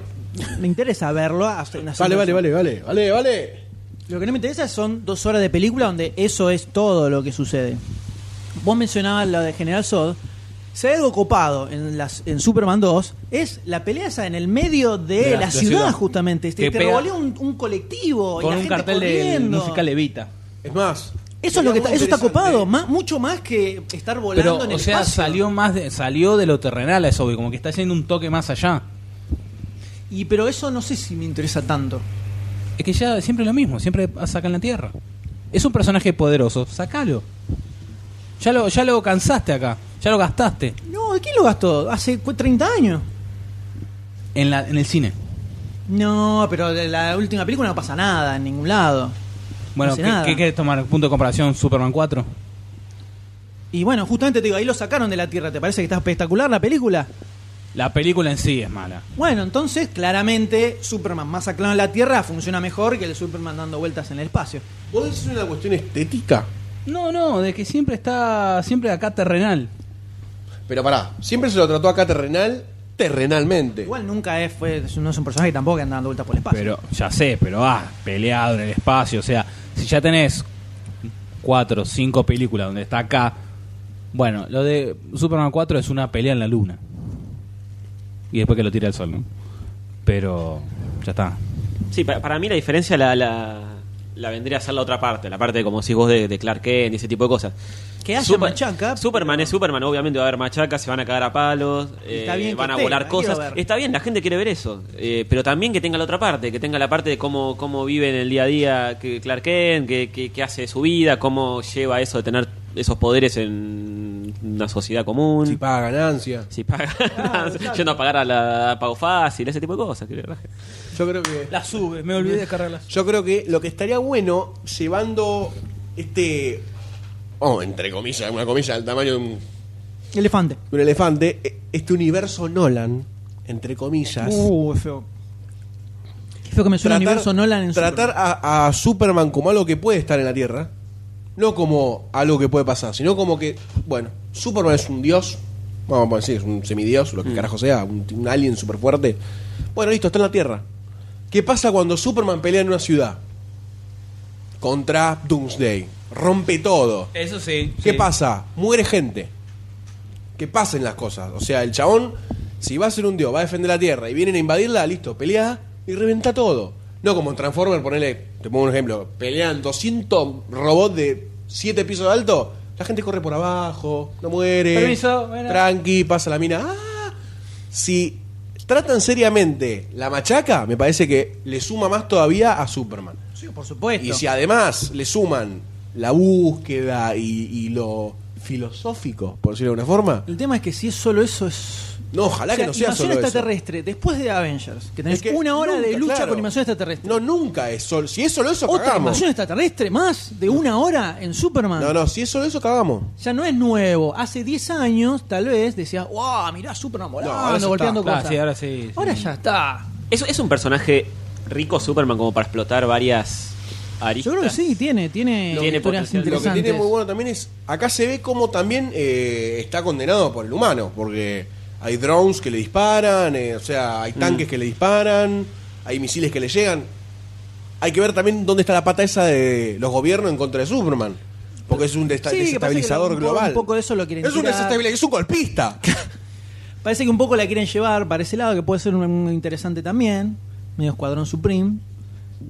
Speaker 1: Me interesa verlo. hacer una
Speaker 2: Vale, vale, vale, vale, vale, vale.
Speaker 1: Lo que no me interesa son dos horas de película donde eso es todo lo que sucede. Vos mencionabas lo de General Zod. Si hay algo copado en, las, en Superman 2 es la pelea esa en el medio de, la,
Speaker 4: De la- la
Speaker 1: ciudad,
Speaker 4: ciudad.
Speaker 1: justamente. Este,
Speaker 4: Que
Speaker 1: te
Speaker 4: pega
Speaker 1: revolea un, un colectivo y
Speaker 4: con
Speaker 1: la
Speaker 4: un
Speaker 1: gente
Speaker 4: cartel
Speaker 1: corriendo.
Speaker 4: de música levita.
Speaker 2: Es más.
Speaker 1: Eso es lo que está, eso
Speaker 2: sería
Speaker 1: está
Speaker 2: muy
Speaker 1: copado,
Speaker 2: interesante.
Speaker 1: más- mucho más que estar volando
Speaker 4: Pero,
Speaker 1: en el
Speaker 4: o sea,
Speaker 1: espacio.
Speaker 4: salió más de, salió de lo terrenal a eso, güey, como que está yendo un toque más allá.
Speaker 1: Y pero eso no sé si me interesa tanto.
Speaker 4: Es que ya siempre es lo mismo, siempre sacan la tierra. Es un personaje poderoso, sacalo. Ya lo, ya lo cansaste acá, ya lo gastaste
Speaker 1: No, ¿quién lo gastó? Hace cu- 30 años.
Speaker 4: en, la, en el cine.
Speaker 1: No, pero de la última película no pasa nada en ningún lado.
Speaker 4: Bueno,
Speaker 1: hace
Speaker 4: ¿qué,
Speaker 1: nada.
Speaker 4: qué querés tomar? Punto de comparación, Superman 4.
Speaker 1: Y bueno, justamente te digo, ahí lo sacaron de la Tierra. ¿Te parece que está espectacular la película?
Speaker 4: La película en sí es mala.
Speaker 1: Bueno, entonces claramente Superman masacrado en la Tierra funciona mejor que el Superman dando vueltas en el espacio.
Speaker 2: ¿Vos decís una cuestión estética?
Speaker 4: No, no, de que siempre está, siempre acá terrenal.
Speaker 2: Pero pará, siempre se lo trató acá terrenal, terrenalmente.
Speaker 1: Igual nunca es, fue, es- no es un personaje que tampoco que anda dando vueltas por el espacio.
Speaker 4: Pero, ya sé, pero ah, peleado en el espacio. O sea, si ya tenés cuatro, cinco películas donde está acá. Bueno, lo de Superman 4 es una pelea en la luna. Y después que lo tira el sol, ¿no? Pero, ya está.
Speaker 5: Sí, pa- para, mí la diferencia la, la, la vendría a ser la otra parte, la parte como si vos de, de Clark Kent y ese tipo de cosas.
Speaker 1: Que haya machaca,
Speaker 5: Superman
Speaker 1: pero-
Speaker 5: es Superman, obviamente va a haber machaca, se van a cagar a palos, eh,
Speaker 1: Está bien que
Speaker 5: van a
Speaker 1: tenga,
Speaker 5: volar
Speaker 1: quiero
Speaker 5: cosas.
Speaker 1: ver.
Speaker 5: Está bien, la gente quiere ver eso, eh, pero también que tenga la otra parte, que tenga la parte de cómo, cómo vive en el día a día que Clark Kent, que, que- que hace de su vida, cómo lleva eso de tener esos poderes en una sociedad común.
Speaker 2: Si paga ganancia.
Speaker 5: si paga, yendo a pagar a la a pago fácil, ese tipo de cosas. que le raje.
Speaker 2: Yo creo que.
Speaker 4: La sube, me olvidé de cargarla.
Speaker 2: Yo creo que lo que estaría bueno llevando este. Oh, entre comillas, una comilla del tamaño de un, de
Speaker 1: Elefante.
Speaker 2: un elefante. e- Este universo Nolan, entre comillas.
Speaker 1: Uh, es feo. Es feo que me suena el universo Nolan en
Speaker 2: tratar a, a Superman como algo que puede estar en la Tierra. No como algo que puede pasar, sino como que, bueno, Superman es un dios. Vamos a decir, es un semidios,
Speaker 4: Mm.
Speaker 2: lo que carajo sea, un, un alien super fuerte. Bueno, listo, está en la Tierra. ¿Qué pasa cuando Superman pelea en una ciudad? Contra Doomsday. Rompe todo.
Speaker 4: Eso sí.
Speaker 2: ¿Qué
Speaker 4: sí.
Speaker 2: pasa? Muere gente. Que pasen las cosas. O sea, el chabón, si va a ser un dios, va a defender la tierra y vienen a invadirla, listo, pelea y reventa todo. No como en Transformer, ponele, te pongo un ejemplo, pelean 200 robots de 7 pisos de alto, la gente corre por abajo, no muere.
Speaker 4: Permiso, bueno.
Speaker 2: Tranqui, pasa la mina. ¡Ah! Si tratan seriamente la machaca, me parece que le suma más todavía a Superman.
Speaker 1: Sí, por supuesto.
Speaker 2: Y si además le suman la búsqueda y, y lo filosófico, por decirlo de alguna forma,
Speaker 1: El tema es que si es solo eso es...
Speaker 2: no, ojalá
Speaker 1: O sea,
Speaker 2: que no sea
Speaker 1: animación
Speaker 2: solo eso.
Speaker 1: extraterrestre, después de Avengers, que tenés
Speaker 2: Es que
Speaker 1: una hora de
Speaker 2: nunca,
Speaker 1: lucha
Speaker 2: claro.
Speaker 1: con animación extraterrestre.
Speaker 2: No, nunca es solo. Si es solo eso,
Speaker 1: Otra
Speaker 2: cagamos.
Speaker 1: animación extraterrestre más de una hora en Superman.
Speaker 2: No, no, si es solo eso, cagamos.
Speaker 1: Ya no es nuevo. Hace 10 años, tal vez, decías, wow, mirá Superman volando,
Speaker 2: ahora ya
Speaker 1: golpeando
Speaker 4: está. Ah,
Speaker 1: cosas.
Speaker 4: sí, ahora sí, sí.
Speaker 1: Ahora ya está.
Speaker 5: ¿Es, es un personaje rico Superman como para explotar varias
Speaker 1: Yo
Speaker 5: aristas.
Speaker 1: creo que sí, tiene, tiene,
Speaker 5: Tiene
Speaker 1: historias
Speaker 5: potencial.
Speaker 2: Lo que tiene
Speaker 1: interesantes.
Speaker 2: muy bueno también es. Acá se ve cómo también eh, está condenado por el humano, porque hay drones que le disparan, eh, o sea,
Speaker 1: Mm.
Speaker 2: hay tanques que le disparan, hay misiles que le llegan. Hay que ver también dónde está la pata esa de los gobiernos en contra de Superman. Porque es un
Speaker 1: Sí,
Speaker 2: desta-
Speaker 1: que pasa que
Speaker 2: desestabilizador
Speaker 1: un poco-
Speaker 2: global.
Speaker 1: un poco de eso lo quieren
Speaker 2: Es un
Speaker 1: tirar.
Speaker 2: desestabilizador, es un golpista.
Speaker 1: Parece que un poco la quieren llevar para ese lado, que puede ser un, un interesante también, medio Escuadrón Supreme.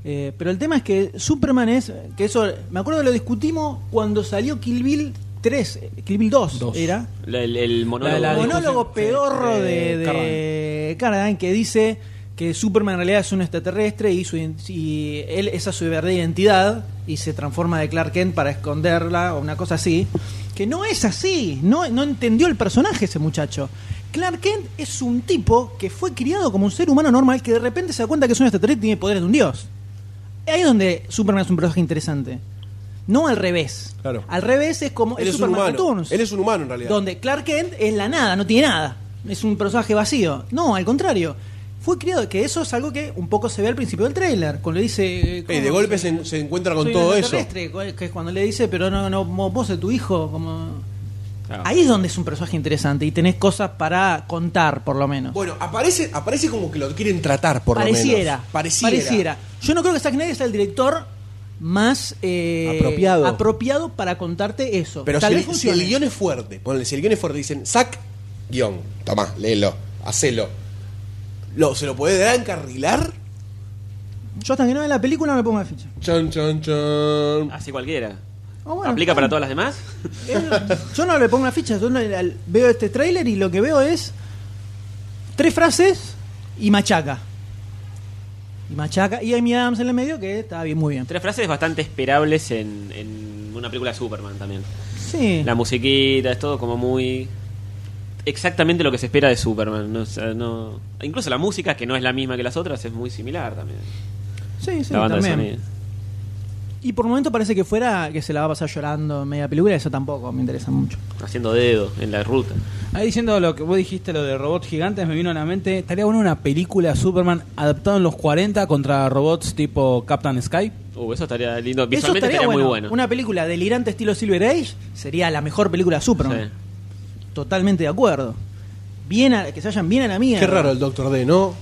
Speaker 1: Eh, pero el tema es que Superman es, que eso, me acuerdo que lo discutimos cuando salió Kill Bill 3, eh, Kill Bill 2,
Speaker 4: Dos.
Speaker 1: era.
Speaker 5: La- el, el monólogo.
Speaker 4: La- la
Speaker 1: El
Speaker 4: discusión,
Speaker 1: monólogo
Speaker 4: sí,
Speaker 1: pedorro
Speaker 4: eh,
Speaker 1: de, de Carradine que dice que Superman en realidad es un extraterrestre y, su, in- y él esa es su verdadera identidad y se transforma de Clark Kent para esconderla o una cosa así. Que no es así, no, no entendió el personaje ese muchacho. Clark Kent es un tipo que fue criado como un ser humano normal que de repente se da cuenta que es un extraterrestre y tiene poderes de un dios. Ahí es donde Superman es un personaje interesante. No al revés.
Speaker 2: Claro.
Speaker 1: Al revés es como es
Speaker 2: Él es un
Speaker 1: Superman
Speaker 2: humano.
Speaker 1: Returns.
Speaker 2: Él es un humano en realidad.
Speaker 1: Donde Clark Kent es la nada, no tiene nada. Es un personaje vacío. No, al contrario. Fue criado que eso es algo que un poco se ve al principio del tráiler. Cuando le dice. eh,
Speaker 2: Eh, de
Speaker 1: ¿cómo?
Speaker 2: golpe se, se encuentra con
Speaker 1: Soy
Speaker 2: todo
Speaker 1: un
Speaker 2: eso.
Speaker 1: extraterrestre, cu- Que es cuando le dice, pero no, no, mo- vos es tu hijo. Como...
Speaker 4: Claro.
Speaker 1: Ahí es donde es un personaje interesante y tenés cosas para contar, por lo menos.
Speaker 2: Bueno, aparece, aparece como que lo quieren tratar, por
Speaker 1: pareciera,
Speaker 2: lo menos. Pareciera.
Speaker 1: pareciera. Yo no creo que Zack Snyder sea el director más eh,
Speaker 2: Apropiado.
Speaker 1: apropiado para contarte eso.
Speaker 2: Pero
Speaker 1: Tal
Speaker 2: si,
Speaker 1: vez
Speaker 2: el- si
Speaker 1: funcione.
Speaker 2: el guión es fuerte, ponle, si el guión es fuerte, dicen, sac, guión, tomá, léelo, hacelo. Lo, ¿Se lo puede encarrilar?
Speaker 1: Yo hasta que no vea la película no me pongo de ficha.
Speaker 2: Chan, chan, chan.
Speaker 5: Así cualquiera.
Speaker 1: Ah, bueno,
Speaker 5: ¿Aplica
Speaker 1: está
Speaker 5: para
Speaker 1: bien.
Speaker 5: todas las demás?
Speaker 1: Eh, Yo no le pongo una ficha, yo no- al- veo este tráiler y lo que veo es tres frases y machaca. Y machaca, y Amy Adams en el medio que está bien, muy bien.
Speaker 5: Tres frases bastante esperables en, en una película de Superman también.
Speaker 1: Sí.
Speaker 5: La musiquita, es todo como muy... exactamente lo que se espera de Superman. No, o sea, no- Incluso la música, que no es la misma que las otras, es muy similar también.
Speaker 1: Sí, sí,
Speaker 5: la banda
Speaker 1: también.
Speaker 5: de sonido.
Speaker 1: Y por momento parece que fuera que se la va a pasar llorando en media película, eso tampoco me interesa mucho.
Speaker 5: Haciendo dedo en la ruta.
Speaker 4: Ahí diciendo lo que vos dijiste, lo de robots gigantes, me vino a la mente. Estaría bueno una película de Superman adaptada en los 40 contra robots tipo Captain Sky.
Speaker 5: Uh, eso estaría lindo.
Speaker 1: Eso
Speaker 5: Visualmente estaría, muy bueno.
Speaker 1: Una película delirante estilo Silver Age sería la mejor película de Superman.
Speaker 5: Sí.
Speaker 1: Totalmente de acuerdo. Bien a- que se vayan bien a la mierda.
Speaker 2: Qué raro el Doctor D, ¿no?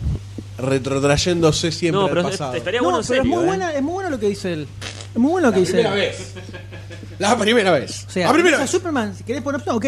Speaker 2: Retrotrayéndose siempre
Speaker 5: No, pero
Speaker 2: al
Speaker 5: es-
Speaker 2: pasado.
Speaker 5: estaría
Speaker 1: No,
Speaker 5: bueno en
Speaker 1: pero es
Speaker 5: serio,
Speaker 1: muy
Speaker 5: ¿eh?
Speaker 1: buena, es muy bueno lo que dice él. Es muy bueno lo que
Speaker 2: La
Speaker 1: dice él.
Speaker 2: primera vez. La primera vez.
Speaker 1: O sea,
Speaker 2: la primera
Speaker 1: tenés a
Speaker 2: vez.
Speaker 1: Superman, si querés poner opción, ok.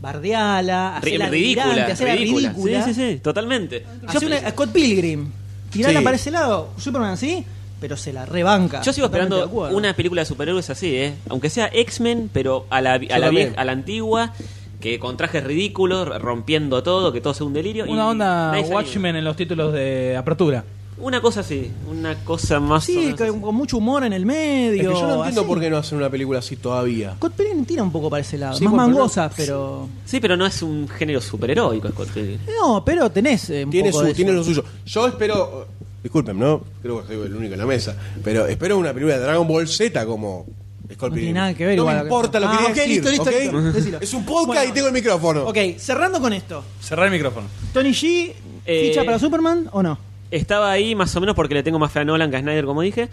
Speaker 1: Bardeala,
Speaker 5: Ri-
Speaker 1: hacela
Speaker 5: ridícula,
Speaker 1: delirante, hacela
Speaker 5: ridícula.
Speaker 1: ridícula.
Speaker 5: Sí, sí, sí, totalmente.
Speaker 1: Hacé una- a Scott Pilgrim. Tirala
Speaker 2: Sí.
Speaker 1: para ese lado, Superman sí, pero se la rebanca.
Speaker 5: Yo sigo
Speaker 1: Totalmente
Speaker 5: esperando
Speaker 1: de acuerdo.
Speaker 5: una película de superhéroes así, ¿eh? Aunque sea X-Men, pero a la, a la,
Speaker 2: también.
Speaker 5: vieja- a la antigua, que con trajes ridículos, rompiendo todo, que todo sea un delirio. y
Speaker 4: Una onda
Speaker 5: nadie se anima.
Speaker 4: Watchmen en los títulos de apertura.
Speaker 5: Una cosa así, una cosa más. o
Speaker 1: Sí,
Speaker 5: menos
Speaker 1: con,
Speaker 5: así.
Speaker 1: con mucho humor en el
Speaker 2: Es
Speaker 1: medio.
Speaker 2: que yo no entiendo
Speaker 1: así.
Speaker 2: por qué no hacen una película así todavía.
Speaker 1: Scott Pilgrim tira un poco para ese lado.
Speaker 2: Sí,
Speaker 1: más
Speaker 2: bueno, pero
Speaker 1: mangosa,
Speaker 2: no-
Speaker 1: pero.
Speaker 5: Sí, pero no es un género superheroico, Scott Pilgrim.
Speaker 1: No, pero tenés. eh, un
Speaker 2: Tiene,
Speaker 1: poco
Speaker 2: su,
Speaker 1: de
Speaker 2: tiene
Speaker 1: eso.
Speaker 2: lo suyo. Yo espero. Disculpen, ¿no? Creo que soy el único en la mesa. Pero espero una película de Dragon Ball Z como. Scorpion.
Speaker 1: No tiene nada que ver
Speaker 2: No
Speaker 1: igual
Speaker 2: me
Speaker 1: a lo que-
Speaker 2: importa lo que
Speaker 1: Ah,
Speaker 2: quería
Speaker 1: ok,
Speaker 2: decir,
Speaker 1: listo, listo,
Speaker 2: ¿ok?
Speaker 1: listo, decilo.
Speaker 2: Es un podcast
Speaker 1: Bueno.
Speaker 2: y tengo el micrófono.
Speaker 1: Ok, cerrando con esto.
Speaker 4: Cerrar el micrófono.
Speaker 1: Tony G,
Speaker 5: Eh,
Speaker 1: ¿ficha para Superman o no?
Speaker 5: Estaba ahí más o menos porque le tengo más fe a Nolan que a Snyder, como dije.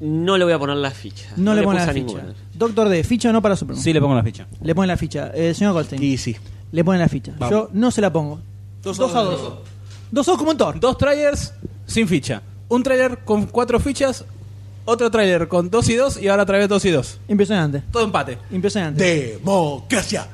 Speaker 5: No le voy a poner la ficha.
Speaker 1: No, le ponen
Speaker 5: puse
Speaker 1: la
Speaker 5: a
Speaker 1: ficha.
Speaker 5: ninguna.
Speaker 1: Doctor D, ¿ficha o no para Superman?
Speaker 4: Sí, le pongo la ficha.
Speaker 1: Le ponen la ficha. Eh, señor Goldstein.
Speaker 2: Y sí.
Speaker 1: Le ponen la ficha.
Speaker 2: Vamos.
Speaker 1: Yo no se la pongo.
Speaker 2: Dos a
Speaker 1: dos a
Speaker 2: dos.
Speaker 1: dos. Dos a dos como en Thor.
Speaker 4: Dos trailers sin ficha. Un trailer con cuatro fichas, otro trailer con dos y dos y ahora otra vez dos y dos.
Speaker 1: Impresionante.
Speaker 4: Todo empate.
Speaker 1: Impresionante.
Speaker 2: Democracia.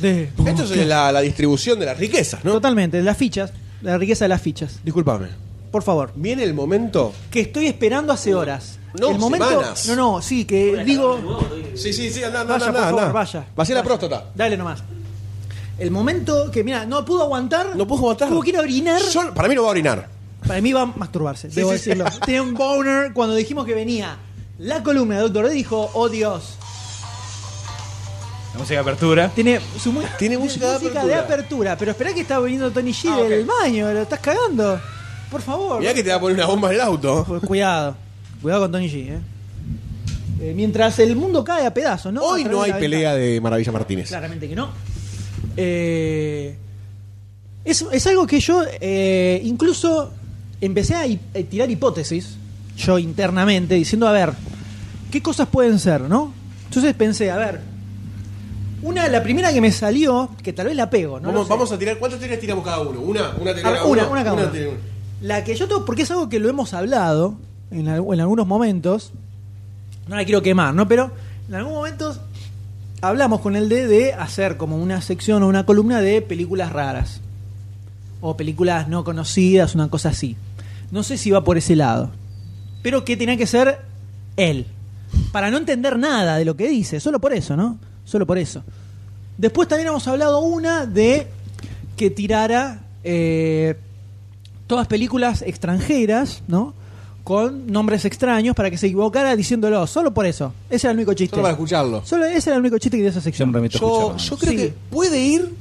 Speaker 1: De-
Speaker 2: Esto es la, la distribución de las riquezas, ¿no?
Speaker 1: Totalmente, las fichas. La riqueza de las fichas.
Speaker 2: Disculpame.
Speaker 1: Por favor.
Speaker 2: Viene el momento.
Speaker 1: Que estoy esperando hace horas.
Speaker 2: No,
Speaker 1: el momento.
Speaker 2: semanas.
Speaker 1: No, no, sí, que digo.
Speaker 2: Sí, sí, sí, anda, anda,
Speaker 1: Vaya,
Speaker 2: anda,
Speaker 1: por favor,
Speaker 2: anda.
Speaker 1: vaya.
Speaker 2: Vacía la
Speaker 1: Vaya.
Speaker 2: próstata.
Speaker 1: Dale nomás. El momento que, mira, no pudo aguantar.
Speaker 2: No puedo matar.
Speaker 1: Tuvo que ir a orinar.
Speaker 2: Yo- para mí no va a orinar.
Speaker 1: Para mí va a masturbarse,
Speaker 2: Sí,
Speaker 1: debo
Speaker 2: sí, sí.
Speaker 1: decirlo. Tiene un boner. Cuando dijimos que venía la columna de Doctor D, dijo, oh Dios.
Speaker 4: La música de apertura.
Speaker 1: Tiene su mu-
Speaker 2: Tiene música de
Speaker 1: de
Speaker 2: apertura.
Speaker 1: apertura, Pero esperá que está viniendo Tony G
Speaker 4: Ah, ok.
Speaker 1: del baño, lo estás cagando. Por favor.
Speaker 2: Mirá que te va a poner una bomba en el auto.
Speaker 1: Pues cuidado, cuidado con Tony G, eh. Eh, mientras el mundo cae a pedazos, ¿no? A
Speaker 2: Hoy
Speaker 1: través
Speaker 2: no
Speaker 1: de
Speaker 2: hay
Speaker 1: la
Speaker 2: pelea
Speaker 1: ventana.
Speaker 2: de Maravilla Martínez.
Speaker 1: Claramente que no. Eh, es, es algo que yo eh, incluso empecé a, hi- a tirar hipótesis, yo internamente, diciendo, a ver, ¿qué cosas pueden ser, no? Entonces pensé, a ver, una, la primera que me salió, que tal vez la pego, ¿no?
Speaker 2: vamos,
Speaker 1: Lo sé.
Speaker 2: vamos a tirar. ¿Cuántas teorías tiramos cada uno? Una, Ah, una
Speaker 1: Ahora,
Speaker 2: teoría cada
Speaker 1: una,
Speaker 2: uno.
Speaker 1: una cada uno.
Speaker 2: teoría-
Speaker 1: La que yo tengo, porque es algo que lo hemos hablado en, al- en algunos momentos, no la quiero quemar, ¿no? Pero en algunos momentos hablamos con el D de hacer como una sección o una columna de películas raras. O películas no conocidas, una cosa así. No sé si va por ese lado. Pero que tenía que ser él. Para no entender nada de lo que dice. Solo por eso, ¿no? Solo por eso. Después también hemos hablado una de que tirara eh, todas películas extranjeras, ¿no? Con nombres extraños para que se equivocara diciéndolo. Solo por eso. Ese era el único chiste.
Speaker 2: Solo para escucharlo.
Speaker 1: Solo ese era el único chiste que dio esa sección.
Speaker 4: Siempre me
Speaker 2: Yo, yo creo
Speaker 1: Sí.
Speaker 2: que puede ir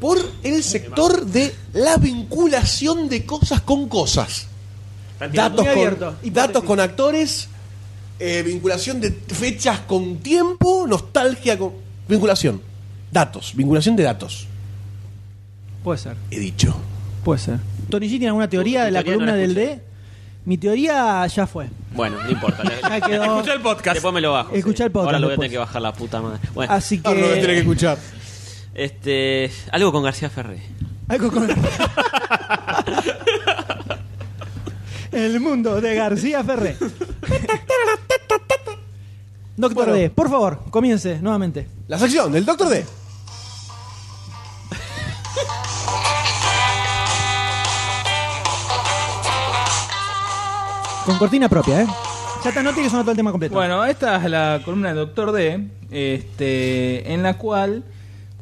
Speaker 2: por el sector de la vinculación de cosas con cosas.
Speaker 5: Están tirando-
Speaker 2: Datos
Speaker 1: muy
Speaker 2: con,
Speaker 1: abierto.
Speaker 2: datos con actores, eh, vinculación de fechas con tiempo, nostalgia con... Vinculación. Datos, vinculación de datos.
Speaker 1: Puede ser.
Speaker 2: He dicho.
Speaker 1: Puede ser. Tony G tiene alguna teoría
Speaker 5: Mi
Speaker 1: de la
Speaker 5: teoría no
Speaker 1: columna
Speaker 5: la
Speaker 1: del
Speaker 5: escuché.
Speaker 1: D. Mi teoría ya fue.
Speaker 5: Bueno, no importa.
Speaker 1: Ya quedó.
Speaker 4: Escuchá el podcast.
Speaker 5: Después me lo bajo.
Speaker 1: Escuchá el podcast
Speaker 5: Ahora lo
Speaker 1: después. Ah,
Speaker 5: voy a tener que bajar la puta madre. Bueno,
Speaker 1: Así que.
Speaker 2: Ahora lo voy a tener que escuchar.
Speaker 5: este, algo con García Ferré.
Speaker 1: Algo con- el mundo de García Ferré. Doctor
Speaker 2: Bueno.
Speaker 1: D, por favor, comience nuevamente.
Speaker 2: La sección del Doctor D.
Speaker 1: Con cortina propia, ¿eh? Ya te noté que sonó todo el tema completo.
Speaker 4: Bueno, esta es la columna de Doctor D, este, en la cual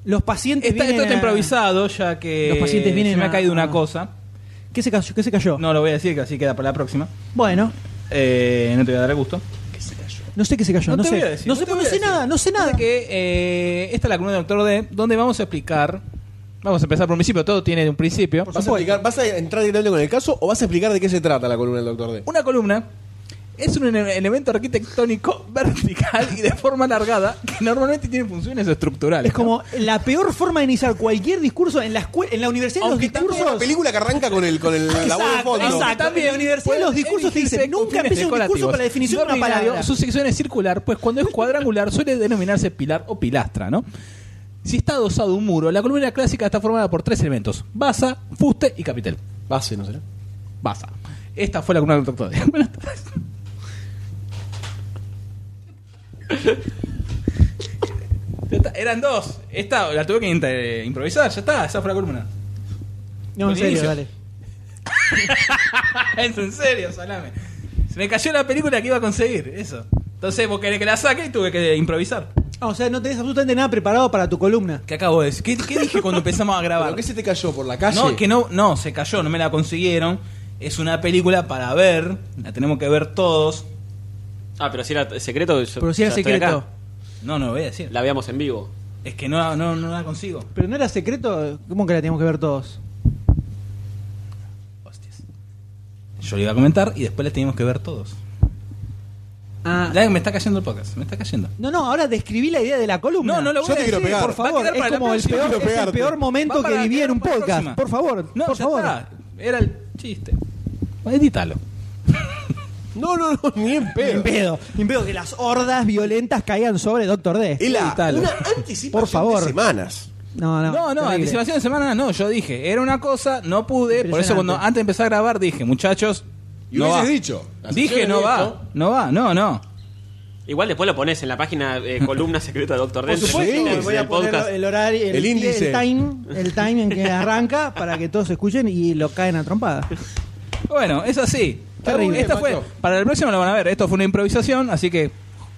Speaker 1: los pacientes.
Speaker 4: está, esto
Speaker 1: vienen
Speaker 4: está
Speaker 1: a-
Speaker 4: improvisado ya que
Speaker 1: Los pacientes vienen
Speaker 4: se me
Speaker 1: a-
Speaker 4: ha caído
Speaker 1: a-
Speaker 4: una cosa.
Speaker 1: ¿Qué se cayó? ¿Qué se cayó?
Speaker 4: No lo voy a decir, que así queda para la próxima.
Speaker 1: Bueno,
Speaker 4: Eh, no te voy a dar el gusto.
Speaker 2: Que se cayó.
Speaker 1: No sé qué se cayó, no,
Speaker 4: te
Speaker 1: sé.
Speaker 4: voy a decir,
Speaker 1: no sé,
Speaker 4: te
Speaker 1: no
Speaker 4: voy a
Speaker 1: sé
Speaker 4: decir.
Speaker 1: nada, no sé nada.
Speaker 4: Pasa que eh, esta es la columna del Doctor D, donde vamos a explicar. Vamos a empezar por un principio, todo tiene un principio.
Speaker 2: ¿Vas a, explicar- vas a entrar directamente con el caso o vas a explicar de qué se trata la columna del doctor D?
Speaker 4: Una columna es un ele- elemento arquitectónico vertical y de forma alargada que normalmente tiene funciones estructurales.
Speaker 1: Es como la peor forma de iniciar cualquier discurso en la escuela, en la universidad los
Speaker 2: Aunque también
Speaker 1: discursos.
Speaker 2: una película que arranca con el, con el la voz de
Speaker 1: Exacto,
Speaker 2: fondo.
Speaker 1: exacto.
Speaker 4: También
Speaker 1: En la universidad
Speaker 4: puede
Speaker 1: los discursos te dicen,
Speaker 4: erigirse con
Speaker 1: nunca
Speaker 4: fines
Speaker 1: empieces un discurso
Speaker 4: decorativos.
Speaker 1: para la definición de una
Speaker 4: Ordinario,
Speaker 1: palabra.
Speaker 4: Su sección es circular, pues cuando es cuadrangular suele denominarse pilar o pilastra, ¿no? Si está adosado a un muro, la columna clásica está formada por tres elementos: basa, fuste y capitel.
Speaker 2: Base, ¿no será?
Speaker 4: Basa. Esta fue la columna del doctor. D. Buenas tardes. Ya está, Eran dos. Esta la tuve que inte- improvisar, ya está. Esa fue la columna.
Speaker 1: No, en serio,
Speaker 4: Buen inicio.
Speaker 1: dale.
Speaker 4: es en serio, salame. Se me cayó la película que iba a conseguir, eso. Entonces vos querés que la saque y tuve que improvisar.
Speaker 1: Ah, o sea, no tenés absolutamente nada preparado para tu columna.
Speaker 4: ¿Qué acabo de decir? ¿Qué, qué dije cuando empezamos a
Speaker 2: ¿Pero
Speaker 4: grabar?
Speaker 2: qué se te cayó por la calle?
Speaker 4: No, que no, no, se cayó, no me la consiguieron. Es una película para ver, la tenemos que ver todos.
Speaker 5: Ah, pero si era secreto. yo
Speaker 1: Pero si era
Speaker 5: ya estoy
Speaker 1: secreto.
Speaker 5: acá.
Speaker 4: No, no lo voy a decir.
Speaker 5: La veamos en vivo.
Speaker 4: Es que no, no, no la consigo.
Speaker 1: Pero no era secreto, ¿cómo que la teníamos que ver todos?
Speaker 4: Hostias. Yo le iba a comentar y después la teníamos que ver todos.
Speaker 1: Ah,
Speaker 4: Ya me está cayendo el podcast, me está cayendo.
Speaker 1: no, no, ahora describí la idea de la columna.
Speaker 4: No, no lo
Speaker 2: Yo
Speaker 4: voy a
Speaker 2: te quiero
Speaker 4: decir,
Speaker 2: pegar.
Speaker 1: Por
Speaker 4: Va a
Speaker 1: favor,
Speaker 4: quedar
Speaker 1: es
Speaker 4: para la
Speaker 1: como el
Speaker 4: próxima.
Speaker 1: peor,
Speaker 2: Quiero
Speaker 1: es el
Speaker 2: pegarte.
Speaker 1: peor momento
Speaker 4: Va para
Speaker 1: que viví en
Speaker 4: quedar
Speaker 1: un
Speaker 4: para la
Speaker 1: podcast.
Speaker 4: próxima.
Speaker 1: Por favor,
Speaker 4: No,
Speaker 1: por
Speaker 4: ya
Speaker 1: favor.
Speaker 4: está. Era el chiste. Edítalo.
Speaker 2: no, no, no, ni en
Speaker 1: Ni en
Speaker 2: pedo.
Speaker 1: pedo, ni en pedo que las hordas violentas caigan sobre Doctor
Speaker 2: Es
Speaker 1: D.
Speaker 2: la,
Speaker 4: Editalo.
Speaker 2: una anticipación
Speaker 1: Por favor.
Speaker 2: de semanas.
Speaker 1: No, no.
Speaker 4: No, no,
Speaker 1: terrible.
Speaker 4: anticipación de semana no, yo dije, era una cosa, no pude, por eso
Speaker 1: Impresionante.
Speaker 4: cuando antes de empezar a grabar dije, muchachos,
Speaker 2: Y
Speaker 4: no
Speaker 2: hubieses
Speaker 4: va.
Speaker 2: dicho. la
Speaker 4: Dije,
Speaker 2: sección
Speaker 4: no
Speaker 2: de
Speaker 4: va,
Speaker 2: esto,
Speaker 4: no va, no, no.
Speaker 5: Igual después lo pones en la página eh, columna secreta de Doctor Dent.
Speaker 2: supuesto,
Speaker 5: en
Speaker 2: voy
Speaker 5: el
Speaker 1: Voy a poner
Speaker 5: podcast.
Speaker 1: el horario, el,
Speaker 2: El índice.
Speaker 1: el time, el time en que arranca para que todos escuchen y lo caen a trompada.
Speaker 4: Bueno, es así.
Speaker 2: Terrible,
Speaker 4: Esta fue,
Speaker 2: macho.
Speaker 4: para el próximo lo van a ver, esto fue una improvisación, así que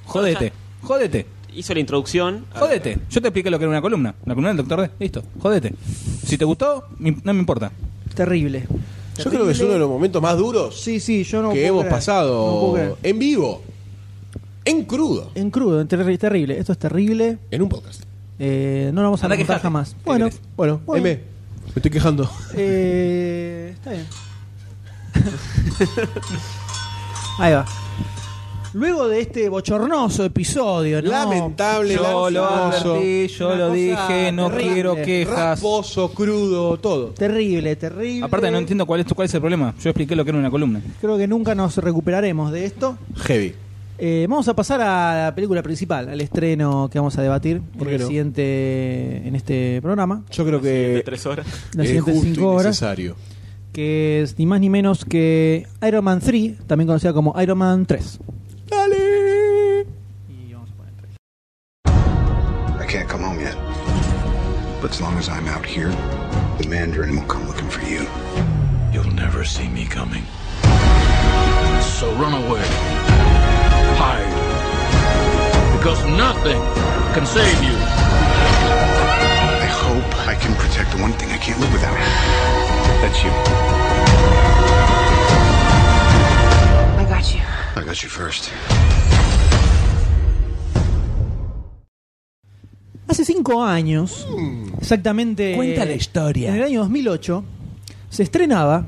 Speaker 4: jodete,
Speaker 5: Bueno,
Speaker 4: jodete.
Speaker 5: Hizo la introducción.
Speaker 4: Jódete. Yo te expliqué lo que era una columna. La columna del doctor D. Listo. Jódete. Si te gustó, mi- no me importa.
Speaker 1: Terrible.
Speaker 2: Yo creo que es uno de los momentos más duros
Speaker 1: Sí, sí, yo no puedo
Speaker 2: que hemos
Speaker 1: creer. No puedo
Speaker 2: pasado
Speaker 1: creer.
Speaker 2: en vivo, en crudo,
Speaker 1: en crudo, en terri- terrible. Esto es terrible.
Speaker 2: en un podcast.
Speaker 1: Eh, no lo vamos a
Speaker 4: Andá
Speaker 1: contar
Speaker 4: quejate.
Speaker 1: jamás.
Speaker 4: ¿Qué
Speaker 1: Bueno,
Speaker 4: querés?
Speaker 2: Bueno,
Speaker 1: bueno.
Speaker 2: M, me estoy quejando.
Speaker 1: Eh, está bien. Ahí va. Luego de este bochornoso episodio, ¿no?
Speaker 2: Lamentable,
Speaker 4: Yo lo
Speaker 2: lancioso,
Speaker 4: advertí, yo
Speaker 1: Una
Speaker 4: lo
Speaker 1: cosa
Speaker 4: dije, no
Speaker 1: terrible.
Speaker 4: quiero quejas.
Speaker 2: rasposo, crudo, todo.
Speaker 1: Terrible, terrible.
Speaker 4: Aparte no entiendo cuál es, cuál es el problema. Yo expliqué lo que era una columna.
Speaker 1: Creo que nunca nos recuperaremos de esto.
Speaker 2: Heavy.
Speaker 1: Eh, vamos a pasar a la película principal, al estreno que vamos a debatir
Speaker 2: ¿Por
Speaker 1: en,
Speaker 2: qué
Speaker 1: el
Speaker 2: no?
Speaker 1: siguiente, en este programa,
Speaker 2: Yo creo
Speaker 5: De
Speaker 2: que
Speaker 5: tres horas.
Speaker 1: las
Speaker 2: es
Speaker 1: siguientes
Speaker 2: justo y
Speaker 1: 5 horas,
Speaker 2: necesario.
Speaker 1: que es ni más ni menos que Iron Man 3, también conocida como Iron Man 3.
Speaker 2: Dale.
Speaker 6: I can't come home yet. But as long as I'm out here, the Mandarin will come looking for you.
Speaker 7: You'll never see me coming. So run away. Hide. Because nothing can save you.
Speaker 6: I hope I can protect the one thing I can't live without. That's you.
Speaker 8: I got you.
Speaker 6: I got you first.
Speaker 1: Hace 5 años, exactamente...
Speaker 4: Mm. Cuenta la historia.
Speaker 1: En el año 2008, se estrenaba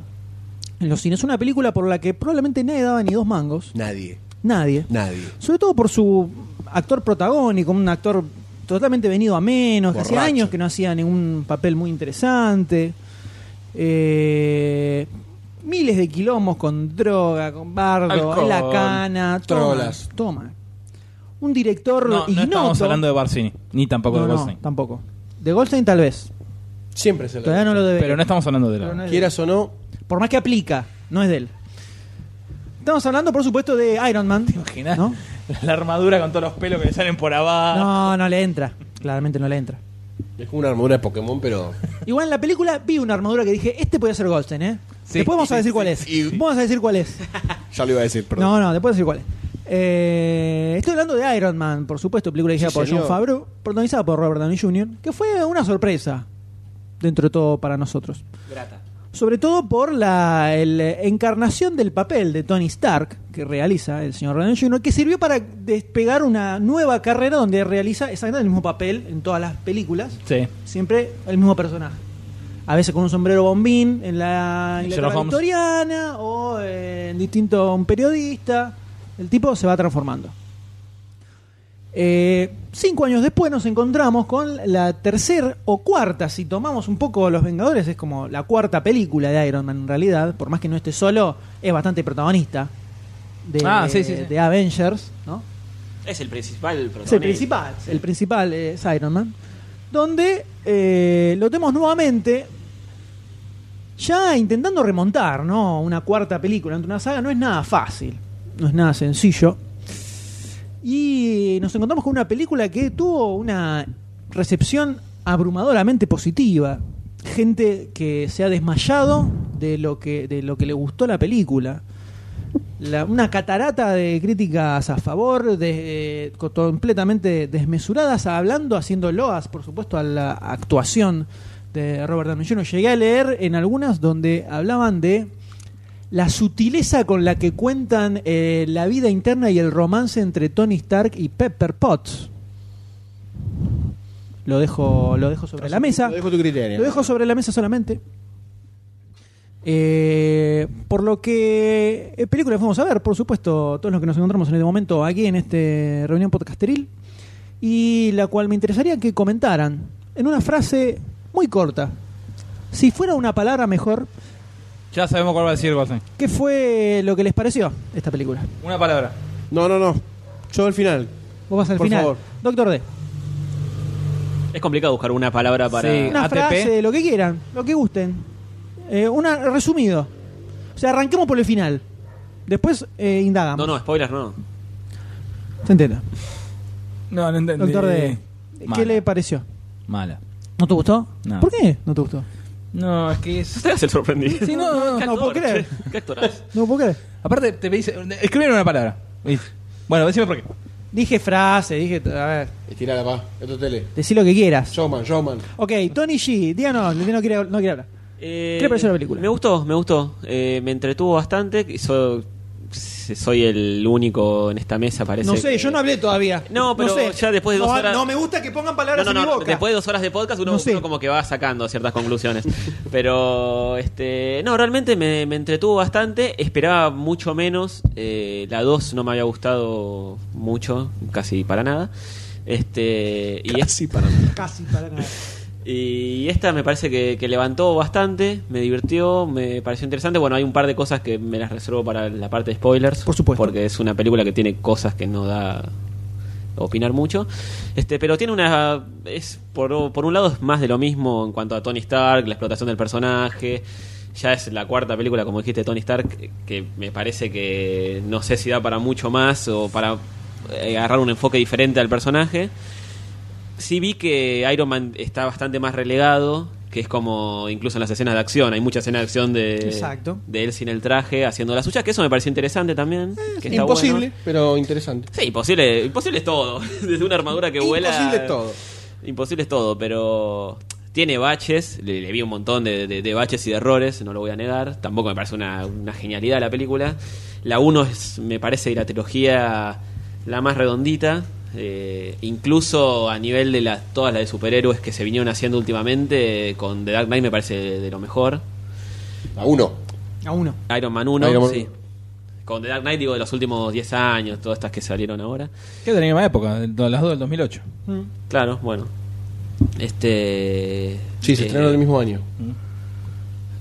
Speaker 1: en los cines una película por la que probablemente nadie daba ni dos mangos.
Speaker 2: Nadie,
Speaker 1: Nadie.
Speaker 2: nadie.
Speaker 1: Sobre todo por su actor protagónico, un actor totalmente venido a menos, que hacía
Speaker 2: Borracho.
Speaker 1: años que no hacía ningún papel muy interesante. Eh, miles de quilombos con droga, con bardo,
Speaker 4: Alcohol,
Speaker 1: la cana,
Speaker 2: trolas.
Speaker 1: Toma, toma. Un director
Speaker 4: No, no
Speaker 1: ignoto.
Speaker 4: estamos hablando de Barcini, ni tampoco
Speaker 1: No,
Speaker 4: de
Speaker 1: no,
Speaker 4: Goldstein.
Speaker 1: tampoco. De Goldstein tal vez.
Speaker 2: Siempre se
Speaker 1: Todavía
Speaker 2: lo
Speaker 1: no lo debe.
Speaker 4: Pero no estamos hablando de
Speaker 1: Pero no
Speaker 4: la...
Speaker 1: es de él.
Speaker 2: Quieras o no,
Speaker 1: Por más que aplica, no es de él. Estamos hablando, por supuesto, de Iron Man. ¿Te
Speaker 4: imaginas?
Speaker 1: ¿no?
Speaker 4: La armadura con todos los pelos que le salen por abajo.
Speaker 1: no, no le entra. Claramente no le entra.
Speaker 2: es como una armadura de Pokémon, pero
Speaker 1: Igual en la película vi una armadura que dije, este podía ser Goldstein, ¿eh?
Speaker 4: Sí,
Speaker 1: después vamos a
Speaker 4: sí,
Speaker 1: decir
Speaker 4: sí,
Speaker 1: cuál es.
Speaker 2: sí.
Speaker 1: Después Vamos a decir cuál es.
Speaker 2: ya lo iba a decir, perdón.
Speaker 1: No, no, después decir cuál es. Eh, estoy hablando de Iron Man, por supuesto, película dirigida
Speaker 2: Sí,
Speaker 1: por
Speaker 2: señor.
Speaker 1: John Favreau, protagonizada por Robert Downey Jr., que fue una sorpresa dentro de todo para nosotros.
Speaker 5: Grata.
Speaker 1: sobre todo por la el, eh, encarnación del papel de Tony Stark que realiza el señor Robert Downey Jr., que sirvió para despegar una nueva carrera donde realiza exactamente el mismo papel en todas las películas,
Speaker 4: Sí.
Speaker 1: siempre el mismo personaje. A veces con un sombrero bombín en la
Speaker 4: Y
Speaker 1: Inglaterra
Speaker 4: Sherlock Holmes.
Speaker 1: victoriana o en distinto un periodista. El tipo se va transformando. Eh, cinco años después nos encontramos con la tercer o cuarta, si tomamos un poco Los Vengadores, es como la cuarta película de Iron Man en realidad, por más que no esté solo, es bastante protagonista de,
Speaker 4: Ah, sí, sí, sí.
Speaker 1: de Avengers, ¿no?
Speaker 5: Es el principal protagonista.
Speaker 1: Es el principal, el principal es Iron Man, donde eh, lo tenemos nuevamente ya intentando remontar, ¿no? Una cuarta película entre una saga no es nada fácil, no es nada sencillo. Y nos encontramos con una película que tuvo una recepción abrumadoramente positiva. Gente que se ha desmayado de lo que, de lo que le gustó la película. La- una catarata de críticas a favor, de, eh, co- completamente desmesuradas, hablando, haciendo loas, por supuesto, a la actuación de Robert Downey Jr. Llegué a leer en algunas donde hablaban de la sutileza con la que cuentan eh, la vida interna y el romance entre Tony Stark y Pepper Potts. Lo dejo, lo dejo sobre la mesa.
Speaker 2: Lo dejo a tu criterio.
Speaker 1: Lo dejo sobre la mesa solamente. Eh, por lo que eh, películas vamos a ver, por supuesto, todos los que nos encontramos en este momento aquí en este reunión podcasteril, y la cual me interesaría que comentaran en una frase muy corta. Si fuera una palabra mejor,
Speaker 4: Ya sabemos cuál va a decir Goldstein.
Speaker 1: ¿qué fue lo que les pareció esta película?
Speaker 4: Una palabra.
Speaker 2: No, no, no. Yo al final.
Speaker 1: Vos vas al
Speaker 2: Por
Speaker 1: final.
Speaker 2: favor.
Speaker 1: Doctor D.
Speaker 5: Es complicado buscar una palabra para.
Speaker 4: Sí.
Speaker 1: Una
Speaker 4: ATP.
Speaker 1: frase, lo que quieran, lo que gusten. Eh, una resumido. O sea, arranquemos por el final. Después eh, indagamos.
Speaker 5: No, no, spoilers no.
Speaker 1: Se entiende.
Speaker 4: No, no entendí.
Speaker 1: Doctor D,
Speaker 4: Mala.
Speaker 1: ¿qué le pareció?
Speaker 4: Mala.
Speaker 1: ¿No te gustó?
Speaker 4: No.
Speaker 1: ¿Por qué no te gustó?
Speaker 4: No, es que es.
Speaker 5: Usted hace el sorprendido.
Speaker 4: Sí, no, no,
Speaker 5: ¿Qué
Speaker 4: no.
Speaker 1: no puedo
Speaker 5: actor,
Speaker 1: creer.
Speaker 5: che? ¿Qué actorazo?
Speaker 1: No, ¿por qué?
Speaker 4: Aparte, te pedís. Escribieron una palabra. Y- Bueno, decime por qué.
Speaker 1: Dije frase, dije, a ver,
Speaker 2: Estirala, pa. Esto es tele.
Speaker 1: decí lo que quieras.
Speaker 2: Showman, showman.
Speaker 1: Ok, Tony G, díganos, no quiere, no quiere hablar.
Speaker 5: Eh,
Speaker 1: ¿Qué le pareció la película?
Speaker 5: Me gustó, me gustó. Eh, me entretuvo bastante. So- soy el único en esta mesa, parece.
Speaker 1: No sé,
Speaker 5: que-
Speaker 1: yo no hablé todavía.
Speaker 5: No, pero ya después de
Speaker 1: no,
Speaker 5: dos horas-
Speaker 1: No me gusta que pongan
Speaker 5: No,
Speaker 1: palabras
Speaker 5: no,
Speaker 1: en mi
Speaker 5: no,
Speaker 1: boca.
Speaker 5: después de dos horas de podcast uno,
Speaker 1: No sé.
Speaker 5: uno como que va sacando ciertas conclusiones. Pero, este, no, realmente me, me entretuvo bastante, esperaba mucho menos, eh, la 2 no me había gustado mucho, casi para nada. Este, y, es-
Speaker 2: Así para mí.
Speaker 1: Casi para nada.
Speaker 5: y esta me parece que, que levantó bastante, me divirtió, me pareció interesante. Bueno, hay un par de cosas que me las reservo para la parte de spoilers.
Speaker 1: Por supuesto.
Speaker 5: Porque es una película que tiene cosas que no da opinar mucho. Este, pero tiene una. es por, por un lado es más de lo mismo en cuanto a Tony Stark, la explotación del personaje. Ya es la cuarta película, como dijiste, de Tony Stark, que me parece que no sé si da para mucho más o para eh, agarrar un enfoque diferente al personaje. Sí vi que Iron Man está bastante más relegado, que es como incluso en las escenas de acción, hay mucha escena de acción de,
Speaker 1: Exacto.
Speaker 5: de él sin el traje, haciendo la suya, que eso me pareció interesante también. que está
Speaker 2: Imposible,
Speaker 5: bueno.
Speaker 2: pero interesante.
Speaker 5: Sí, imposible, imposible es todo. Desde una armadura que vuela.
Speaker 2: Imposible es todo.
Speaker 5: Imposible es todo, pero tiene baches. Le, le vi un montón de, de- de baches y de errores, no lo voy a negar. Tampoco me parece una, una genialidad la película. La 1 es, me parece, la trilogía la más redondita. eh, incluso a nivel de las todas las de superhéroes que se vinieron haciendo últimamente, con The Dark Knight me parece de, de lo mejor.
Speaker 2: A uno.
Speaker 1: A uno.
Speaker 5: Iron Man 1,
Speaker 2: Iron Man
Speaker 5: sí.
Speaker 2: uno.
Speaker 5: Con The Dark Knight digo de los últimos 10 años, todas estas que salieron ahora.
Speaker 4: ¿Qué de la misma época? del- Las dos del 2008.
Speaker 1: Mm.
Speaker 5: Claro, bueno. Este.
Speaker 2: Sí, se
Speaker 5: eh,
Speaker 2: estrenaron el mismo año.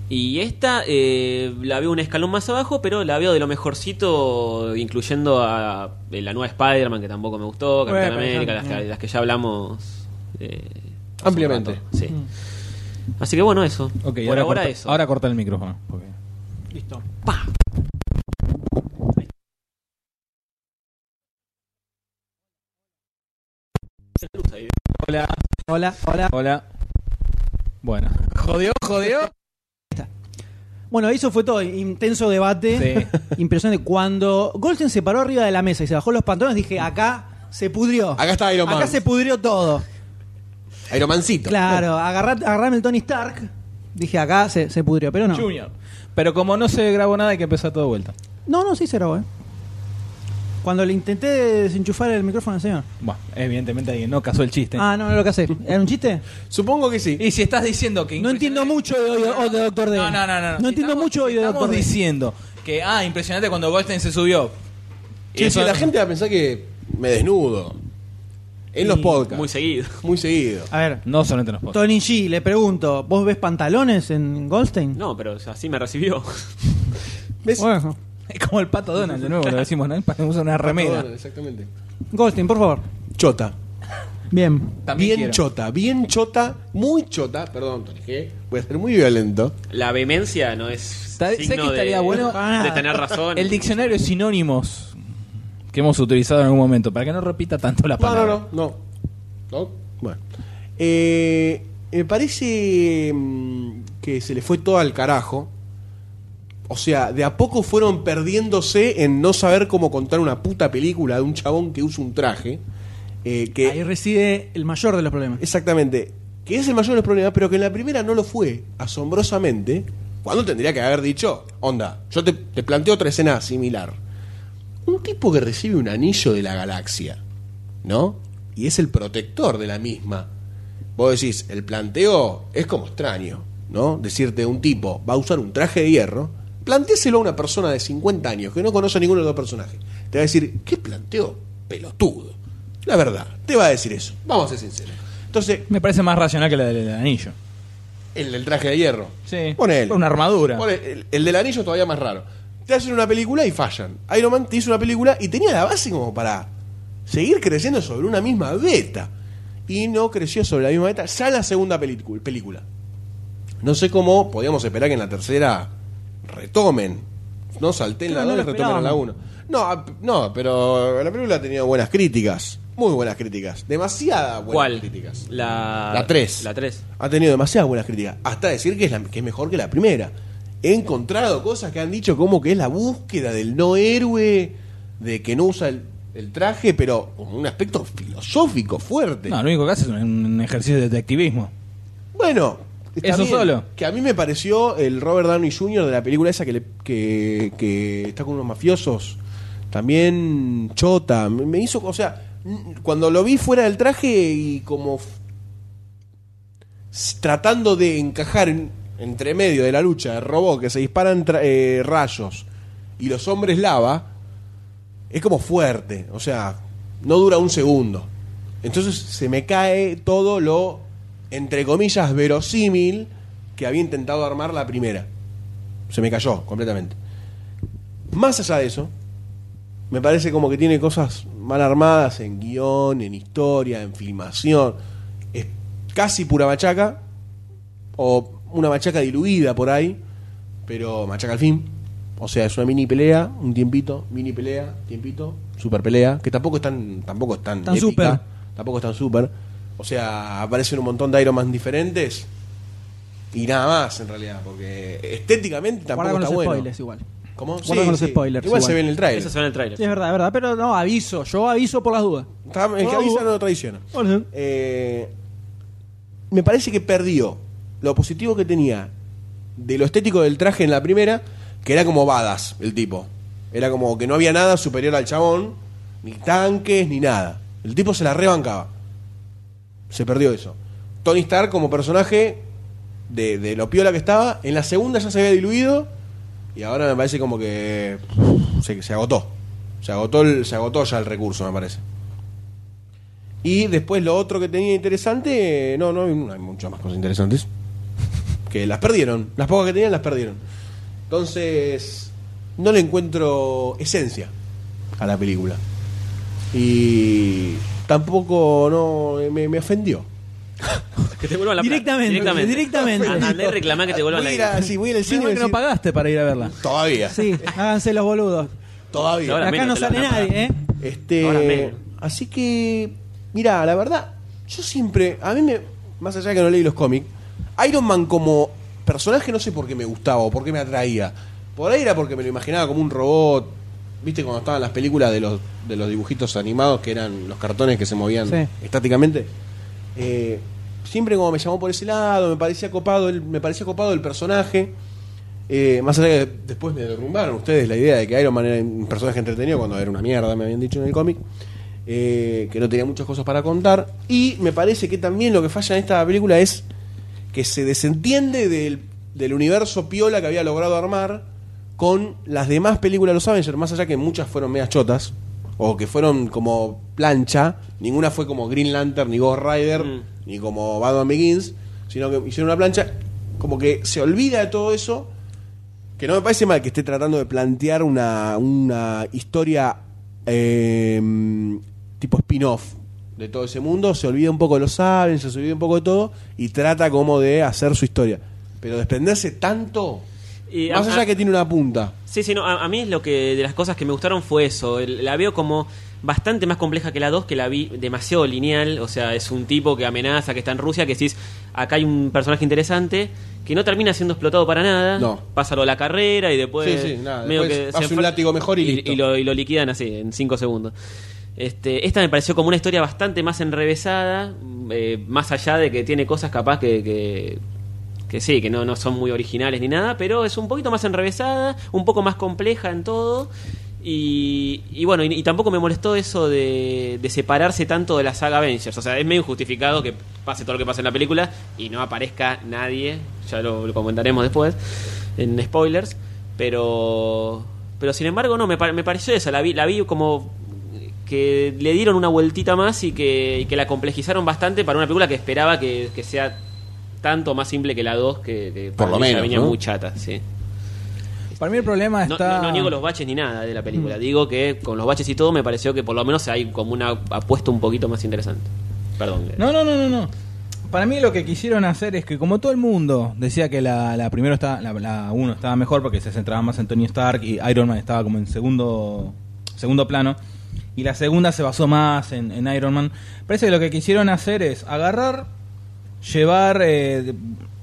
Speaker 5: Y esta eh, la veo un escalón más abajo, pero la veo de lo mejorcito, incluyendo a eh, la nueva Spider-Man, que tampoco me gustó,
Speaker 1: Bueno,
Speaker 5: Capitán
Speaker 1: pero eh. ya-
Speaker 5: América, las que, las que ya hablamos. eh, hace un
Speaker 2: Ampliamente.
Speaker 5: rato. Sí.
Speaker 1: Mm.
Speaker 5: Así que bueno, eso.
Speaker 4: Ok,
Speaker 5: Por ahora,
Speaker 4: corta,
Speaker 5: eso.
Speaker 4: Ahora corta el micrófono. porque-
Speaker 1: Listo.
Speaker 4: Hola,
Speaker 1: Hola, hola.
Speaker 4: hola. Bueno. ¿Jodió? ¿Jodió?
Speaker 1: Bueno, eso fue todo. Intenso debate. Impresionante. Cuando Goldstein se paró arriba de la mesa y se bajó los pantalones, dije, acá se pudrió.
Speaker 2: Acá está Iron Man.
Speaker 1: Acá se pudrió todo.
Speaker 2: Iron Mancito.
Speaker 1: Claro, agarrá- agarrame el Tony Stark Dije, acá se, se pudrió, pero no.
Speaker 4: Junior. Pero como no se grabó nada, hay que empezar todo de vuelta.
Speaker 1: No, no, sí se grabó, eh. Cuando le intenté desenchufar el micrófono al señor.
Speaker 4: Bueno, evidentemente alguien no casó el chiste.
Speaker 1: Ah, no, no lo que hace. ¿Era un chiste?
Speaker 2: Supongo que sí.
Speaker 4: Y si estás diciendo que.
Speaker 1: No entiendo mucho de, hoy, o de Doctor D.
Speaker 4: No, no, no. No,
Speaker 1: No entiendo
Speaker 4: Estamos-
Speaker 1: mucho hoy de
Speaker 4: Estamos
Speaker 1: Doctor D.
Speaker 4: diciendo que, ah, impresionante cuando Goldstein se subió.
Speaker 2: Che,
Speaker 4: Eso-
Speaker 2: si la gente va a pensar que me desnudo. En los podcasts. Muy,
Speaker 5: Muy seguido.
Speaker 2: seguido.
Speaker 1: A ver,
Speaker 4: No solamente nos
Speaker 1: Tony G, le pregunto, ¿vos ves pantalones en Goldstein?
Speaker 5: No, pero así me recibió.
Speaker 2: ¿Ves?
Speaker 1: Bueno,
Speaker 4: Es como el pato Donald, de nuevo, lo decimos, ¿no? Para usar una remera.
Speaker 2: Bueno, exactamente.
Speaker 1: Goldstein, por favor.
Speaker 2: Chota.
Speaker 1: Bien.
Speaker 4: También
Speaker 2: bien
Speaker 4: quiero.
Speaker 2: chota, bien chota, muy chota. Perdón, Tony G, Voy a ser muy violento.
Speaker 5: La vehemencia no es
Speaker 4: Está- sé
Speaker 5: signo
Speaker 4: que estaría
Speaker 5: de,
Speaker 4: bueno-
Speaker 5: de tener razón.
Speaker 4: El diccionario de sinónimos que hemos utilizado en algún momento, para que no repita tanto la
Speaker 2: No, no,
Speaker 4: palabra.
Speaker 2: no, no. No, Bueno. Eh, me parece mm, que se le fue todo al carajo. O sea, de a poco fueron perdiéndose en no saber cómo contar una puta película de un chabón que usa un traje. eh, que
Speaker 1: Ahí reside el mayor de los problemas.
Speaker 2: Exactamente. Que es el mayor de los problemas, pero que en la primera no lo fue, asombrosamente. Cuando tendría que haber dicho, onda, yo te, te planteo otra escena similar. Un tipo que recibe un anillo de la galaxia, ¿no? Y es el protector de la misma. Vos decís, el planteo es como extraño, ¿no? Decirte un tipo va a usar un traje de hierro, plantéselo a una persona de 50 años que no conoce a ninguno de los dos personajes. Te va a decir, ¿qué planteo? Pelotudo. La verdad, te va a decir eso. Vamos a ser sinceros. Entonces,
Speaker 4: Me parece más racional que la del, del anillo.
Speaker 2: el del traje de hierro.
Speaker 4: Sí.
Speaker 2: Ponele.
Speaker 4: Una armadura.
Speaker 2: Ponele, El, el del anillo es todavía más raro. Te hacen una película y fallan. Iron Man te hizo una película y tenía la base como para seguir creciendo sobre una misma beta. Y no creció sobre la misma beta ya en la segunda pelicu- película. No sé cómo podíamos esperar que en la tercera retomen. No salten la
Speaker 1: Claro, no
Speaker 2: 2 y
Speaker 1: lo
Speaker 2: retomen a la
Speaker 1: esperábamos.
Speaker 2: 1. No, a- no, pero la película ha tenido buenas críticas. Muy buenas críticas. Demasiadas buenas
Speaker 5: ¿Cuál?
Speaker 2: críticas.
Speaker 5: La
Speaker 2: La 3.
Speaker 5: La 3.
Speaker 2: Ha tenido demasiadas buenas críticas. Hasta decir que es, la- que es mejor que la primera. He encontrado cosas que han dicho como que es la búsqueda del no héroe, de que no usa el, el traje, pero con un aspecto filosófico fuerte.
Speaker 4: No, lo único que hace es un, un ejercicio de detectivismo.
Speaker 2: Bueno, está
Speaker 4: Eso solo.
Speaker 2: Que a mí me pareció el Robert Downey Jr. de la película esa que, le- que, que está con unos mafiosos. También Chota. Me me hizo, o sea, n- cuando lo vi fuera del traje y como f- s- tratando de encajar en- entre medio de la lucha de robot que se disparan tra- eh, rayos y los hombres lava, es como fuerte. O sea, no dura un segundo. Entonces se me cae todo lo, entre comillas, verosímil que había intentado armar la primera. Se me cayó completamente. Más allá de eso, me parece como que tiene cosas mal armadas en guión, en historia, en filmación. Es casi pura machaca, o una machaca diluida por ahí, pero machaca al fin. O sea, es una mini pelea, un tiempito, mini pelea, tiempito, super pelea, que tampoco es tan, tampoco es tan,
Speaker 1: Tan
Speaker 2: épica,
Speaker 1: super.
Speaker 2: tampoco es tan super. O sea, aparecen un montón de Iron Man diferentes y nada más en realidad, porque estéticamente tampoco
Speaker 1: Guarda con
Speaker 2: está
Speaker 1: los
Speaker 2: bueno.
Speaker 1: spoilers igual.
Speaker 2: ¿Cómo?
Speaker 1: Guarda con los spoilers
Speaker 2: Igual, se
Speaker 1: igual.
Speaker 2: ve en el trailer.
Speaker 5: Esa suena el
Speaker 1: Sí,
Speaker 5: trailer.
Speaker 1: es verdad, es verdad, pero no, aviso, yo aviso por las dudas.
Speaker 2: Está- el que
Speaker 1: Bueno,
Speaker 2: avisa
Speaker 1: hubo-
Speaker 2: no traiciona.
Speaker 1: Bueno.
Speaker 2: Eh, me parece que perdió lo positivo que tenía de lo estético del traje en la primera, que era como badas el tipo. Era como que no había nada superior al chabón, ni tanques, ni nada. El tipo se la rebancaba. Se perdió eso. Tony Stark como personaje de, de lo piola que estaba, en la segunda ya se había diluido y ahora me parece como que se, se agotó. Se agotó, el- se agotó ya el recurso, me parece. Y después lo otro que tenía interesante, eh, no, no, no hay muchas más cosas interesantes. Que las perdieron, las pocas que tenían las perdieron. Entonces, no le encuentro esencia a la película. Y tampoco no me, me ofendió.
Speaker 5: Que te vuelvan la plata.
Speaker 1: Directamente, directamente.
Speaker 5: Ah, Andá y reclamá que te vuelvan la
Speaker 2: Voy a ir a-
Speaker 5: plata.
Speaker 2: sí, voy a ir al
Speaker 4: Sí,
Speaker 2: cine. y
Speaker 4: que no
Speaker 2: decir,
Speaker 4: pagaste para ir a verla.
Speaker 2: Todavía,
Speaker 1: Sí, háganse los boludos.
Speaker 2: todavía.
Speaker 5: Ahora
Speaker 1: Acá
Speaker 5: menos
Speaker 1: no
Speaker 5: te la
Speaker 1: sale
Speaker 5: van a pagar.
Speaker 1: nadie, ¿eh?
Speaker 2: Este,
Speaker 5: Ahora menos.
Speaker 2: así que, mira, la verdad, yo siempre, a mí me, más allá de que no leí los cómics, Iron Man como personaje no sé por qué me gustaba o por qué me atraía. Por ahí era porque me lo imaginaba como un robot, viste cuando estaban las películas de los, de los dibujitos animados que eran los cartones que se movían
Speaker 1: Sí.
Speaker 2: estáticamente. Eh, siempre como me llamó por ese lado, me parecía copado el, me parecía copado el personaje. Eh, más allá de que después me derrumbaron ustedes la idea de que Iron Man era un personaje entretenido cuando era una mierda, me habían dicho en el cómic. eh, que no tenía muchas cosas para contar. Y me parece que también lo que falla en esta película es que se desentiende del, del universo piola que había logrado armar con las demás películas de los Avengers, más allá que muchas fueron medias chotas o que fueron como plancha, ninguna fue como Green Lantern, ni Ghost Rider,
Speaker 5: Mm.
Speaker 2: ni como Batman Begins, sino que hicieron una plancha, como que se olvida de todo eso, que no me parece mal que esté tratando de plantear una, una historia eh, tipo spin-off de todo ese mundo, se olvida un poco de los Avengers, se olvida un poco de todo, y trata como de hacer su historia. Pero desprenderse tanto,
Speaker 5: Y
Speaker 2: más
Speaker 5: a-
Speaker 2: allá
Speaker 5: a-
Speaker 2: que tiene una punta.
Speaker 5: Sí, sí, no, a, a mí es lo que de las cosas que me gustaron fue eso. El- la veo como bastante más compleja que la 2, que la vi demasiado lineal. O sea, es un tipo que amenaza, que está en Rusia, que decís, acá hay un personaje interesante, que no termina siendo explotado para nada.
Speaker 2: No.
Speaker 5: Pásalo a la carrera y después.
Speaker 2: Sí, sí, nada,
Speaker 5: medio
Speaker 2: después
Speaker 5: que se
Speaker 2: hace un
Speaker 5: enfra-
Speaker 2: látigo mejor y listo.
Speaker 5: lo, y lo liquidan así, en 5 segundos. Este, esta me pareció como una historia bastante más enrevesada, eh, más allá de que tiene cosas capaz que, que, que sí, que no, no son muy originales ni nada, pero es un poquito más enrevesada, un poco más compleja en todo. Y, y bueno, y, y tampoco me molestó eso de, de separarse tanto de la saga Avengers. O sea, es medio injustificado que pase todo lo que pasa en la película y no aparezca nadie. Ya lo, lo comentaremos después en spoilers. Pero pero sin embargo, no, me, pa- me pareció esa. La vi, la vi como que le dieron una vueltita más y que, y que la complejizaron bastante para una película que esperaba que, que sea tanto más simple que la 2, que, que
Speaker 2: Por
Speaker 5: para
Speaker 2: lo
Speaker 5: mí ya
Speaker 2: menos,
Speaker 5: venía
Speaker 2: ¿no?
Speaker 5: muy chata, sí.
Speaker 4: Para mí el problema
Speaker 5: No,
Speaker 4: está.
Speaker 5: no- no niego los baches ni nada de la
Speaker 1: Mm.
Speaker 5: película. Digo que con los baches y todo me pareció que por lo menos hay como una apuesta un poquito más interesante. Perdón.
Speaker 4: No, no, no, no, no. Para mí lo que quisieron hacer es que como todo el mundo decía que la, la primero estaba, la, la uno estaba mejor porque se centraba más en Tony Stark y Iron Man estaba como en segundo segundo plano y la segunda se basó más en, en Iron Man. Parece que lo que quisieron hacer es agarrar, llevar, eh, de-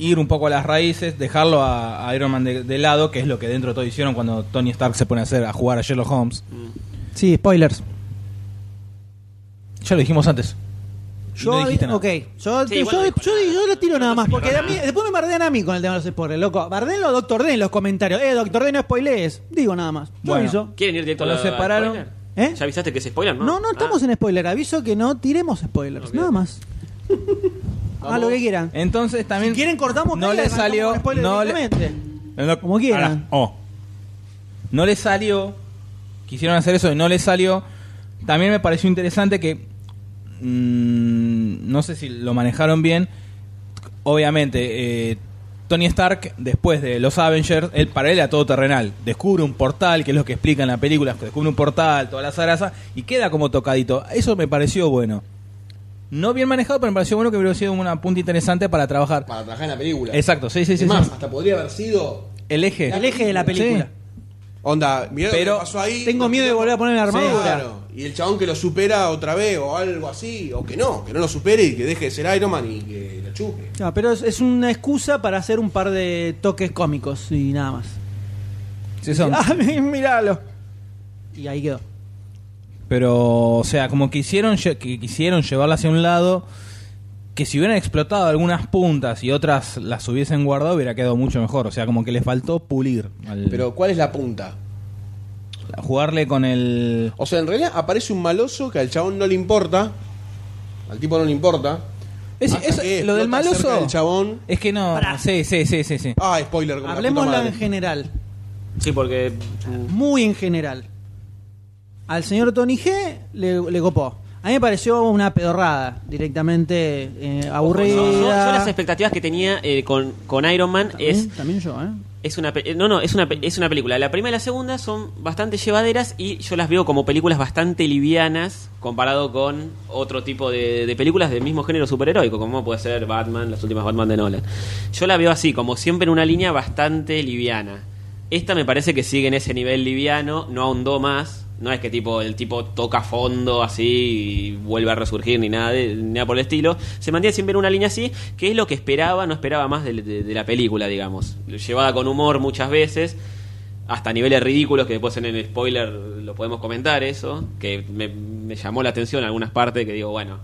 Speaker 4: ir un poco a las raíces, dejarlo a, a Iron Man de, de lado, que es lo que dentro de todo hicieron cuando Tony Stark se pone a hacer a jugar a Sherlock Holmes.
Speaker 1: Sí, spoilers.
Speaker 4: Ya lo dijimos antes. Y
Speaker 1: Yo,
Speaker 4: no dijiste nada.
Speaker 1: ok, yo,
Speaker 5: Sí,
Speaker 1: yo,
Speaker 5: igual no dijo
Speaker 1: yo-
Speaker 5: nada.
Speaker 1: yo la tiro nada más, porque
Speaker 5: dijo
Speaker 1: a mí- después me bardean a mí con el tema de los spoilers, loco. Bardenlo a Doctor D en los comentarios. Eh, Doctor D no spoilees. Digo nada más. Yo
Speaker 4: Bueno.
Speaker 1: aviso.
Speaker 5: ¿Quieren ir directo a
Speaker 4: Lo
Speaker 5: la-
Speaker 4: separaron.
Speaker 5: spoiler?
Speaker 1: ¿Eh?
Speaker 5: ¿Ya avisaste que se spoilan? No, Ah.
Speaker 1: No, no estamos en spoiler. Aviso que no tiremos spoilers,
Speaker 5: Ok.
Speaker 1: nada más. A lo que quieran.
Speaker 4: Entonces también...
Speaker 1: Si quieren cortamos
Speaker 4: Eh, No
Speaker 1: pila y
Speaker 4: le
Speaker 1: arrancamos
Speaker 4: salió...
Speaker 1: con spoilers
Speaker 4: No le,
Speaker 1: directamente.
Speaker 4: No,
Speaker 1: Como quieran.
Speaker 4: ahora, oh. No le salió. Quisieron hacer eso y no le salió. También me pareció interesante que. mm, no sé si lo manejaron bien. Obviamente, eh, Tony Stark, después de los Avengers, él para él era todo terrenal. Descubre un portal, que es lo que explica en la película. que Descubre un portal, toda la zaraza, y queda como tocadito. Eso me pareció bueno. No bien manejado, pero me pareció bueno que hubiera sido una punta interesante para trabajar.
Speaker 2: Para trabajar en la película.
Speaker 4: Exacto, sí, sí,
Speaker 2: Es
Speaker 4: sí. sí.
Speaker 2: más, hasta podría haber sido.
Speaker 4: El eje.
Speaker 1: El eje de la película.
Speaker 4: Sí.
Speaker 2: Onda, mirá
Speaker 4: Pero
Speaker 2: lo que pasó ahí.
Speaker 1: Tengo miedo de volver a poner la
Speaker 2: Claro,
Speaker 1: armadura.
Speaker 2: Y el chabón que lo supera otra vez o algo así. O que no, que no lo supere y que deje de ser Iron Man y que la chupe.
Speaker 1: No, pero es, es una excusa para hacer un par de toques cómicos y nada más.
Speaker 4: Sí, son.
Speaker 1: Ah, míralo. Y ahí quedó.
Speaker 4: Pero, o sea, como que hicieron, lle- que quisieron llevarla hacia un lado que si hubieran explotado algunas puntas y otras las hubiesen guardado hubiera quedado mucho mejor. O sea, como que les faltó pulir. al-
Speaker 2: Pero, ¿cuál es la punta?
Speaker 4: jugarle con el...
Speaker 2: O sea, en realidad aparece un maloso que al chabón no le importa. Al tipo no le importa.
Speaker 4: Es-
Speaker 2: Hasta
Speaker 4: es-
Speaker 2: que
Speaker 4: lo del
Speaker 2: explota cerca
Speaker 4: maloso...
Speaker 2: del chabón.
Speaker 4: Es que no...
Speaker 1: Pará.
Speaker 4: Sí, sí, sí, sí, sí.
Speaker 2: Ah, spoiler. como la puta
Speaker 1: Hablemosla
Speaker 2: madre.
Speaker 1: en general.
Speaker 5: Sí, porque. mm,
Speaker 1: Muy en general. Al señor Tony G le, le copó. A mí me pareció una pedorrada, directamente eh, aburrida.
Speaker 5: Yo, yo- yo las expectativas que tenía eh, con, con Iron Man es
Speaker 1: También- También yo, ¿eh?
Speaker 5: Es una pe- eh, no, no, es una, pe- es una película. La primera y la segunda son bastante llevaderas y yo las veo como películas bastante livianas comparado con otro tipo de, de películas del mismo género superheroico, como puede ser Batman, las últimas Batman de Nolan. Yo la veo así, como siempre en una línea bastante liviana. Esta me parece que sigue en ese nivel liviano, no ahondó más. No es que tipo el tipo toca fondo así y vuelve a resurgir ni nada, de- ni nada por el estilo. Se mantiene siempre en una línea así, que es lo que esperaba, no esperaba más de, de- de la película, digamos. Llevada con humor muchas veces, hasta niveles ridículos que después en el spoiler lo podemos comentar eso, que me, me llamó la atención algunas partes que digo, bueno,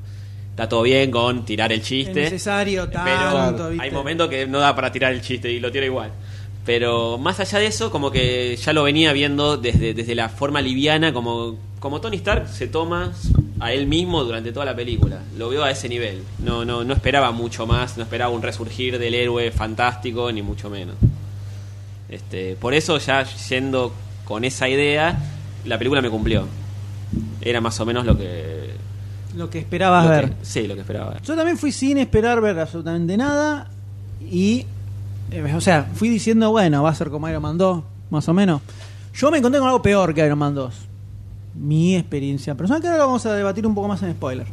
Speaker 5: Está todo bien con tirar el
Speaker 1: Es
Speaker 5: chiste.
Speaker 1: necesario tanto,
Speaker 5: Pero
Speaker 1: ¿viste?
Speaker 5: hay momentos que no da para tirar el chiste y lo tira igual. Pero más allá de eso, como que ya lo venía viendo desde, desde la forma liviana, como, como Tony Stark se toma a él mismo durante toda la película. Lo veo a ese nivel. No, no, no esperaba mucho más, no esperaba un resurgir del héroe fantástico, ni mucho menos. Este, por eso ya yendo con esa idea, la película me cumplió. Era más o menos lo que...
Speaker 1: Lo que esperabas
Speaker 5: lo que-
Speaker 1: ver.
Speaker 5: sí, lo que esperaba.
Speaker 1: Yo también fui sin esperar ver absolutamente nada y, eh, o sea, fui diciendo, bueno, va a ser como Iron Man 2, más o menos. Yo me encontré con algo peor que Iron Man 2. Mi experiencia personal, que ahora lo vamos a debatir un poco más en spoiler.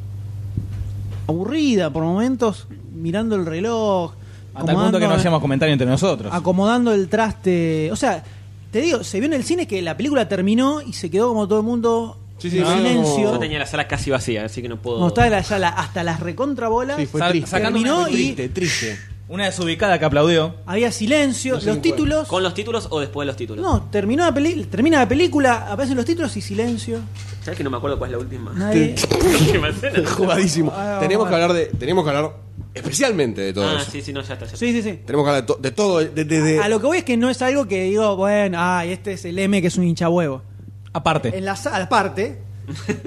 Speaker 1: Aburrida por momentos, mirando el reloj.
Speaker 3: A tal punto que no
Speaker 1: acomodando-
Speaker 3: hacíamos comentario entre nosotros.
Speaker 1: acomodando el traste. O sea, te digo, se vio en el cine que la película terminó y se quedó como todo el mundo
Speaker 2: Sí, sí,
Speaker 1: en
Speaker 2: sí,
Speaker 1: silencio.
Speaker 2: como-
Speaker 5: Yo tenía la sala casi vacía, así que no puedo...
Speaker 1: Como estaba la sala hasta las recontrabolas.
Speaker 2: Sí, fue
Speaker 3: Sal-
Speaker 2: triste.
Speaker 3: sacando
Speaker 1: Terminó
Speaker 3: una-
Speaker 1: y-
Speaker 2: Triste, triste.
Speaker 3: Una desubicada que aplaudió.
Speaker 1: Había silencio,
Speaker 2: No sé
Speaker 1: los
Speaker 2: ni cuál.
Speaker 1: títulos.
Speaker 5: ¿Con los títulos o después de los títulos?
Speaker 1: No, terminó la peli- termina la película, aparecen los títulos y silencio.
Speaker 5: ¿Sabes que no me acuerdo cuál es la última?
Speaker 1: Nadie.
Speaker 5: última escena.
Speaker 2: Jugadísimo.
Speaker 1: Eh, Ah,
Speaker 2: tenemos que
Speaker 1: bueno.
Speaker 2: hablar de. Tenemos que hablar especialmente de todo
Speaker 5: Ah,
Speaker 2: eso.
Speaker 5: sí, sí, no, ya está. Ya está.
Speaker 1: Sí, sí, sí.
Speaker 2: Tenemos que hablar de, to- de todo. De, de- de-
Speaker 1: A lo que voy es que no es algo que digo, bueno, ah, este es el M que es un hincha huevo.
Speaker 3: Aparte.
Speaker 1: En la sala, aparte,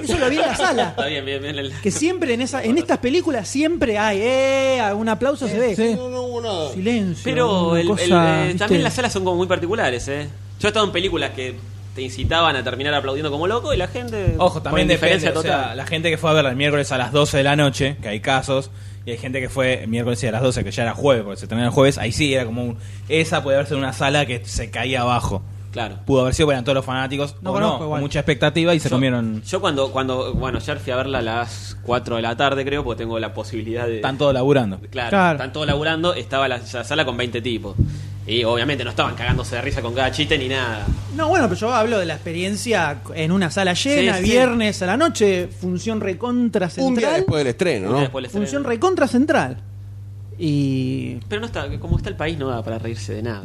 Speaker 1: eso lo vi en la
Speaker 5: Está
Speaker 1: sala.
Speaker 5: bien, bien, bien.
Speaker 1: Que siempre en esa, en estas películas siempre hay, eh, un aplauso se ve.
Speaker 3: Sí.
Speaker 2: No, no hubo nada.
Speaker 1: Silencio.
Speaker 5: Pero
Speaker 1: una
Speaker 5: el- el-
Speaker 1: cosa,
Speaker 5: eh,
Speaker 1: ¿viste?
Speaker 5: también las salas son como muy particulares, ¿eh? Yo he estado en películas que te incitaban a terminar aplaudiendo como loco y la gente...
Speaker 3: Ojo, también
Speaker 5: de
Speaker 3: depende. o sea, la gente que fue a verla el miércoles a las 12 de la noche, que hay casos, y hay gente que fue el miércoles a las 12, que ya era jueves, porque se terminaba el jueves, ahí sí era como un... Esa puede haberse en una sala que se caía abajo.
Speaker 5: Claro.
Speaker 3: Pudo haber sido para todos los fanáticos,
Speaker 1: No
Speaker 3: o
Speaker 1: conozco
Speaker 3: no, con
Speaker 1: igual.
Speaker 3: mucha expectativa y se comieron...
Speaker 5: Yo cuando, cuando, bueno, ayer fui a verla a las 4 de la tarde, creo, porque tengo la posibilidad de...
Speaker 3: Están todos laburando.
Speaker 5: Claro,
Speaker 1: Claro.
Speaker 5: están todos laburando, estaba la, la sala con 20 tipos. Y obviamente no estaban cagándose de risa con cada chiste ni nada.
Speaker 1: No, bueno, pero yo hablo de la experiencia en una sala llena,
Speaker 5: Sí, sí.
Speaker 1: viernes a la noche, función recontra central.
Speaker 2: Un día después del estreno,
Speaker 5: Después
Speaker 2: ¿no?
Speaker 5: del estreno.
Speaker 1: Función recontra central. Y.
Speaker 5: Pero no está, como está el país no da para reírse de nada.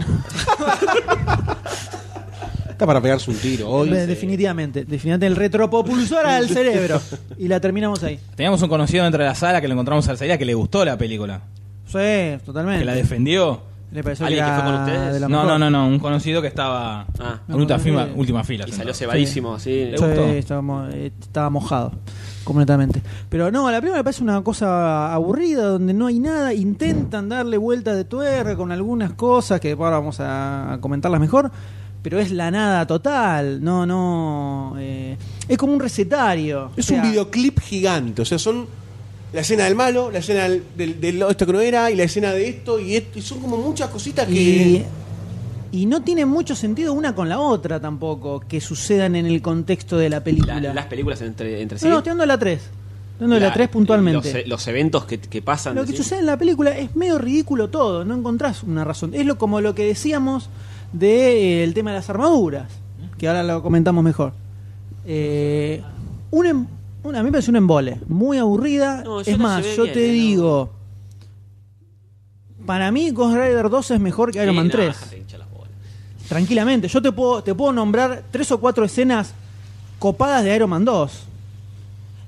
Speaker 2: Está para pegarse un tiro hoy.
Speaker 1: Ve- definitivamente, definitivamente el retropopulsora del cerebro. Y la terminamos ahí.
Speaker 3: Teníamos un conocido dentro de la sala que lo encontramos al salida que le gustó la película,
Speaker 1: Sí, totalmente.
Speaker 3: que la defendió.
Speaker 1: Le pareció
Speaker 5: ¿Alguien que
Speaker 1: era
Speaker 5: fue con ustedes?
Speaker 1: de la
Speaker 3: No,
Speaker 1: mejor.
Speaker 3: no, no, no, un conocido que estaba
Speaker 5: Ah.
Speaker 3: en última
Speaker 1: No,
Speaker 3: fila,
Speaker 1: no, no.
Speaker 3: última fila.
Speaker 5: Y
Speaker 3: sentado.
Speaker 5: salió cebadísimo, así.
Speaker 1: Sí,
Speaker 3: gustó?
Speaker 1: estábamos- eh, estaba mojado completamente. Pero no, la primera me parece una cosa aburrida donde no hay nada. Intentan darle vueltas de tuerca con algunas cosas que ahora vamos a comentarlas mejor. Pero es la nada total. No, no. eh, es como un recetario.
Speaker 2: Es
Speaker 1: O sea,
Speaker 2: un videoclip gigante. O sea, son la escena del malo, la escena del, del- del- esto que no era, y la escena de esto y esto. Y son como muchas cositas que.
Speaker 1: Y, y no tiene mucho sentido una con la otra tampoco que sucedan en el contexto de la película.
Speaker 5: La- las películas entre, entre sí.
Speaker 1: No, no, estoy dando la 3. Estoy dando la, 3 puntualmente.
Speaker 5: Los, e- los eventos que, que pasan.
Speaker 1: Lo que
Speaker 5: decís.
Speaker 1: sucede en la película es medio ridículo todo, no encontrás una razón. Es lo como lo que decíamos del de, eh, el tema de las armaduras, que ahora lo comentamos mejor. Eh, un, em- un- a mí me parece un embole, muy aburrida.
Speaker 5: No, yo
Speaker 1: es
Speaker 5: no
Speaker 1: más,
Speaker 5: se ve
Speaker 1: yo
Speaker 5: bien,
Speaker 1: te
Speaker 5: eh, no.
Speaker 1: digo, para mí Ghost Rider 2 es mejor que Iron
Speaker 5: Sí,
Speaker 1: Man
Speaker 5: nah,
Speaker 1: 3.
Speaker 5: déjate hinchar las bolas.
Speaker 1: Tranquilamente, yo te puedo, te puedo nombrar tres o cuatro escenas copadas de Iron Man 2.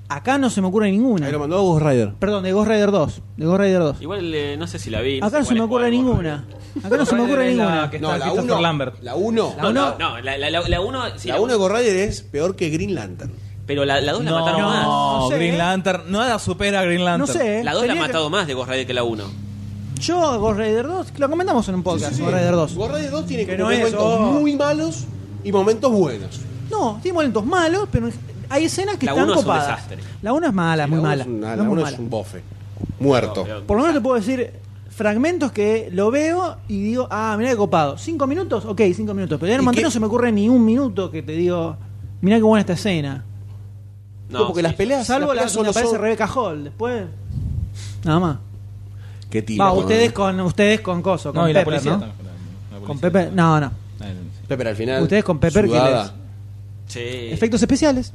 Speaker 1: Acá no se me ocurre ninguna.
Speaker 2: Ahí lo mandó a Ghost Rider.
Speaker 1: Perdón, de Ghost Rider 2. De Ghost Rider 2.
Speaker 5: Igual eh, no sé si la vi.
Speaker 1: Acá no se me ocurre ninguna. Acá no se me ocurre
Speaker 3: Es la
Speaker 1: ninguna.
Speaker 3: que
Speaker 2: No,
Speaker 3: está
Speaker 2: la
Speaker 3: Christopher
Speaker 2: 1.
Speaker 3: Lambert.
Speaker 2: La 1.
Speaker 5: No, no, no, la 1 la, la uno, sí,
Speaker 2: La
Speaker 5: la
Speaker 2: 1 de
Speaker 5: uno-
Speaker 2: Ghost Rider es peor que Green Lantern.
Speaker 5: Pero la 2 la
Speaker 3: no,
Speaker 5: mataron más.
Speaker 1: No sé,
Speaker 3: Green
Speaker 1: eh.
Speaker 3: Lantern. Nada supera a Green
Speaker 1: No
Speaker 3: Lantern.
Speaker 1: sé.
Speaker 5: La 2 la ha
Speaker 1: tenía que-
Speaker 5: matado más de Ghost Rider que la 1.
Speaker 1: Yo, Ghost Rider 2, lo comentamos en un podcast, Ghost Rider 2.
Speaker 2: Ghost Rider 2 tiene
Speaker 1: Que
Speaker 2: como
Speaker 1: no es,
Speaker 2: momentos
Speaker 1: oh.
Speaker 2: muy malos y momentos buenos.
Speaker 1: No, tiene momentos malos, pero hay escenas que
Speaker 5: La
Speaker 1: están
Speaker 5: uno es un
Speaker 1: copadas.
Speaker 5: desastre.
Speaker 1: La 1 es mala, muy
Speaker 2: La uno
Speaker 1: mala.
Speaker 2: es un-
Speaker 1: No
Speaker 2: La
Speaker 1: es muy
Speaker 2: 1
Speaker 1: mala.
Speaker 2: es un bofe. Muerto.
Speaker 1: Por lo menos te puedo decir fragmentos que lo veo y digo, ah, mirá qué copado. ¿Cinco minutos? Ok, cinco minutos. Pero de Iron
Speaker 2: ¿Y
Speaker 1: Man
Speaker 2: qué-
Speaker 1: 3 no se me ocurre ni un minuto que te digo, mirá qué buena esta escena.
Speaker 5: No,
Speaker 2: porque
Speaker 5: sí,
Speaker 2: las peleas.
Speaker 1: Salvo la
Speaker 2: las peleas
Speaker 1: donde
Speaker 2: son
Speaker 1: aparece
Speaker 2: los
Speaker 1: Rebecca Hall. Después, nada más.
Speaker 2: Que tira.
Speaker 1: Va, ustedes con, ustedes con Coso, con
Speaker 3: No, y la
Speaker 1: Pepper,
Speaker 3: policía.
Speaker 1: ¿no?
Speaker 3: también, la policía.
Speaker 1: Con Pepper, no, no.
Speaker 2: Pepper al final.
Speaker 1: Ustedes con Pepper, ¿qué
Speaker 2: sudada.
Speaker 5: Sí.
Speaker 3: Eh.
Speaker 1: Efectos especiales.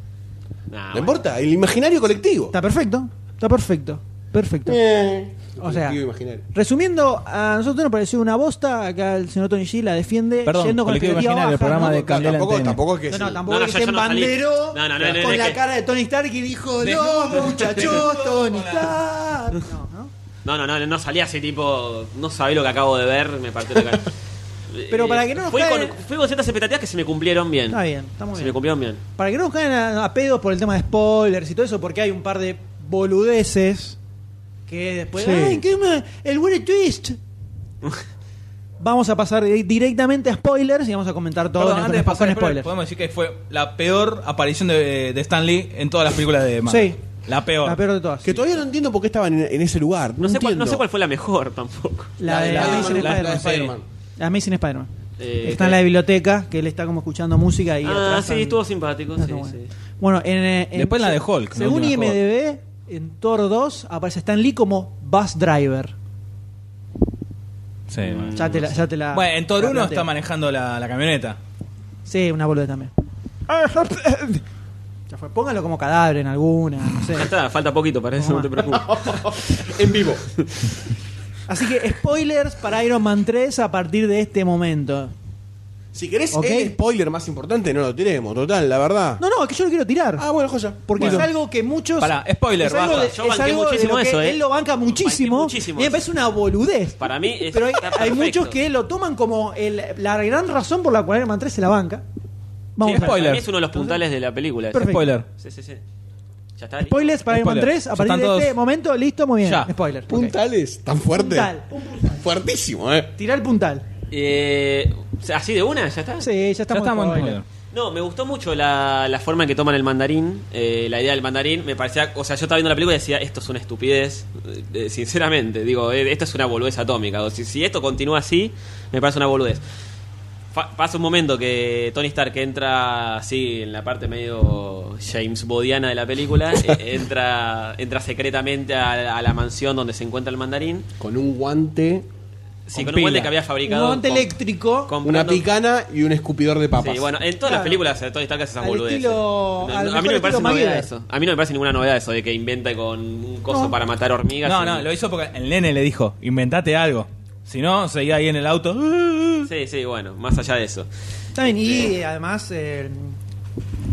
Speaker 5: Nah,
Speaker 2: No
Speaker 5: bueno.
Speaker 2: importa, el imaginario colectivo.
Speaker 1: Está perfecto. Está perfecto. Perfecto.
Speaker 2: Eh,
Speaker 1: O sea,
Speaker 2: Colectivo imaginario.
Speaker 1: resumiendo, a nosotros nos pareció una bosta. Acá el señor Tony G la defiende
Speaker 3: Perdón,
Speaker 1: yendo con el
Speaker 3: colectivo imaginario, el programa de
Speaker 2: Claro,
Speaker 3: Candela
Speaker 2: tampoco,
Speaker 3: en TN.
Speaker 2: tampoco es que
Speaker 1: No, no,
Speaker 2: sí.
Speaker 1: tampoco
Speaker 5: No, no,
Speaker 1: que
Speaker 5: yo-
Speaker 1: se
Speaker 5: yo no salí.
Speaker 1: embanderó
Speaker 5: No, no, no, no,
Speaker 1: con
Speaker 5: es
Speaker 1: la
Speaker 5: que-
Speaker 1: cara de Tony Stark y dijo, no, muchachos, Tony Stark. No, ¿no?
Speaker 5: No, no, no, no salía así tipo. No sabés lo que acabo de ver, me partió la cara.
Speaker 1: Pero para que no nos
Speaker 5: fui
Speaker 1: caiga-
Speaker 5: con, fui con ciertas expectativas que se me cumplieron bien.
Speaker 1: Está bien, está muy
Speaker 5: se
Speaker 1: bien.
Speaker 5: me cumplieron bien.
Speaker 1: Para que no nos caigan a, a pedos por el tema de spoilers y todo eso, porque hay un par de boludeces que después.
Speaker 2: Sí.
Speaker 1: ¡Ay, qué ma- ¡El Weird Twist! vamos a pasar di- directamente a spoilers y vamos a comentar todo
Speaker 3: Perdón,
Speaker 1: en-
Speaker 3: antes de
Speaker 1: con
Speaker 3: pasar a spoilers,
Speaker 1: spoilers.
Speaker 3: podemos decir que fue la peor aparición de, de Stan Lee en todas las películas de Marvel.
Speaker 1: Sí.
Speaker 3: La peor.
Speaker 1: La peor de todas.
Speaker 2: Que todavía no entiendo por qué estaban en, en ese lugar. No,
Speaker 5: No sé, cuál,
Speaker 2: entiendo.
Speaker 5: no sé cuál fue la mejor tampoco.
Speaker 1: La de
Speaker 3: la- la-
Speaker 1: Amazing
Speaker 3: la-
Speaker 1: Spider-Man.
Speaker 3: la- Spider-Man.
Speaker 1: La Amazing Spider-Man.
Speaker 5: Eh,
Speaker 1: está en la biblioteca, que él está como escuchando música y
Speaker 5: Ah,
Speaker 1: atrás
Speaker 5: sí,
Speaker 1: están-
Speaker 5: estuvo simpático.
Speaker 1: Ah, Está
Speaker 5: Sí,
Speaker 1: bueno.
Speaker 5: sí.
Speaker 1: Bueno, en, eh, en-
Speaker 3: Después la de Hulk, la
Speaker 1: Según
Speaker 3: última
Speaker 1: IMDb, en Thor 2 aparece Stan Lee como bus driver.
Speaker 3: Sí, bueno.
Speaker 1: Ya te la, ya te la-
Speaker 3: Bueno, en Thor
Speaker 1: la
Speaker 3: 1
Speaker 1: planteo.
Speaker 3: está manejando la, la camioneta.
Speaker 1: Sí, una boluda también. Ya fue. Póngalo como cadáver en alguna, no sé.
Speaker 5: Ya está, falta poquito para eso, no te preocupes.
Speaker 2: En vivo.
Speaker 1: Así que spoilers para Iron Man 3 a partir de este momento.
Speaker 2: Si querés
Speaker 1: Ok.
Speaker 2: el spoiler más importante, no lo tiremos, total, la verdad.
Speaker 1: No, no, es que yo lo quiero tirar.
Speaker 2: Ah, bueno, joya.
Speaker 1: Porque
Speaker 2: Bueno.
Speaker 1: es algo que muchos.
Speaker 3: Pará, spoiler,
Speaker 1: es algo,
Speaker 3: basta.
Speaker 1: de,
Speaker 5: Yo
Speaker 1: es
Speaker 5: banqué
Speaker 1: algo de
Speaker 5: muchísimo
Speaker 1: lo que
Speaker 5: eso, eh.
Speaker 1: él lo banca muchísimo.
Speaker 5: Banqué muchísimo
Speaker 1: Y me
Speaker 5: eso.
Speaker 1: parece una boludez.
Speaker 5: Para mí es-
Speaker 1: Pero hay,
Speaker 5: está
Speaker 1: hay
Speaker 5: perfecto.
Speaker 1: muchos que lo toman como el- la gran razón por la cual Iron Man 3 se la banca. Vamos
Speaker 3: Sí,
Speaker 1: a ver.
Speaker 5: Para mí
Speaker 3: Spoiler.
Speaker 5: es uno de los puntales de la película.
Speaker 1: Perfecto.
Speaker 3: Spoiler.
Speaker 5: Sí, sí, sí. Ya está. listo.
Speaker 1: Spoilers para Iron Man
Speaker 3: Spoiler.
Speaker 1: 3 a
Speaker 3: Ya
Speaker 1: partir
Speaker 3: están
Speaker 1: de
Speaker 3: todos.
Speaker 1: este momento. Listo, muy bien.
Speaker 3: Ya.
Speaker 1: Spoiler. ok.
Speaker 2: Puntales, tan fuerte.
Speaker 1: Puntal, un
Speaker 2: Fuertísimo, eh.
Speaker 1: Tirá el puntal.
Speaker 5: Eh, ¿Así de una? ¿Ya está?
Speaker 1: Sí, ya estamos,
Speaker 3: ya estamos en
Speaker 1: spoiler.
Speaker 3: spoiler.
Speaker 5: No, me gustó mucho la, la forma en que toman el mandarín, eh, la idea del mandarín. Me parecía, o sea, yo estaba viendo la película y decía, esto es una estupidez, eh, eh, sinceramente. Digo, eh, esto es una boludez atómica. O si, si esto continúa así, me parece una boludez. Fa- pasa un momento que Tony Stark entra así en la parte medio James Bodiana de la película, eh, entra, entra secretamente a, a la mansión donde se encuentra el mandarín.
Speaker 2: Con un guante,
Speaker 5: Sí,
Speaker 3: Con
Speaker 5: con un guante
Speaker 3: pila.
Speaker 5: que había
Speaker 1: Un
Speaker 5: fabricado.
Speaker 1: guante
Speaker 5: con-
Speaker 1: eléctrico.
Speaker 5: comprando-
Speaker 2: una picana y un escupidor de papas.
Speaker 5: Sí, bueno, en todas
Speaker 1: Claro.
Speaker 5: las películas eh, Tony Stark hace esas
Speaker 1: Al
Speaker 5: boludeces.
Speaker 1: estilo-
Speaker 5: No,
Speaker 1: al
Speaker 5: no, a
Speaker 1: mejor
Speaker 5: mí no me parece
Speaker 1: estilo
Speaker 5: novedad
Speaker 1: MacGyver.
Speaker 5: eso. A mí no me parece ninguna novedad eso de que inventa con un coso
Speaker 1: No.
Speaker 5: para matar hormigas.
Speaker 3: No,
Speaker 5: y-
Speaker 3: no, lo hizo porque el nene le dijo, inventate algo. Si no, seguía ahí en el auto.
Speaker 5: Sí, sí, bueno, más allá de eso.
Speaker 1: Está bien, y además eh,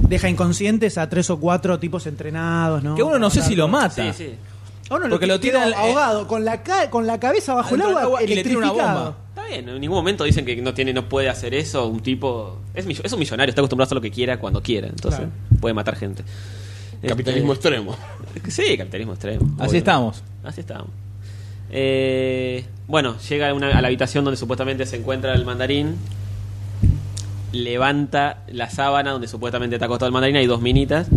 Speaker 1: deja inconscientes a tres o cuatro tipos entrenados, ¿no?
Speaker 3: Que uno no sé si lo
Speaker 5: Sí,
Speaker 3: mata.
Speaker 5: sí.
Speaker 1: A uno
Speaker 3: porque lo
Speaker 1: quedó
Speaker 3: tira al- eh,
Speaker 1: ahogado, con, la ca- con la cabeza bajo el
Speaker 3: Adentro del
Speaker 1: agua,
Speaker 3: agua y le tira una
Speaker 1: electrificado.
Speaker 3: bomba.
Speaker 5: Está bien, en ningún momento dicen que no tiene no puede hacer eso. Un tipo. Es, millo- es un millonario, está acostumbrado a hacer lo que quiera cuando quiera. Entonces, puede matar gente.
Speaker 2: Capitalismo
Speaker 5: Este,
Speaker 2: extremo.
Speaker 5: Sí, capitalismo extremo.
Speaker 3: Así
Speaker 5: obvio.
Speaker 3: estamos.
Speaker 5: Así estamos. Eh, bueno, llega a una- a la habitación donde supuestamente se encuentra el mandarín. Levanta la sábana donde supuestamente está acostado el mandarín. Hay dos minitas.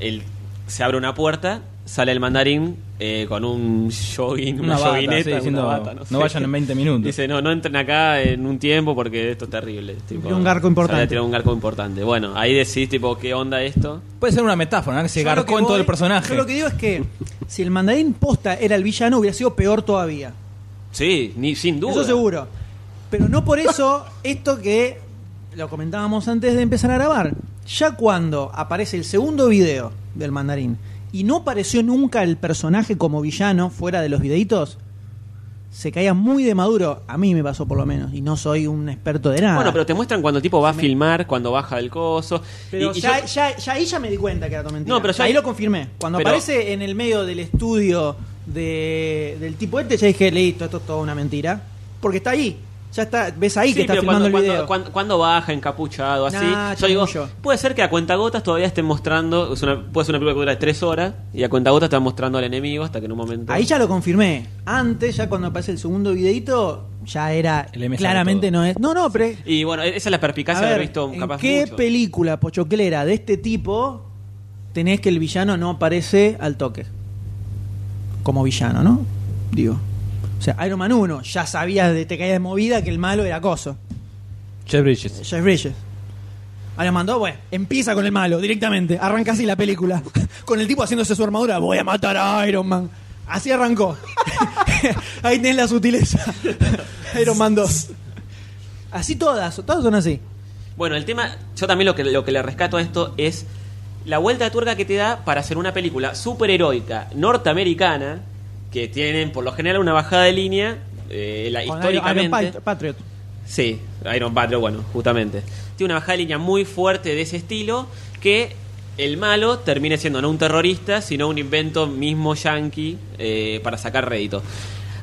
Speaker 5: Él- se abre una puerta. Sale el mandarín eh, con un jogging, una,
Speaker 3: Una bata,
Speaker 5: joguineta,
Speaker 3: sí,
Speaker 5: una
Speaker 3: diciendo,
Speaker 5: bata, no, sé.
Speaker 3: "No vayan en 20 minutos".
Speaker 5: Dice, no, no entren acá en un tiempo porque esto es terrible. Tipo,
Speaker 1: Tiró un garco importante.
Speaker 5: se había tirado un garco importante. Bueno, ahí decís, tipo, ¿qué onda esto?
Speaker 3: Puede ser una metáfora, ¿no? que se
Speaker 1: Yo lo
Speaker 3: garcó
Speaker 1: que
Speaker 3: en todo
Speaker 1: voy-
Speaker 3: el personaje.
Speaker 1: Yo lo que digo es que si el mandarín posta era el villano, hubiera sido peor todavía.
Speaker 5: Sí, ni, sin duda.
Speaker 1: Eso seguro. Pero no por eso, esto que lo comentábamos antes de empezar a grabar. Ya cuando aparece el segundo video del mandarín y no apareció nunca el personaje como villano fuera de los videitos, se caía muy de maduro. A mí me pasó por lo menos. Y no soy un experto de nada.
Speaker 5: Bueno, pero te muestran cuando el tipo va a filmar, cuando baja del coso.
Speaker 1: Pero
Speaker 5: Y- y
Speaker 1: ya,
Speaker 5: yo-
Speaker 1: ya- ya ahí ya me di cuenta que era todo mentira.
Speaker 5: No, pero ya-
Speaker 1: ahí lo confirmé. Cuando
Speaker 5: Pero-
Speaker 1: aparece en el medio del estudio de- del tipo este, ya dije, listo, esto es toda una mentira. Porque está ahí. Ya está, ves ahí
Speaker 5: sí,
Speaker 1: que está
Speaker 5: pero
Speaker 1: filmando
Speaker 5: cuando,
Speaker 1: el
Speaker 5: cuando-
Speaker 1: video.
Speaker 5: cuando- cuando baja encapuchado, así.
Speaker 1: Nah,
Speaker 5: yo digo,
Speaker 1: chamullo.
Speaker 5: puede ser que a cuentagotas todavía estén mostrando. es una- puede ser una película que dura tres horas y a cuentagotas están mostrando al enemigo hasta que en un momento.
Speaker 1: Ahí ya lo confirmé. Antes, ya cuando aparece el segundo videito, ya era
Speaker 3: El M sabe
Speaker 1: claramente
Speaker 3: todo.
Speaker 1: no es. No, no, pero
Speaker 5: Y bueno, e-, esa es la
Speaker 1: a
Speaker 5: perspicacia de
Speaker 1: ver,
Speaker 5: haber visto
Speaker 1: ¿en
Speaker 5: capaz
Speaker 1: qué
Speaker 5: mucho.
Speaker 1: película pochoclera de este tipo tenés que el villano no aparece al toque? Como villano, ¿no? Digo. O sea, Iron Man 1, ya sabías de te caías de movida que el malo era acoso.
Speaker 3: Jeff Bridges.
Speaker 1: Jeff Bridges. Iron Man 2, bueno, empieza con el malo directamente. Arranca así la película. Con el tipo haciéndose su armadura, voy a matar a Iron Man. Así arrancó. Ahí tenés la sutileza. Iron Man 2. Así todas, todas son así.
Speaker 5: Bueno, el tema, yo también lo que, lo que le rescato a esto es la vuelta de tuerca que te da para hacer una película superheroica norteamericana que tienen por lo general una bajada de línea. eh, la,
Speaker 1: Con
Speaker 5: históricamente.
Speaker 1: Iron- Iron Pat- Patriot.
Speaker 5: Sí, Iron Patriot, bueno, justamente. Tiene una bajada de línea muy fuerte de ese estilo que el malo termina siendo no un terrorista, sino un invento mismo yankee eh, para sacar rédito.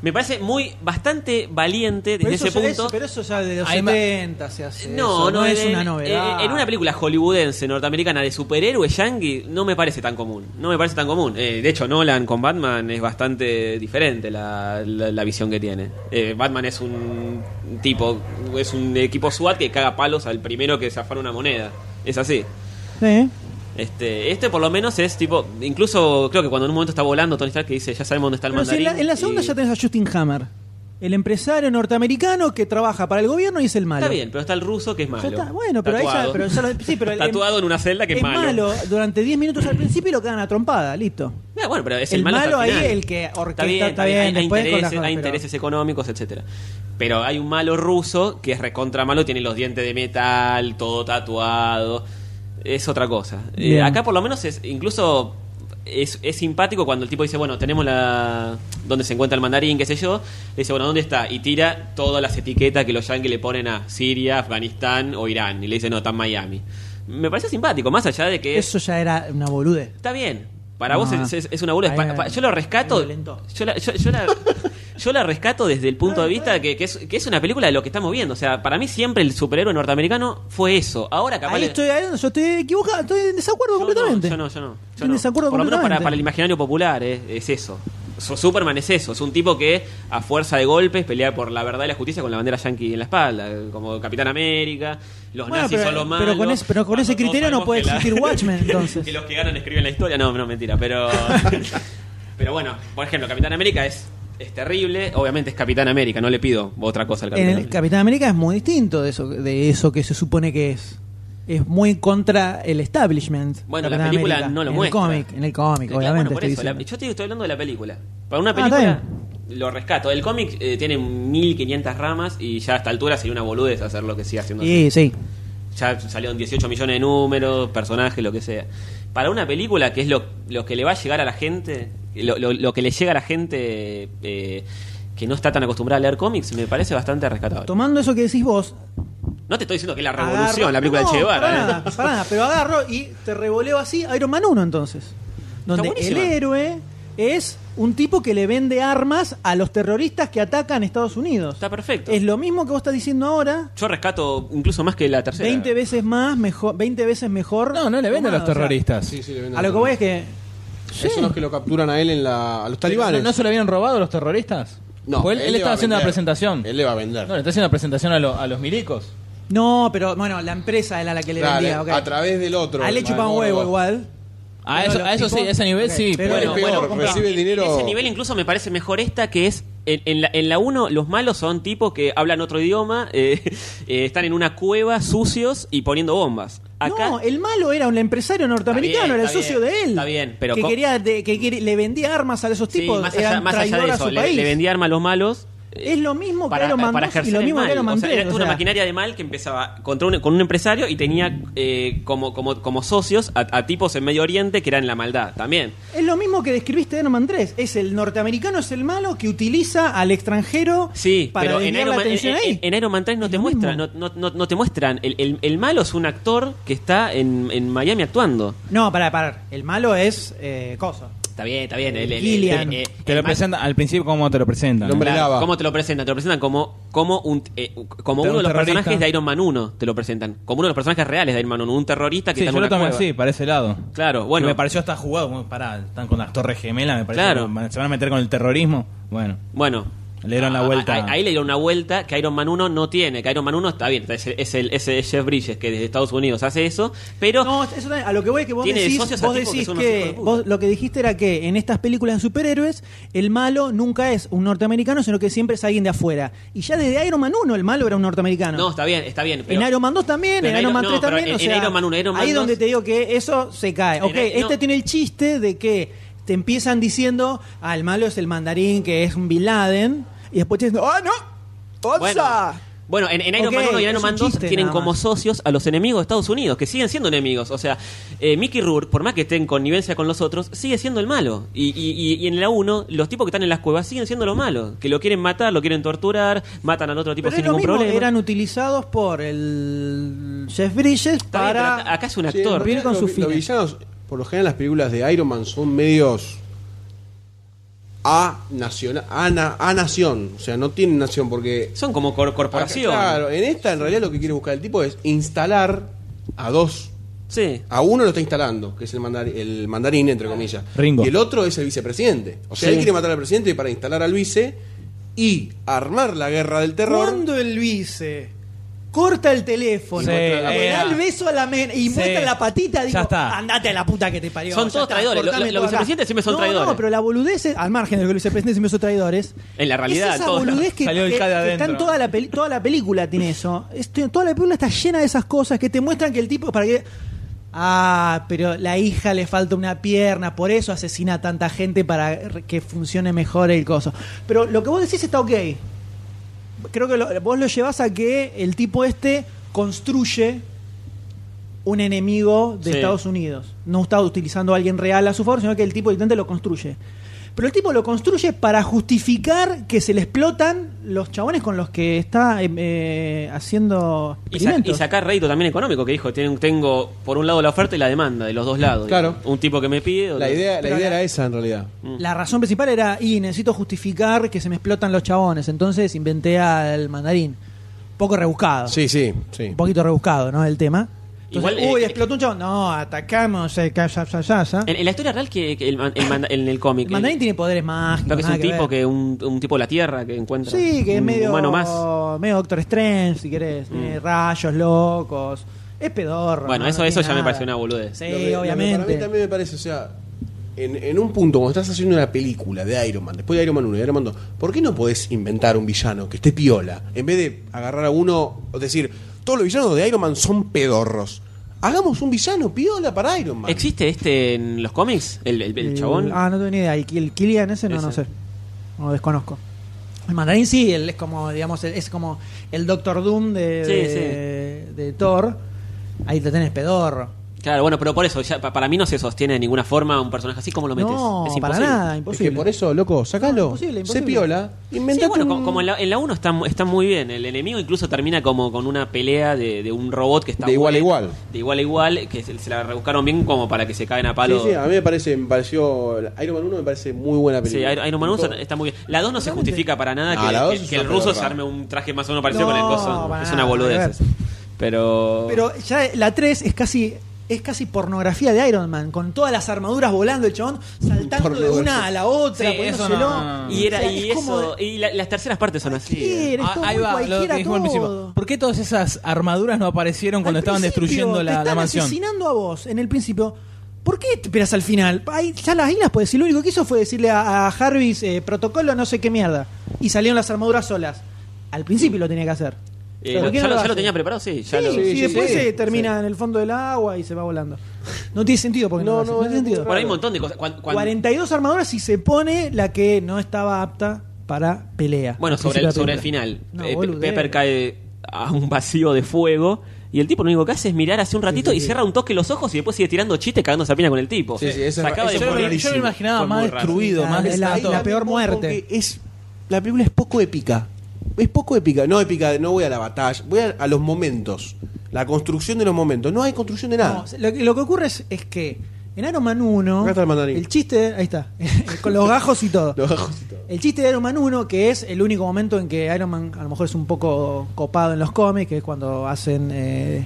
Speaker 5: Me parece muy bastante valiente
Speaker 1: Pero
Speaker 5: desde
Speaker 1: eso,
Speaker 5: ese
Speaker 1: ya
Speaker 5: punto.
Speaker 1: es- pero eso ya de los
Speaker 3: Ahí va-
Speaker 1: 70 se hace.
Speaker 5: No,
Speaker 1: Eh, eso,
Speaker 5: no,
Speaker 1: es
Speaker 5: en-
Speaker 1: una novedad.
Speaker 5: eh, En una película hollywoodense, norteamericana, de superhéroes yankee, no me parece tan común. No me parece tan común. Eh, de hecho, Nolan con Batman es bastante diferente la, la- la visión que tiene. Eh, Batman es un tipo, es un equipo SWAT que caga palos al primero que se afana una moneda. Es así.
Speaker 1: Sí.
Speaker 5: Este, este por lo menos es tipo, incluso creo que cuando en un momento está volando Tony Stark que dice, ya sabemos dónde está el
Speaker 1: Pero si en,
Speaker 5: mandarín.
Speaker 1: la, en la segunda
Speaker 5: y-
Speaker 1: ya tenés a Justin Hammer, el empresario norteamericano que trabaja para el gobierno y es el malo.
Speaker 5: Está bien, pero está el ruso que es
Speaker 1: Ya
Speaker 5: malo.
Speaker 1: está, bueno, pero ahí ya-
Speaker 5: Tatuado.
Speaker 1: pero ya lo- sí, pero el- em-
Speaker 5: Tatuado en una celda que es,
Speaker 1: es malo. durante 10 minutos al principio y lo cagan a trompada, listo.
Speaker 5: Ah, bueno, pero es
Speaker 1: El
Speaker 5: el, malo,
Speaker 1: malo
Speaker 5: hasta
Speaker 1: ahí,
Speaker 5: final.
Speaker 1: el que orquesta,
Speaker 5: Está bien,
Speaker 1: está
Speaker 5: hay-
Speaker 1: bien,
Speaker 5: hay, hay
Speaker 1: después con las
Speaker 5: intereses,
Speaker 1: cosas,
Speaker 5: hay
Speaker 1: pero-
Speaker 5: intereses económicos, etcétera. Pero hay un malo ruso que es recontra malo, tiene los dientes de metal, todo tatuado. Es otra cosa. Eh,
Speaker 1: Bien.
Speaker 5: acá por lo menos es incluso es, es simpático cuando el tipo dice, bueno, tenemos la donde se encuentra el mandarín, qué sé yo. Le dice, bueno, ¿dónde está? Y tira todas las etiquetas que los yankees le ponen a Siria, Afganistán o Irán. Y le dice, no, está en Miami. Me parece simpático, más allá de que es
Speaker 1: Eso ya era una bolude.
Speaker 5: Está bien. Para
Speaker 1: No.
Speaker 5: vos es, es- es una bola.
Speaker 1: Ah. Ahí
Speaker 5: Pa-
Speaker 1: me-
Speaker 5: pa- yo lo
Speaker 1: ahí
Speaker 5: rescato.
Speaker 1: me violentó.
Speaker 5: Yo la, yo- yo la- yo la rescato desde el punto de vista que, que es, que es una película de lo que estamos viendo. O sea, para mí siempre el superhéroe norteamericano fue eso. Ahora capaz.
Speaker 1: Ahí
Speaker 5: le-
Speaker 1: estoy, ahí yo estoy equivocado, estoy en desacuerdo
Speaker 5: yo
Speaker 1: completamente.
Speaker 5: No, yo no, yo no. yo
Speaker 1: Estoy en
Speaker 5: no.
Speaker 1: desacuerdo
Speaker 5: Por lo menos para,
Speaker 1: completamente.
Speaker 5: para el imaginario popular eh, es eso. Su- Superman es eso, es un tipo que a fuerza de golpes pelea por la verdad y la justicia con la bandera yankee en la espalda, eh, como Capitán América, los
Speaker 1: Bueno,
Speaker 5: nazis
Speaker 1: pero-
Speaker 5: son los
Speaker 1: pero
Speaker 5: malos.
Speaker 1: con ese- pero con
Speaker 5: Cuando
Speaker 1: ese
Speaker 5: todos
Speaker 1: criterio no
Speaker 5: sabemos
Speaker 1: puede
Speaker 5: que la-
Speaker 1: existir Watchmen, entonces.
Speaker 5: que los que ganan escriben la historia, no, no, mentira, pero pero bueno, por ejemplo, Capitán América es es terrible, obviamente es Capitán América, no le pido otra cosa al Capitán
Speaker 1: En el
Speaker 5: América.
Speaker 1: Capitán América es muy distinto de eso, de eso que se supone que es. Es muy contra el establishment.
Speaker 5: Bueno, la
Speaker 1: Capitán
Speaker 5: película
Speaker 1: América.
Speaker 5: no lo
Speaker 1: en
Speaker 5: muestra.
Speaker 1: El cómic, en el cómic,
Speaker 5: Eh, claro,
Speaker 1: obviamente.
Speaker 5: bueno, por
Speaker 1: estoy
Speaker 5: eso, la-
Speaker 1: diciendo.
Speaker 5: yo estoy, estoy hablando de la película. Para una
Speaker 1: Ah,
Speaker 5: película
Speaker 1: está
Speaker 5: lo rescato. El cómic eh, tiene 1500 ramas y ya a esta altura sería una boludez hacer lo que sigue haciendo.
Speaker 1: Sí, sí.
Speaker 5: Ya salieron 18 millones de números, personajes, lo que sea. Para una película que es lo, lo que le va a llegar a la gente, lo, lo- lo que le llega a la gente eh, que no está tan acostumbrada a leer cómics, me parece bastante rescatable.
Speaker 1: Tomando eso que decís vos.
Speaker 5: No te estoy diciendo que es la
Speaker 1: agarro-
Speaker 5: revolución, la película
Speaker 1: No,
Speaker 5: de Che Guevara,
Speaker 1: para
Speaker 5: ¿eh?
Speaker 1: nada, para nada, pero agarro y te revoleo así Iron Man 1 entonces. Donde el
Speaker 5: buenísima.
Speaker 1: héroe es un tipo que le vende armas a los terroristas que atacan Estados Unidos.
Speaker 5: Está perfecto.
Speaker 1: Es lo mismo que vos estás diciendo ahora,
Speaker 5: Yo rescato incluso más que la tercera.
Speaker 1: 20 veces más, mejor, 20 veces mejor.
Speaker 3: No, no le venden a los
Speaker 1: tomado, o sea,
Speaker 3: terroristas.
Speaker 2: Sí, sí, le venden
Speaker 1: a lo que voy es que
Speaker 2: Esos son los que lo capturan a él en la, a los talibanes.
Speaker 4: ¿No, no se lo habían robado los terroristas? Porque él, él
Speaker 2: le va
Speaker 4: estaba
Speaker 2: a
Speaker 4: haciendo la
Speaker 2: vender.
Speaker 4: presentación.
Speaker 2: Él le va a vender.
Speaker 4: No, le está haciendo la presentación a, lo- a los milicos.
Speaker 1: no, pero bueno, la empresa era la que le
Speaker 2: Claro,
Speaker 1: vendía, ok.
Speaker 2: A través del otro.
Speaker 1: A él le
Speaker 2: Más
Speaker 1: chupan
Speaker 2: gordo.
Speaker 1: huevo igual. Pero
Speaker 4: A Ah, eso,
Speaker 1: los
Speaker 4: a eso sí,
Speaker 1: tipos-
Speaker 4: a ese nivel
Speaker 1: ok,
Speaker 4: sí.
Speaker 1: pero-
Speaker 2: Él
Speaker 5: Bueno,
Speaker 2: es peor,
Speaker 5: bueno,
Speaker 2: recibe el dinero.
Speaker 5: En ese nivel incluso me parece mejor esta que es en, en la, en la 1 los malos son tipos que hablan otro idioma, eh, eh, están en una cueva sucios y poniendo bombas. Acá
Speaker 1: No, el malo era un empresario norteamericano,
Speaker 5: Está bien,
Speaker 1: era el
Speaker 5: está
Speaker 1: socio
Speaker 5: bien,
Speaker 1: de él.
Speaker 5: está bien, pero
Speaker 1: que
Speaker 5: co-
Speaker 1: quería de- que quer- le vendía armas a esos
Speaker 5: sí,
Speaker 1: tipos,
Speaker 5: más,
Speaker 1: eran
Speaker 5: allá, más allá
Speaker 1: traidor
Speaker 5: de
Speaker 1: a
Speaker 5: eso,
Speaker 1: su
Speaker 5: le,
Speaker 1: país.
Speaker 5: le vendía arma a los malos. eh,
Speaker 1: es lo mismo que
Speaker 5: para,
Speaker 1: Iron Man
Speaker 5: para
Speaker 1: 2 y
Speaker 5: ejercer
Speaker 1: lo
Speaker 5: el
Speaker 1: mismo
Speaker 5: mal.
Speaker 1: que Iron Man
Speaker 5: O sea,
Speaker 1: 3,
Speaker 5: era
Speaker 1: o
Speaker 5: una
Speaker 1: sea,
Speaker 5: maquinaria de mal que empezaba contra un, con un empresario y tenía eh, como, como, como socios a, a tipos en Medio Oriente que eran la maldad también.
Speaker 1: Es lo mismo que describiste de Iron Man 3. Es el norteamericano, es el malo que utiliza al extranjero
Speaker 5: Sí,
Speaker 1: para
Speaker 5: pero en
Speaker 1: desviar
Speaker 5: Iron,
Speaker 1: la
Speaker 5: Man,
Speaker 1: atención
Speaker 5: en-
Speaker 1: ahí.
Speaker 5: en- en Iron Man 3 no
Speaker 1: Es
Speaker 5: te
Speaker 1: lo
Speaker 5: muestran, no,
Speaker 1: mismo.
Speaker 5: no- no- no te muestran. El, el- el malo es un actor que está en, en Miami actuando.
Speaker 1: No, pará, pará. El malo es eh, Cosa.
Speaker 5: Está bien, está bien. El, el-
Speaker 1: Gillian.
Speaker 5: el- el-
Speaker 3: Te
Speaker 5: el
Speaker 3: lo
Speaker 5: mal-
Speaker 3: presentan al principio como te lo presentan.
Speaker 2: El hombre
Speaker 5: Claro,
Speaker 2: lava.
Speaker 5: ¿Cómo te lo presentan? Te lo presentan como, como, un, eh, como
Speaker 3: Te-
Speaker 5: uno
Speaker 3: un
Speaker 5: de los
Speaker 3: terrorista.
Speaker 5: personajes de Iron Man 1. Te lo presentan. Como uno de los personajes reales de Iron Man 1. Un terrorista que
Speaker 3: Sí,
Speaker 5: está en
Speaker 3: yo
Speaker 5: una
Speaker 3: lo tomé
Speaker 5: cueva.
Speaker 3: así, para ese lado.
Speaker 5: Claro,
Speaker 3: Bueno,
Speaker 5: bueno.
Speaker 3: me pareció hasta jugado. Bueno, pará, están con las torres gemelas, me parece.
Speaker 5: Claro.
Speaker 3: que Se van a meter con el terrorismo. Bueno,
Speaker 5: Bueno.
Speaker 3: Le dieron la
Speaker 5: a-
Speaker 3: vuelta.
Speaker 5: a- Ahí le dieron una vuelta que Iron Man 1 no tiene. Que Iron Man 1 está bien. Es el, es el- es el Jeff Bridges que desde Estados Unidos hace eso. Pero
Speaker 1: No, eso también, a lo que voy es que vos
Speaker 5: Tiene
Speaker 1: decís,
Speaker 5: socios a
Speaker 1: vos
Speaker 5: tipos que
Speaker 1: decís
Speaker 5: son
Speaker 1: que,
Speaker 5: unos hijos de puta.
Speaker 1: vos lo que dijiste era que en estas películas de superhéroes el malo nunca es un norteamericano, sino que siempre es alguien de afuera. Y ya desde Iron Man 1 el malo era un norteamericano.
Speaker 5: No, está bien, está bien. Pero,
Speaker 1: en Iron Man 2 también,
Speaker 5: pero
Speaker 1: en Iron Man
Speaker 5: no,
Speaker 1: 3
Speaker 5: pero
Speaker 1: también,
Speaker 5: en-
Speaker 1: o sea,
Speaker 5: en Iron Man 1, Iron Man
Speaker 1: ahí
Speaker 5: 2.
Speaker 1: donde te digo que eso se cae. Ok,
Speaker 5: En- no.
Speaker 1: este tiene el chiste de que te empiezan diciendo, ah, el malo es el mandarín que es un Bin Laden, y después te dicen, ¡ah, no! ¡Otsa!
Speaker 5: Bueno, Bueno, en, en Iron
Speaker 1: Ok,
Speaker 5: Man 1
Speaker 1: es
Speaker 5: y Iron
Speaker 1: un
Speaker 5: Man 2
Speaker 1: chiste
Speaker 5: tienen
Speaker 1: nada
Speaker 5: como
Speaker 1: más.
Speaker 5: socios a los enemigos de Estados Unidos, que siguen siendo enemigos. O sea, eh, Mickey Rourke, por más que esté en connivencia con los otros, sigue siendo el malo. Y, y- y- y en la 1, los tipos que están en las cuevas siguen siendo los malos. Que lo quieren matar, lo quieren torturar, matan al otro tipo
Speaker 1: Pero es
Speaker 5: sin
Speaker 1: lo
Speaker 5: ningún
Speaker 1: mismo,
Speaker 5: problema.
Speaker 1: eran utilizados por el Jeff Bridges
Speaker 5: Está bien,
Speaker 1: para...
Speaker 5: pero acá es un
Speaker 2: Sí, en
Speaker 5: actor.
Speaker 1: Viene
Speaker 2: realidad
Speaker 1: con
Speaker 2: los-
Speaker 1: sus
Speaker 2: los
Speaker 1: fines.
Speaker 2: villanos, por lo general, las películas de Iron Man son medios a nación, a, na- a nación. O sea, no tienen nación porque.
Speaker 5: Son como cor- corporación.
Speaker 1: Ah,
Speaker 2: Claro, en esta en realidad lo que quiere buscar el tipo es instalar a dos.
Speaker 5: Sí.
Speaker 2: A uno lo está instalando, que es el, mandar- el mandarín, entre comillas.
Speaker 3: Ringo.
Speaker 2: Y el otro es el vicepresidente. O sea, él quiere matar al presidente para instalar al vice y armar la guerra del terror.
Speaker 1: Cuando el vice corta el teléfono,
Speaker 3: Sí,
Speaker 1: le da
Speaker 3: era.
Speaker 1: el beso a la men
Speaker 3: Sí.
Speaker 1: y muestra la patita, digo,
Speaker 3: Ya está.
Speaker 1: andate a la puta que te parió.
Speaker 5: Son
Speaker 1: ya
Speaker 5: todos
Speaker 1: está,
Speaker 5: traidores,
Speaker 1: cortame
Speaker 5: lo- lo-
Speaker 1: todo
Speaker 5: los
Speaker 1: acá.
Speaker 5: vicepresidentes siempre son
Speaker 1: No,
Speaker 5: traidores.
Speaker 1: No, pero la boludez, es- al margen de que los vicepresidentes siempre son traidores.
Speaker 5: En la realidad,
Speaker 1: es esa
Speaker 5: todos-
Speaker 1: boludez que,
Speaker 3: Salió el
Speaker 1: que-
Speaker 3: CAD
Speaker 1: que está
Speaker 3: adentro.
Speaker 1: en toda la, peli- toda la película, tiene eso. Esto- toda la película está llena de esas cosas que te muestran que el tipo, para que. Ah, pero la hija le falta una pierna, por eso asesina a tanta gente para que funcione mejor el coso. Pero lo que vos decís está ok creo que lo- vos lo llevas a que el tipo este construye un enemigo de
Speaker 5: Sí.
Speaker 1: Estados Unidos. No está utilizando a alguien real a su favor, sino que el tipo evidentemente lo construye. Pero el tipo lo construye para justificar que se le explotan los chabones con los que está em, eh, haciendo
Speaker 5: Y, sa- y
Speaker 1: experimentos.
Speaker 5: sacar rédito también económico, que dijo, tengo, tengo por un lado la oferta y la demanda, de los dos lados.
Speaker 2: Claro.
Speaker 5: Un tipo que me pide... otro-
Speaker 2: La idea, la
Speaker 1: Pero
Speaker 2: idea
Speaker 1: la-
Speaker 2: era esa, en realidad.
Speaker 1: La razón principal era, y necesito justificar que se me explotan los chabones. Entonces inventé al mandarín. Poco rebuscado.
Speaker 2: Sí, sí, sí.
Speaker 1: un poquito rebuscado, ¿no? El tema.
Speaker 5: Igual,
Speaker 1: Igual, uy,
Speaker 5: eh,
Speaker 1: explotó un chavo. No, atacamos, eh, ca- ya, ya, ya, ya.
Speaker 5: En, en la historia real que, que el, man- el manda- en el cómic...
Speaker 1: El mandarín tiene poderes mágicos.
Speaker 5: Creo que es
Speaker 1: nada
Speaker 5: un tipo
Speaker 1: ver.
Speaker 5: que un, un tipo de la Tierra que encuentra.
Speaker 1: Sí, que es
Speaker 5: un
Speaker 1: medio.
Speaker 5: humano más. Mm.
Speaker 1: Medio Doctor Strange, si querés. Tiene rayos locos. Es pedorro.
Speaker 5: Bueno,
Speaker 1: ¿no?
Speaker 5: eso-
Speaker 1: No
Speaker 5: eso
Speaker 1: tiene
Speaker 5: ya me
Speaker 1: nada.
Speaker 5: pareció una boludez.
Speaker 1: Sí,
Speaker 2: Lo que- lo que Para mí
Speaker 1: obviamente.
Speaker 2: también me parece, o sea, en, en un punto, cuando estás haciendo una película de Iron Man, después de Iron Man 1 y Iron Man 2, ¿por qué no podés inventar un villano que esté piola? En vez de agarrar a uno, o decir, todos los villanos de Iron Man son pedorros. Hagamos un villano piola para Iron Man.
Speaker 5: ¿Existe este en los cómics? ¿El, el- el
Speaker 1: Y-
Speaker 5: chabón?
Speaker 1: Ah, no tengo ni idea. ¿Y el Killian ese? No, no
Speaker 5: Ese.
Speaker 1: sé. No lo desconozco. El mandarín sí, él es como, digamos, el- es como el Doctor Doom de,
Speaker 5: Sí,
Speaker 1: de, de Thor. Ahí te tenés pedorro.
Speaker 5: Claro, bueno, pero por eso, ya, pa- para mí no se sostiene de ninguna forma un personaje así como lo metes.
Speaker 1: No,
Speaker 5: es
Speaker 1: para
Speaker 5: imposible.
Speaker 1: nada,
Speaker 2: Es
Speaker 1: imposible.
Speaker 2: que por eso, loco, sacalo.
Speaker 1: No, imposible,
Speaker 2: Sé
Speaker 1: imposible.
Speaker 2: piola.
Speaker 5: Sí,
Speaker 2: Inventa
Speaker 5: bueno, como, como en la, en la 1 está, mu- está muy bien. El enemigo incluso termina como con una pelea de, de un robot que está.
Speaker 2: De igual a
Speaker 5: bueno,
Speaker 2: igual.
Speaker 5: De igual a igual, que se, se la rebuscaron bien como para que se caen a
Speaker 2: Sí,
Speaker 5: palo.
Speaker 2: sí, a mí me parece, me pareció. Iron Man 1 me parece muy buena
Speaker 5: Sí,
Speaker 2: película.
Speaker 5: Iron Iron Man 1 está muy bien. La 2 no se justifica para nada
Speaker 2: Ah,
Speaker 5: que,
Speaker 2: la dos
Speaker 5: que-
Speaker 2: es
Speaker 5: que
Speaker 2: una
Speaker 5: el ruso se
Speaker 2: pedorra.
Speaker 5: arme un traje más o menos parecido con el
Speaker 1: No,
Speaker 5: coso.
Speaker 1: va,
Speaker 5: es una boludez.
Speaker 1: a ver.
Speaker 5: Pero.
Speaker 1: Pero ya la 3 es casi es casi pornografía de Iron Man, con todas las armaduras volando, el chabón saltando de
Speaker 2: Pornografía.
Speaker 1: una a la otra,
Speaker 4: Sí,
Speaker 1: poniéndoselo.
Speaker 4: eso no.
Speaker 5: Y, era,
Speaker 1: O sea,
Speaker 5: y
Speaker 1: es como-
Speaker 5: eso, y la- las terceras partes son así.
Speaker 1: ¿Qué?
Speaker 5: eh.
Speaker 1: Eres
Speaker 4: Ah,
Speaker 1: todo muy cualquiera todo.
Speaker 4: ¿Por qué todas esas armaduras no aparecieron cuando
Speaker 1: al
Speaker 4: estaban
Speaker 1: principio
Speaker 4: destruyendo
Speaker 1: te
Speaker 4: la, la
Speaker 1: están
Speaker 4: mansión?
Speaker 1: asesinando a vos en el principio. ¿Por qué te esperas al final? Ahí ya las islas, pues si lo único que hizo fue decirle a, a Jarvis eh, protocolo no sé qué mierda. Y salieron las armaduras solas. Al principio lo tenía que hacer.
Speaker 5: Eh,
Speaker 1: Pero
Speaker 5: lo-
Speaker 1: ¿por qué
Speaker 5: ya,
Speaker 1: no
Speaker 5: lo, ya
Speaker 1: hace?
Speaker 5: lo tenía preparado, sí.
Speaker 1: Sí,
Speaker 5: Ya lo-
Speaker 1: sí,
Speaker 2: sí,
Speaker 1: después
Speaker 2: sí.
Speaker 1: se termina en el fondo del agua y se va volando. No tiene sentido porque no,
Speaker 2: No,
Speaker 1: lo hace,
Speaker 2: no,
Speaker 1: no tiene
Speaker 2: es muy
Speaker 1: sentido.
Speaker 5: Bueno, hay un montón de cosas. Cuan- cuan-
Speaker 1: 42 armaduras y se pone la que no estaba apta para pelea.
Speaker 5: bueno,
Speaker 1: Al principio
Speaker 5: sobre
Speaker 1: de
Speaker 5: el,
Speaker 1: la
Speaker 5: sobre el
Speaker 1: película.
Speaker 5: final.
Speaker 1: No,
Speaker 5: eh, Pe-
Speaker 1: boludez.
Speaker 5: Pepper cae a un vacío de fuego. Y el tipo lo único que hace es mirar hace un ratito y cierra un toque los ojos y después sigue tirando chistes cagándose a pina con el tipo.
Speaker 2: Sí, sí, eso
Speaker 5: Se
Speaker 2: es-
Speaker 5: acaba
Speaker 2: eso
Speaker 5: de
Speaker 2: es
Speaker 4: Yo, me-
Speaker 5: morir.
Speaker 4: yo me imaginaba
Speaker 5: Fue muy
Speaker 4: más
Speaker 5: raro.
Speaker 4: destruido,
Speaker 1: La- la-
Speaker 4: más
Speaker 1: la-
Speaker 4: destruido.
Speaker 1: la- peor muerte.
Speaker 2: porque Es, la película es poco épica. Es poco épica. No épica, no voy a la batalla. Voy a, a los momentos. La construcción de los momentos. No hay construcción de nada.
Speaker 1: No, lo, que- lo que ocurre es, es que en Iron Man 1,
Speaker 2: Acá está el mandarín.
Speaker 1: chiste, ahí está, con los gajos y todo.
Speaker 2: Los gajos y todo.
Speaker 1: El chiste de Iron Man 1, que es el único momento en que Iron Man a lo mejor es un poco copado en los cómics, que es cuando hacen eh,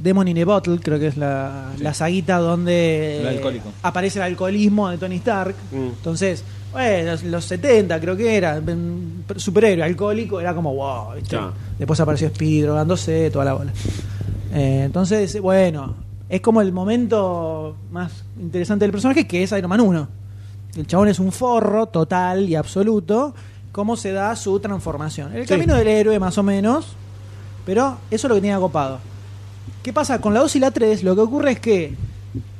Speaker 1: Demon in a Bottle, creo que es la, la saguita donde
Speaker 3: El
Speaker 1: eh,
Speaker 3: alcohólico.
Speaker 1: aparece el alcoholismo de Tony Stark. Entonces, bueno, los, los 70 creo que era, mm, superhéroe alcohólico, era como wow. ¿viste?
Speaker 5: Ya.
Speaker 1: Después apareció Speed drogándose, toda la bola. Eh, entonces, bueno, es como el momento más interesante del personaje que es Iron Man 1. El chabón es un forro total y absoluto. ¿Cómo se da su transformación? El camino del héroe, más o menos. Pero eso es lo que tenía copado. ¿Qué pasa? Con la 2 y la 3, lo que ocurre es que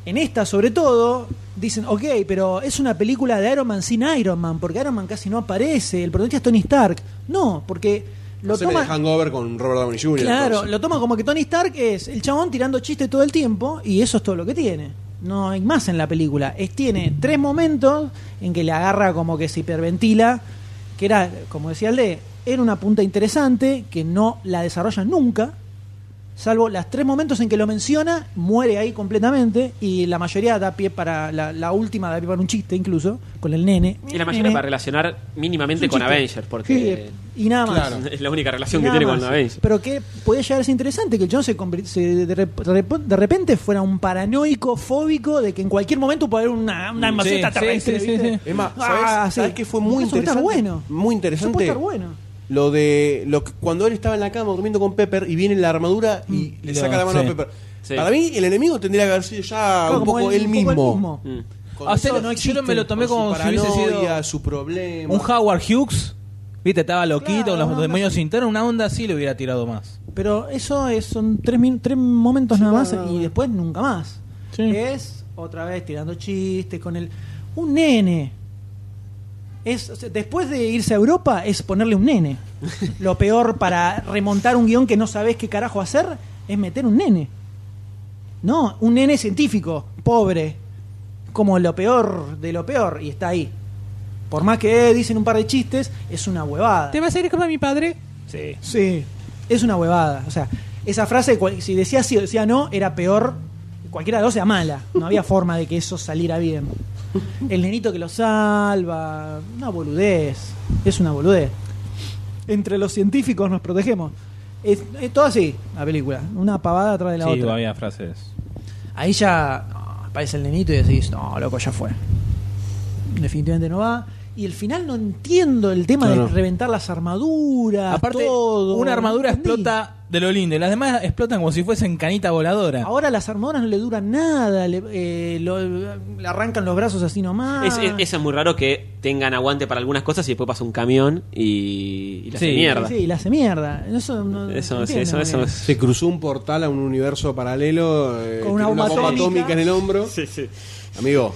Speaker 1: en esta, sobre todo, dicen, ok, pero es una película de Iron Man sin Iron Man, porque Iron Man casi no aparece, el protagonista es Tony Stark. No, porque lo
Speaker 2: Haceme de
Speaker 1: toma,
Speaker 2: hangover con Robert Downey Jr.
Speaker 1: claro,
Speaker 2: entonces.
Speaker 1: lo toma como que Tony Stark es el chabón tirando chistes todo el tiempo y eso es todo lo que tiene. No hay más en la película. Es, tiene tres momentos en que le agarra como que se hiperventila, que era, como decía el D, era una punta interesante que no la desarrolla nunca. Salvo las tres momentos en que lo menciona, muere ahí completamente y la mayoría da pie para, la, la última da pie para un chiste incluso, con el nene.
Speaker 5: Y la mayoría
Speaker 1: Nene.
Speaker 5: para relacionar mínimamente
Speaker 1: Es un
Speaker 5: con
Speaker 1: chiste.
Speaker 5: Avengers, porque
Speaker 1: Sí, y nada más.
Speaker 2: Claro.
Speaker 5: es la única relación que
Speaker 1: Nada
Speaker 5: tiene con
Speaker 1: más.
Speaker 5: Avengers.
Speaker 1: Pero que podía llegar a ser interesante que el John se, convir- se de, rep- rep- de repente fuera un paranoico, fóbico, de que en cualquier momento puede haber una, una
Speaker 4: Mm,
Speaker 1: invasión
Speaker 4: sí,
Speaker 1: extraterrestre,
Speaker 4: sí, sí,
Speaker 1: ¿viste?
Speaker 4: sí,
Speaker 2: Es más, ¿sabes,
Speaker 1: Ah, sí.
Speaker 2: ¿sabes qué fue muy
Speaker 1: Eso puede estar
Speaker 2: interesante?
Speaker 1: bueno.
Speaker 2: Muy
Speaker 1: Eso
Speaker 2: interesante. Ah,
Speaker 1: puede estar bueno.
Speaker 2: Lo de lo que- cuando él estaba en la cama durmiendo con Pepper y viene la armadura y le
Speaker 4: No,
Speaker 2: saca la mano
Speaker 4: Mm. sí.
Speaker 2: a Pepper.
Speaker 5: Sí.
Speaker 2: Para mí, el enemigo tendría que haber sido ya
Speaker 1: Claro,
Speaker 2: un
Speaker 1: como
Speaker 2: poco
Speaker 1: él-
Speaker 2: él
Speaker 1: un poco él
Speaker 2: mismo.
Speaker 5: Mm.
Speaker 2: Con
Speaker 4: O sea,
Speaker 2: todo-
Speaker 4: no, yo
Speaker 1: existe.
Speaker 4: no Ah, me lo tomé
Speaker 2: con
Speaker 4: como
Speaker 2: su
Speaker 4: si hubiese sido
Speaker 2: paranoia, su problema.
Speaker 4: un Howard Hughes. Viste, estaba loquito,
Speaker 1: Claro,
Speaker 4: los
Speaker 1: una onda
Speaker 4: demonios internos, una onda así le hubiera tirado más.
Speaker 1: Pero eso es, son tres, min- tres momentos nada más
Speaker 2: nada,
Speaker 1: y
Speaker 2: nada.
Speaker 1: después nunca más.
Speaker 4: Sí.
Speaker 1: Es otra vez tirando chistes con el. Un nene. Es, o sea, después de irse a Europa es ponerle un nene. Lo peor para remontar un guión que no sabes qué carajo hacer es meter un nene. No, un nene científico, pobre. Como lo peor de lo peor y está ahí. Por más que dicen un par de chistes, es una huevada.
Speaker 4: ¿Te vas a ir con mi padre?
Speaker 3: Sí.
Speaker 1: Sí, es una huevada. O sea, esa frase, cual- si decía sí o decía no, era peor. Cualquiera de los dos era mala. No había forma de que eso saliera bien. El nenito que lo salva. Una boludez. Es una boludez. Entre los científicos nos protegemos. Es, es todo así, la película. Una pavada atrás de la
Speaker 3: Sí,
Speaker 1: otra.
Speaker 3: había frases.
Speaker 1: Ahí ya no, aparece el nenito y decís, no, loco, ya fue. Definitivamente no va. Y el final no entiendo el tema de
Speaker 2: No, no.
Speaker 1: reventar las armaduras,
Speaker 4: Aparte,
Speaker 1: Ah, todo.
Speaker 4: una armadura
Speaker 1: No entendí.
Speaker 4: explota de lo lindo y las demás explotan como si fuesen canita voladora.
Speaker 1: Ahora las armaduras no le duran nada, le, eh, lo- le arrancan los brazos así
Speaker 2: Ah.
Speaker 1: nomás.
Speaker 5: Es, es- eso es muy raro que tengan aguante para algunas cosas y después pasa un camión y, y la hace
Speaker 4: Sí,
Speaker 5: mierda.
Speaker 1: Sí, sí, y la hace mierda. Eso, no-
Speaker 5: Eso,
Speaker 1: no
Speaker 5: sí,
Speaker 1: entiendo
Speaker 5: eso,
Speaker 1: muy
Speaker 5: eso
Speaker 1: bien.
Speaker 5: es-
Speaker 2: Se cruzó un portal a un universo paralelo eh,
Speaker 1: Con una
Speaker 2: tiene
Speaker 1: bomba atómica.
Speaker 2: en el hombro. Amigo,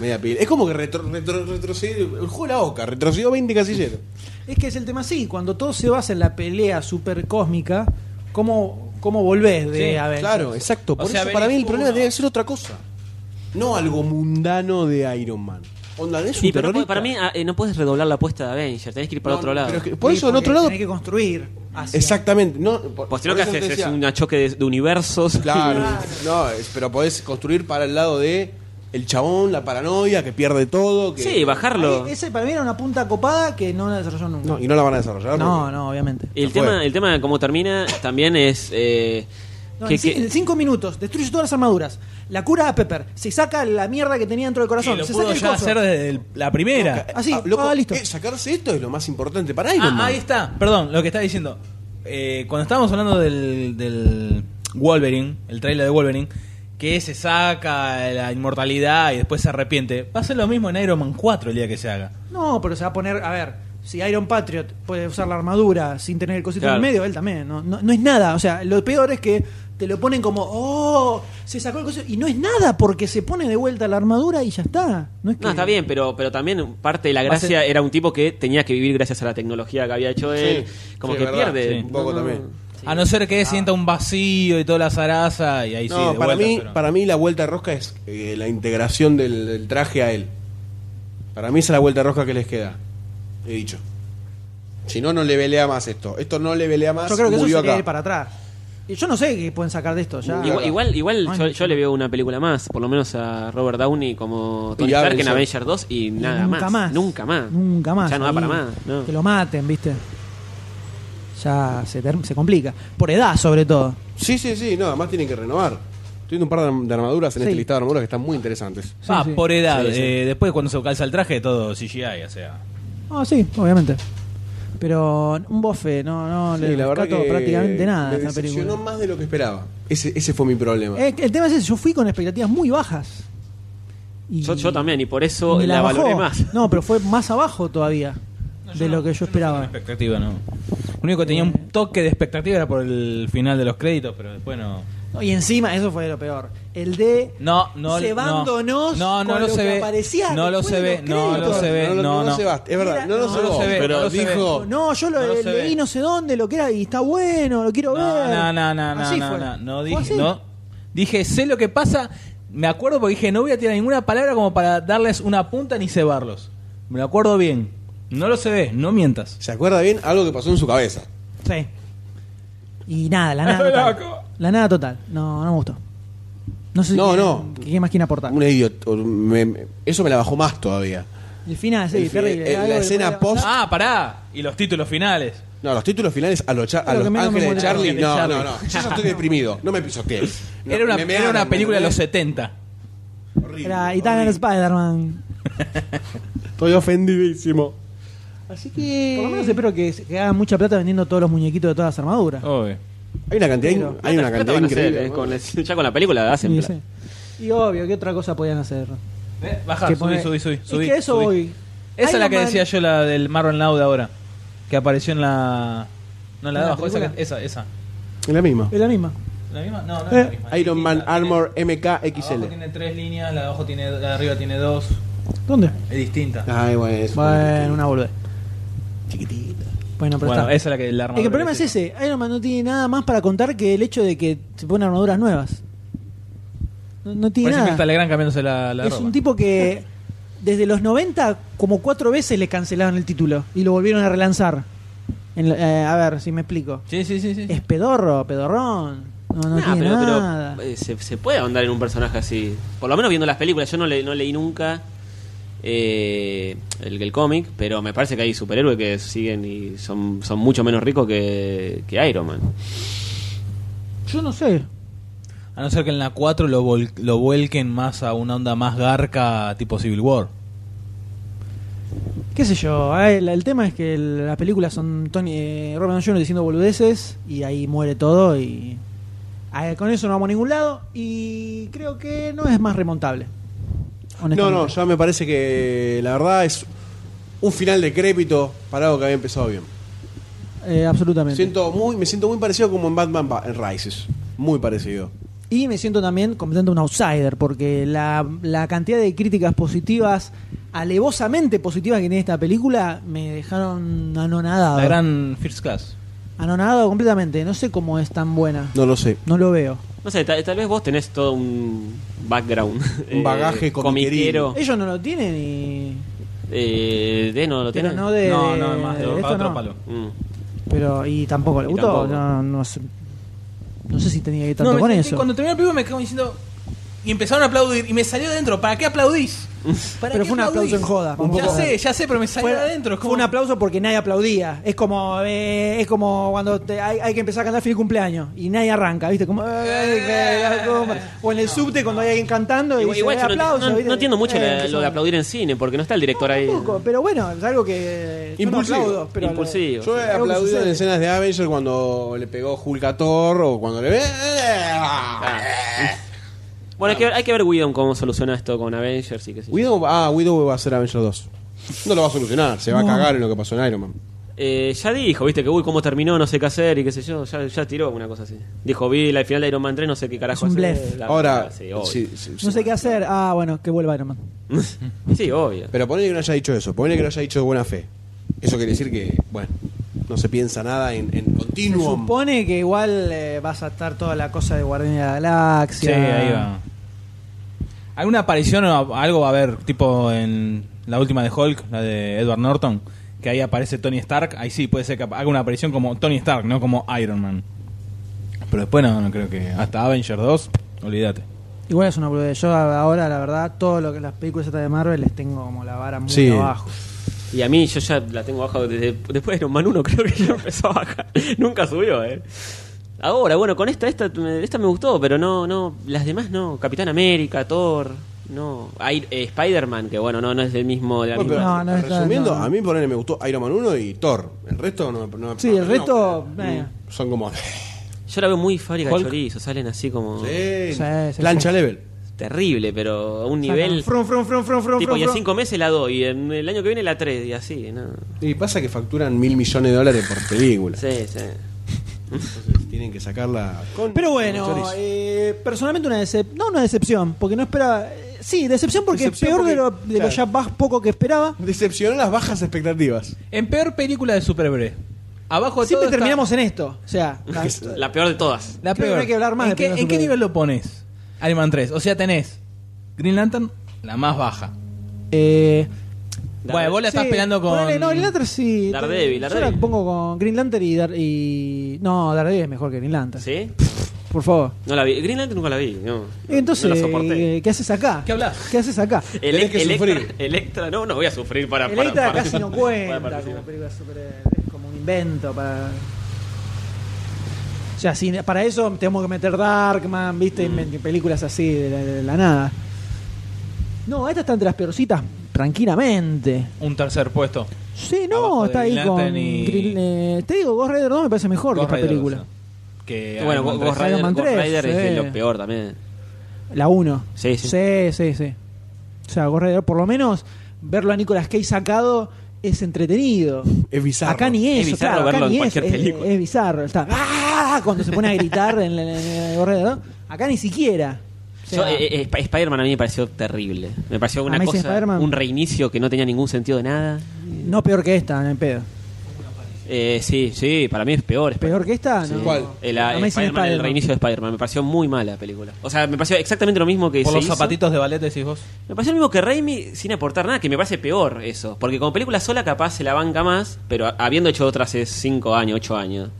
Speaker 2: media pila. Es como que retro, retro- retrocedió. El juego de la Oca, retrocedió 20 casilleros.
Speaker 1: Es que es el tema así, cuando todo se basa en la pelea supercósmica, ¿cómo, cómo volvés de
Speaker 4: Sí,
Speaker 1: a ver?
Speaker 2: Claro, exacto. Por
Speaker 4: sea,
Speaker 2: eso para mí el
Speaker 4: Benny
Speaker 2: problema
Speaker 4: Uno.
Speaker 2: debe ser otra cosa. No algo mundano de Iron Man. Onda, es un
Speaker 5: Y pero
Speaker 2: terrorista.
Speaker 5: para mí ah, eh, no puedes redoblar la apuesta de Avengers, tenés que ir para
Speaker 2: No,
Speaker 5: otro
Speaker 2: no,
Speaker 5: lado.
Speaker 2: pero es que por
Speaker 1: Sí,
Speaker 2: eso, en
Speaker 1: porque
Speaker 2: otro lado.
Speaker 1: tenés que construir. hacia-
Speaker 2: Exactamente. No, por,
Speaker 5: Pues si no,
Speaker 2: por
Speaker 5: que
Speaker 2: eso te
Speaker 5: haces es
Speaker 2: decía-
Speaker 5: un choque de, de universos.
Speaker 2: Claro. no, es- pero podés construir para el lado de el chabón, la paranoia, que pierde todo. Que...
Speaker 5: Sí, bajarlo.
Speaker 1: Ahí, ese para mí era una punta copada que no la desarrolló nunca.
Speaker 2: No, y no la van a desarrollar.
Speaker 1: no,
Speaker 2: porque-
Speaker 1: no, obviamente.
Speaker 5: El
Speaker 2: Se fue.
Speaker 5: tema, el tema de cómo termina también es. eh,
Speaker 1: No,
Speaker 5: que-
Speaker 1: en, ci-
Speaker 5: que-
Speaker 1: en cinco minutos destruye todas las armaduras. La cura a Pepper. Se saca la mierda que tenía dentro del
Speaker 4: Que
Speaker 1: corazón.
Speaker 4: lo
Speaker 1: se
Speaker 4: pudo
Speaker 1: saca el
Speaker 4: ya
Speaker 1: coso.
Speaker 4: hacer desde el- la primera.
Speaker 1: Ah, sí.
Speaker 2: loco,
Speaker 1: Ah, listo.
Speaker 2: eh, sacarse esto es lo más importante para Iron
Speaker 4: Ah,
Speaker 2: Man.
Speaker 4: ahí está. Perdón, lo que estaba diciendo. Eh, cuando estábamos hablando del, del Wolverine, el trailer de Wolverine, que se saca la inmortalidad y después se arrepiente, va a ser lo mismo en Iron Man 4 el día que se haga.
Speaker 1: No, pero se va a poner. A ver, si Iron Patriot puede usar la armadura sin tener el cosito
Speaker 5: Claro.
Speaker 1: en el medio, él también. No, no, no es nada. O sea, lo peor es que te lo ponen como, oh, se sacó el cosito. Y no es nada porque se pone de vuelta la armadura y ya está. No, es que-
Speaker 5: No, está bien, pero, pero también parte de la
Speaker 4: Va a
Speaker 5: gracia
Speaker 4: ser-
Speaker 5: era un tipo que tenía que vivir gracias a la tecnología que había hecho él.
Speaker 2: Sí,
Speaker 5: como
Speaker 2: sí,
Speaker 5: que
Speaker 2: es verdad,
Speaker 5: pierde.
Speaker 2: sí, un poco también.
Speaker 4: A no ser que sienta un vacío y toda la zaraza y ahí sí.
Speaker 2: no,
Speaker 4: de
Speaker 2: para,
Speaker 4: vuelta,
Speaker 2: mí,
Speaker 4: pero-
Speaker 2: para mí la vuelta de rosca es eh, la integración del, del traje a él. Para mí esa es la vuelta de rosca que les queda. He dicho. Si no, no le velea más esto. Esto no le velea más.
Speaker 1: Yo creo que eso
Speaker 2: murió
Speaker 1: se
Speaker 2: acá.
Speaker 1: queda para atrás. Y yo no sé qué pueden sacar de esto. Ya.
Speaker 5: Igual, igual, igual
Speaker 1: Ay,
Speaker 5: yo,
Speaker 1: no.
Speaker 5: yo le veo una película más, por lo menos a Robert Downey como Tony
Speaker 2: Y
Speaker 5: Stark en
Speaker 2: Avengers.
Speaker 5: Avengers 2 y
Speaker 1: Y
Speaker 5: nada
Speaker 1: nunca más.
Speaker 5: Nunca más.
Speaker 1: Nunca más.
Speaker 5: Ya no da
Speaker 1: Ahí,
Speaker 5: para más. no.
Speaker 1: Que lo maten, ¿viste? Ya se, term- se complica. Por edad, sobre todo.
Speaker 2: Sí, sí, sí. No, además tienen que renovar. Estoy viendo un par de de armaduras en
Speaker 1: Sí.
Speaker 2: este listado de armaduras que están muy interesantes.
Speaker 4: Ah,
Speaker 1: sí.
Speaker 4: por edad.
Speaker 5: Sí, sí.
Speaker 4: eh, después cuando se calza el traje, todo CGI, o sea.
Speaker 1: Ah, sí, obviamente. Pero un bofe, no, no
Speaker 2: Sí,
Speaker 1: le rescato prácticamente nada
Speaker 2: me
Speaker 1: a esta película.
Speaker 2: decepcionó más de lo que esperaba. Ese, ese fue mi problema.
Speaker 1: Eh, el tema es ese, yo fui con expectativas muy bajas. Y-
Speaker 5: Yo, yo también, y por eso
Speaker 1: me
Speaker 5: la,
Speaker 1: bajó.
Speaker 5: valoré más.
Speaker 1: No, pero fue más abajo todavía de lo que yo
Speaker 3: Una
Speaker 1: esperaba.
Speaker 3: expectativa, ¿no?
Speaker 4: Lo único que tenía un toque de expectativa era por el final de los créditos, pero después no.
Speaker 1: Y encima, eso fue lo peor. El de
Speaker 4: No, no,
Speaker 1: cebándonos
Speaker 4: no, no, no
Speaker 1: con
Speaker 4: lo,
Speaker 1: lo
Speaker 4: se
Speaker 1: que
Speaker 4: ve.
Speaker 1: aparecía
Speaker 4: No lo
Speaker 1: después
Speaker 4: se
Speaker 1: de
Speaker 4: ve,
Speaker 1: los
Speaker 4: no lo
Speaker 1: créditos.
Speaker 4: se ve,
Speaker 2: No,
Speaker 4: no,
Speaker 2: lo- no
Speaker 4: no.
Speaker 2: se va. Es verdad,
Speaker 1: Mira,
Speaker 2: no lo
Speaker 1: no,
Speaker 2: se
Speaker 1: no
Speaker 2: va.
Speaker 4: se ve,
Speaker 2: Pero
Speaker 4: no lo se ve.
Speaker 2: dijo.
Speaker 1: No, yo lo,
Speaker 4: No lo se
Speaker 1: leí
Speaker 4: ve.
Speaker 1: no sé dónde, lo que era, y está bueno, lo quiero ver.
Speaker 4: No, no, no, no, no,
Speaker 1: Así
Speaker 4: no,
Speaker 1: fue.
Speaker 4: no, no
Speaker 1: Fue
Speaker 4: dije,
Speaker 1: así.
Speaker 4: no. Dije, sé lo que pasa. Me acuerdo porque dije, no voy a tirar ninguna palabra como para darles una punta ni cebarlos. Me lo acuerdo bien. No lo se ve, no mientas.
Speaker 2: ¿Se acuerda bien algo que pasó en su cabeza?
Speaker 1: Sí. Y nada, la nada total. La nada total. No, no me gustó. No sé
Speaker 2: No,
Speaker 1: qué,
Speaker 2: no.
Speaker 1: qué más quieren aportar.
Speaker 2: Un idiota. me- me- eso me la bajó más todavía.
Speaker 1: El final, sí,
Speaker 2: El fi-
Speaker 1: terrible.
Speaker 2: el-
Speaker 1: Algo
Speaker 2: la
Speaker 1: que
Speaker 2: escena
Speaker 1: podría-
Speaker 2: post-
Speaker 4: Ah, pará. Y los títulos finales.
Speaker 2: No, los títulos finales a, los cha- a
Speaker 1: Lo
Speaker 2: los
Speaker 1: que menos me
Speaker 2: Ángeles de
Speaker 1: molesta.
Speaker 2: Charlie.
Speaker 4: Ángeles de
Speaker 2: No,
Speaker 4: Charlie.
Speaker 2: no, no. Yo ya estoy deprimido. No me pisotees. No,
Speaker 4: era una,
Speaker 2: me
Speaker 4: era
Speaker 2: mearon,
Speaker 4: una
Speaker 2: me
Speaker 4: película de los
Speaker 2: entendés?
Speaker 4: 70.
Speaker 2: Horrible,
Speaker 1: Era
Speaker 2: horrible.
Speaker 1: Italian Spider-Man.
Speaker 2: Estoy ofendidísimo.
Speaker 1: Así que. Por lo menos espero que, se- que hagan mucha plata vendiendo todos los muñequitos de todas las armaduras.
Speaker 4: Oh,
Speaker 2: Hay una cantidad,
Speaker 1: Pero-
Speaker 2: hay una
Speaker 5: Plata
Speaker 2: cantidad
Speaker 5: van a hacer,
Speaker 2: increíble.
Speaker 5: eh,
Speaker 2: ¿no?
Speaker 5: con el- ya con la película hacen.
Speaker 1: Y,
Speaker 5: plata.
Speaker 1: sí. Y obvio, ¿qué otra cosa podían hacer?
Speaker 4: Eh, Baja,
Speaker 1: Que
Speaker 4: subí,
Speaker 1: poner-
Speaker 4: subí, subí, subí,
Speaker 1: Es que a eso
Speaker 4: subí.
Speaker 1: voy.
Speaker 4: Esa es la
Speaker 1: Iron
Speaker 4: que
Speaker 1: Man-
Speaker 4: decía yo, la del Marvel Now de ahora. Que apareció en la. No, la de
Speaker 1: ¿En la
Speaker 4: abajo, esa,
Speaker 1: película?
Speaker 4: que- esa, esa.
Speaker 2: Es la misma.
Speaker 1: Es la misma.
Speaker 4: ¿La misma? No, no es la
Speaker 1: Eh.
Speaker 4: misma.
Speaker 2: Iron Man
Speaker 4: Distinta.
Speaker 2: Armor
Speaker 4: Abajo
Speaker 2: MKXL.
Speaker 4: tiene tres líneas, la de abajo tiene, la de arriba tiene dos.
Speaker 1: ¿Dónde?
Speaker 4: Es distinta.
Speaker 1: Ah,
Speaker 2: Ay, bueno, es
Speaker 1: Bueno, una boludez.
Speaker 2: chiquitita.
Speaker 1: Bueno, pero
Speaker 4: bueno,
Speaker 1: está.
Speaker 4: esa es la que el arma.
Speaker 1: Es que el problema es ese. Iron Man no tiene nada más para contar que el hecho de que se ponen armaduras nuevas. No, no tiene
Speaker 4: Parece que
Speaker 1: nada.
Speaker 4: está Legrand cambiándose la, la
Speaker 1: es
Speaker 4: ropa.
Speaker 1: un tipo que desde los 90 como cuatro veces le cancelaron el título y lo volvieron a relanzar. En la- eh, a ver si me explico.
Speaker 4: Sí, sí, sí. sí.
Speaker 1: Es pedorro, pedorrón. No, no
Speaker 5: Nah,
Speaker 1: tiene
Speaker 5: pero, pero,
Speaker 1: nada.
Speaker 5: eh, se, se puede ahondar en un personaje así. Por lo menos viendo las películas. Yo no, le, no leí nunca eh, el, el cómic, pero me parece que hay superhéroes que siguen y son, son mucho menos ricos que, que Iron Man.
Speaker 1: Yo no sé.
Speaker 4: A no ser que en la 4 lo, vol- lo vuelquen más a una onda más garca tipo Civil War.
Speaker 1: ¿Qué sé yo? eh, la- El, tema es que el- las películas son Tony, eh, Robert Downey Jr. diciendo boludeces y ahí muere todo y ah, con eso no vamos a ningún lado y creo que no es más remontable.
Speaker 2: No, no,
Speaker 1: honestamente.
Speaker 2: ya me parece que la verdad es un final decrépito para algo que había empezado bien.
Speaker 1: Eh, absolutamente.
Speaker 2: Siento muy, me siento muy parecido como en Batman Ba- en Rises. Muy parecido.
Speaker 1: Y me siento también completamente un outsider, porque la, la cantidad de críticas positivas, alevosamente positivas que tiene esta película, me dejaron anonadado.
Speaker 4: La gran First Class.
Speaker 1: Anonadado completamente. No sé cómo es tan buena.
Speaker 2: No lo sé.
Speaker 1: No lo veo.
Speaker 5: No sé, tal, tal vez vos tenés todo un background.
Speaker 2: Un
Speaker 5: eh,
Speaker 2: bagaje comiqueril.
Speaker 5: comiquero.
Speaker 1: Ellos no lo tienen y.
Speaker 5: Eh, de no lo
Speaker 1: Pero
Speaker 5: tenés.
Speaker 1: no de.
Speaker 4: no, no, más de
Speaker 1: de esto
Speaker 4: otro
Speaker 1: no.
Speaker 4: palo.
Speaker 5: Mm.
Speaker 1: Pero, y tampoco le
Speaker 5: Y
Speaker 1: gustó.
Speaker 5: tampoco.
Speaker 1: No, no sé. No sé si tenía que ir tanto
Speaker 4: No, me
Speaker 1: con
Speaker 4: sentí-
Speaker 1: eso.
Speaker 4: Cuando terminó el película me quedé diciendo. Y empezaron a aplaudir. Y me salió de adentro. ¿Para qué aplaudís? ¿Para
Speaker 1: Pero
Speaker 4: qué
Speaker 1: fue un
Speaker 4: aplaudís?
Speaker 1: aplauso en joda,
Speaker 4: Ya
Speaker 1: vamos a joder.
Speaker 4: sé, ya sé, pero me salió de adentro. Es
Speaker 1: fue
Speaker 4: como-
Speaker 1: un aplauso porque nadie aplaudía. Es como eh, es como cuando te- hay, hay que empezar a cantar feliz cumpleaños y nadie arranca, ¿viste? Como, eh, eh, como- o en el subte cuando hay alguien cantando y
Speaker 5: Igual,
Speaker 1: dice,
Speaker 5: igual
Speaker 1: "Eh,
Speaker 5: yo no,
Speaker 1: aplauso",
Speaker 5: no-
Speaker 1: ¿viste?
Speaker 5: no entiendo mucho
Speaker 1: Eh,
Speaker 5: la-
Speaker 1: empezó-
Speaker 5: lo de aplaudir en cine, porque no está el director ahí.
Speaker 1: Tampoco, pero bueno, es algo que yo no
Speaker 2: Impulsivo.
Speaker 1: aplaudo, pero
Speaker 5: Impulsivo.
Speaker 2: Yo he
Speaker 1: Algo que
Speaker 2: aplaudido en
Speaker 1: sucede.
Speaker 2: escenas de Avenger cuando le pegó Hulk a Thor o cuando le ve.
Speaker 5: Ah. Bueno, hay que, ver- hay que ver Whedon cómo soluciona esto con Avengers y qué sé yo.
Speaker 2: Widow, ah, Widow va a ser Avenger 2. No lo va a solucionar, se va a cagar en lo que pasó en Iron Man.
Speaker 5: Eh, ya dijo, viste, que uy, cómo terminó, no sé qué hacer y qué sé yo. Ya, ya tiró una cosa así. Dijo, vi la final de Iron Man 3, no sé qué carajo
Speaker 1: Es un
Speaker 5: hacer.
Speaker 1: blef.
Speaker 5: La-
Speaker 2: Ahora,
Speaker 5: la- sí, obvio.
Speaker 2: sí, sí, sí.
Speaker 1: No sé qué hacer. Ah, bueno, que vuelva Iron Man.
Speaker 5: Sí, obvio.
Speaker 2: Pero ponele que no haya dicho eso, ponele que no haya dicho de buena fe. Eso quiere decir que, bueno, no se piensa nada en, en
Speaker 1: Se
Speaker 2: continuum.
Speaker 1: supone que igual eh, vas a estar toda la cosa de Guardián de la
Speaker 4: Sí,
Speaker 1: Galaxia.
Speaker 4: ahí va. ¿Alguna aparición o algo va a haber? Tipo en la última de Hulk, la de Edward Norton, que ahí aparece Tony Stark. Ahí sí puede ser que haga una aparición como Tony Stark, no como Iron Man. Pero después no, no creo que. Hasta Avenger 2, olvídate.
Speaker 1: Igual es una boludez. Yo a- ahora, la verdad, todo lo que las películas estas de Marvel les tengo como la vara muy
Speaker 2: Sí.
Speaker 1: abajo.
Speaker 5: Y a mí yo ya la tengo baja desde después de Iron Man 1, creo que ya empezó a bajar. Nunca subió, eh. Ahora, bueno, con esta, esta, me- esta me gustó, pero no, no, las demás no. Capitán América, Thor, no. Air- eh, Spider-Man, que bueno, no, no es del mismo, de la
Speaker 2: Bueno, pero
Speaker 5: misma-
Speaker 1: No, no está-
Speaker 2: resumiendo,
Speaker 1: no.
Speaker 2: a mí ponele me gustó Iron Man 1 y Thor. El resto no me. no-
Speaker 1: Sí,
Speaker 2: no-
Speaker 1: el resto,
Speaker 2: no.
Speaker 1: eh.
Speaker 2: Son como.
Speaker 5: Yo la veo muy fábrica de
Speaker 4: Hulk.
Speaker 5: chorizo, salen así como
Speaker 2: Sí,
Speaker 1: sí, sí.
Speaker 2: plancha level.
Speaker 5: terrible, pero a un nivel.
Speaker 1: Frum, frum, frum, frum, frum,
Speaker 5: Tipo,
Speaker 1: frum,
Speaker 5: y en
Speaker 1: frum.
Speaker 5: cinco meses la doy, y en el año que viene la tres, y así, ¿no?
Speaker 2: Y pasa que facturan mil millones de dólares por película.
Speaker 5: Sí, sí.
Speaker 2: Tienen que sacarla con.
Speaker 1: Pero
Speaker 2: con
Speaker 1: bueno,
Speaker 2: chorizo.
Speaker 1: eh, personalmente una decepción. No una decepción, porque no esperaba. eh, Sí, decepción porque
Speaker 2: Decepción
Speaker 1: es peor de, lo,
Speaker 2: porque-
Speaker 1: de lo
Speaker 2: claro.
Speaker 1: ya más poco que esperaba.
Speaker 2: Decepcionó las bajas expectativas.
Speaker 3: En peor película de superhéroe. Abajo de
Speaker 1: Siempre
Speaker 3: todo está-
Speaker 1: terminamos en esto. O sea,
Speaker 5: La peor de todas.
Speaker 3: La
Speaker 1: Creo que
Speaker 3: peor.
Speaker 1: no hay que hablar más
Speaker 3: ¿En,
Speaker 1: de
Speaker 3: qué,
Speaker 1: películas
Speaker 3: en qué
Speaker 1: superhéroe.
Speaker 3: nivel lo pones? Iron Man 3. O sea, tenés Green Lantern, la más baja.
Speaker 1: eh,
Speaker 3: Bueno, vos la estás
Speaker 1: sí,
Speaker 3: peleando con.
Speaker 1: ponele, no, Green Lantern sí.
Speaker 5: Daredevil,
Speaker 1: Yo
Speaker 5: Daredevil.
Speaker 1: la pongo con Green Lantern y, Dar- y- No, Daredevil es mejor que Green Lantern.
Speaker 5: ¿Sí?
Speaker 1: Por favor.
Speaker 5: No la vi. Green Lantern nunca la vi. No,
Speaker 1: Entonces,
Speaker 5: no la soporté.
Speaker 1: eh, ¿qué haces acá?
Speaker 3: ¿Qué hablas?
Speaker 1: ¿Qué haces acá?
Speaker 5: Elec-
Speaker 2: que sufrir.
Speaker 5: Electra, Electra, no, no voy a sufrir para. para-
Speaker 1: Electra
Speaker 5: para-
Speaker 1: casi no
Speaker 5: para
Speaker 1: cuenta
Speaker 5: participar.
Speaker 1: como película super- es como un invento para. O sea, si- para eso tenemos que meter Darkman, ¿viste?
Speaker 5: Mm.
Speaker 1: Inven- Películas así de la, de la nada. No, esta está entre las peorcitas, tranquilamente.
Speaker 3: Un tercer puesto.
Speaker 1: Sí, no,
Speaker 3: Abajo de
Speaker 1: está ahí
Speaker 3: Green
Speaker 1: con.
Speaker 3: Lantern y-
Speaker 1: Green- eh, te digo, Ghost Rider 2 me parece mejor
Speaker 3: Ghost
Speaker 1: que
Speaker 3: Rider,
Speaker 1: esta película.
Speaker 3: o
Speaker 5: eh.
Speaker 3: sea, que
Speaker 5: Bueno,
Speaker 3: Iron Man
Speaker 5: Ghost
Speaker 3: 3.
Speaker 5: Rider,
Speaker 1: Iron Man
Speaker 5: Ghost
Speaker 1: 3,
Speaker 5: Rider es de
Speaker 1: sí.
Speaker 5: lo peor también.
Speaker 1: La 1.
Speaker 5: Sí, sí.
Speaker 1: Sí, sí, sí. O sea, Ghost Rider, por lo menos, verlo a Nicolas Cage sacado es entretenido.
Speaker 2: Es bizarro.
Speaker 1: Acá ni eso,
Speaker 5: Es bizarro
Speaker 1: claro, acá
Speaker 5: verlo en
Speaker 1: ni
Speaker 5: cualquier
Speaker 1: es,
Speaker 5: película.
Speaker 1: Es, es bizarro, está ¡ah! cuando se pone a gritar en, la- en, la gorrera, ¿no? Acá ni siquiera. O sea,
Speaker 5: Yo, eh, eh, Sp- Spider-Man a mí me pareció terrible. Me pareció una
Speaker 1: Amazing
Speaker 5: cosa,
Speaker 1: Spider-Man.
Speaker 5: un reinicio que no tenía ningún sentido de nada.
Speaker 1: no peor que esta, no hay pedo.
Speaker 5: Eh, sí, sí, para mí es peor. Spider-
Speaker 1: Peor que esta, no.
Speaker 2: ¿Cuál?
Speaker 5: El, a-
Speaker 1: Amazing
Speaker 5: Spider-Man, el
Speaker 1: Spider-Man.
Speaker 5: reinicio de Spider-Man. Me pareció muy mala la película. O sea, me pareció exactamente lo mismo que
Speaker 3: Por
Speaker 5: se
Speaker 3: los
Speaker 5: hizo.
Speaker 3: zapatitos de ballet, decís vos.
Speaker 5: Me pareció lo mismo que Raimi sin aportar nada, que me parece peor eso. Porque como película sola capaz se la banca más, pero habiendo hecho otra hace 5 años, 8 años,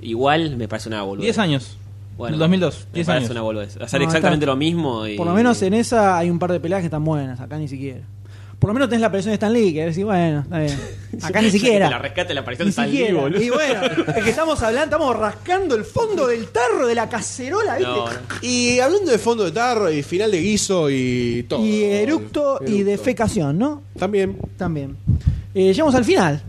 Speaker 5: igual me parece una boludez.
Speaker 3: 10 años.
Speaker 5: Bueno,
Speaker 3: 2002.
Speaker 5: Me
Speaker 3: 10
Speaker 5: parece
Speaker 3: años.
Speaker 5: una boludez. Hacer
Speaker 1: No,
Speaker 5: exactamente
Speaker 1: está-
Speaker 5: lo mismo y...
Speaker 1: Por lo menos en esa hay un par de peleas que están buenas, acá ni siquiera. Por lo menos tenés la aparición de Stan Lee, que decís, bueno, está bien. Acá ni siquiera.
Speaker 5: Que La rescate la aparición
Speaker 1: Ni
Speaker 5: de Stan Lee,
Speaker 1: siquiera.
Speaker 5: boludo.
Speaker 1: Y bueno, es que estamos hablando, estamos rascando el fondo del tarro de la cacerola, ¿viste?
Speaker 5: No, no.
Speaker 2: Y hablando de fondo de tarro y final de guiso y todo.
Speaker 1: Y eructo y
Speaker 2: Eructo.
Speaker 1: defecación, ¿no?
Speaker 2: También.
Speaker 1: También. Eh, llegamos al final.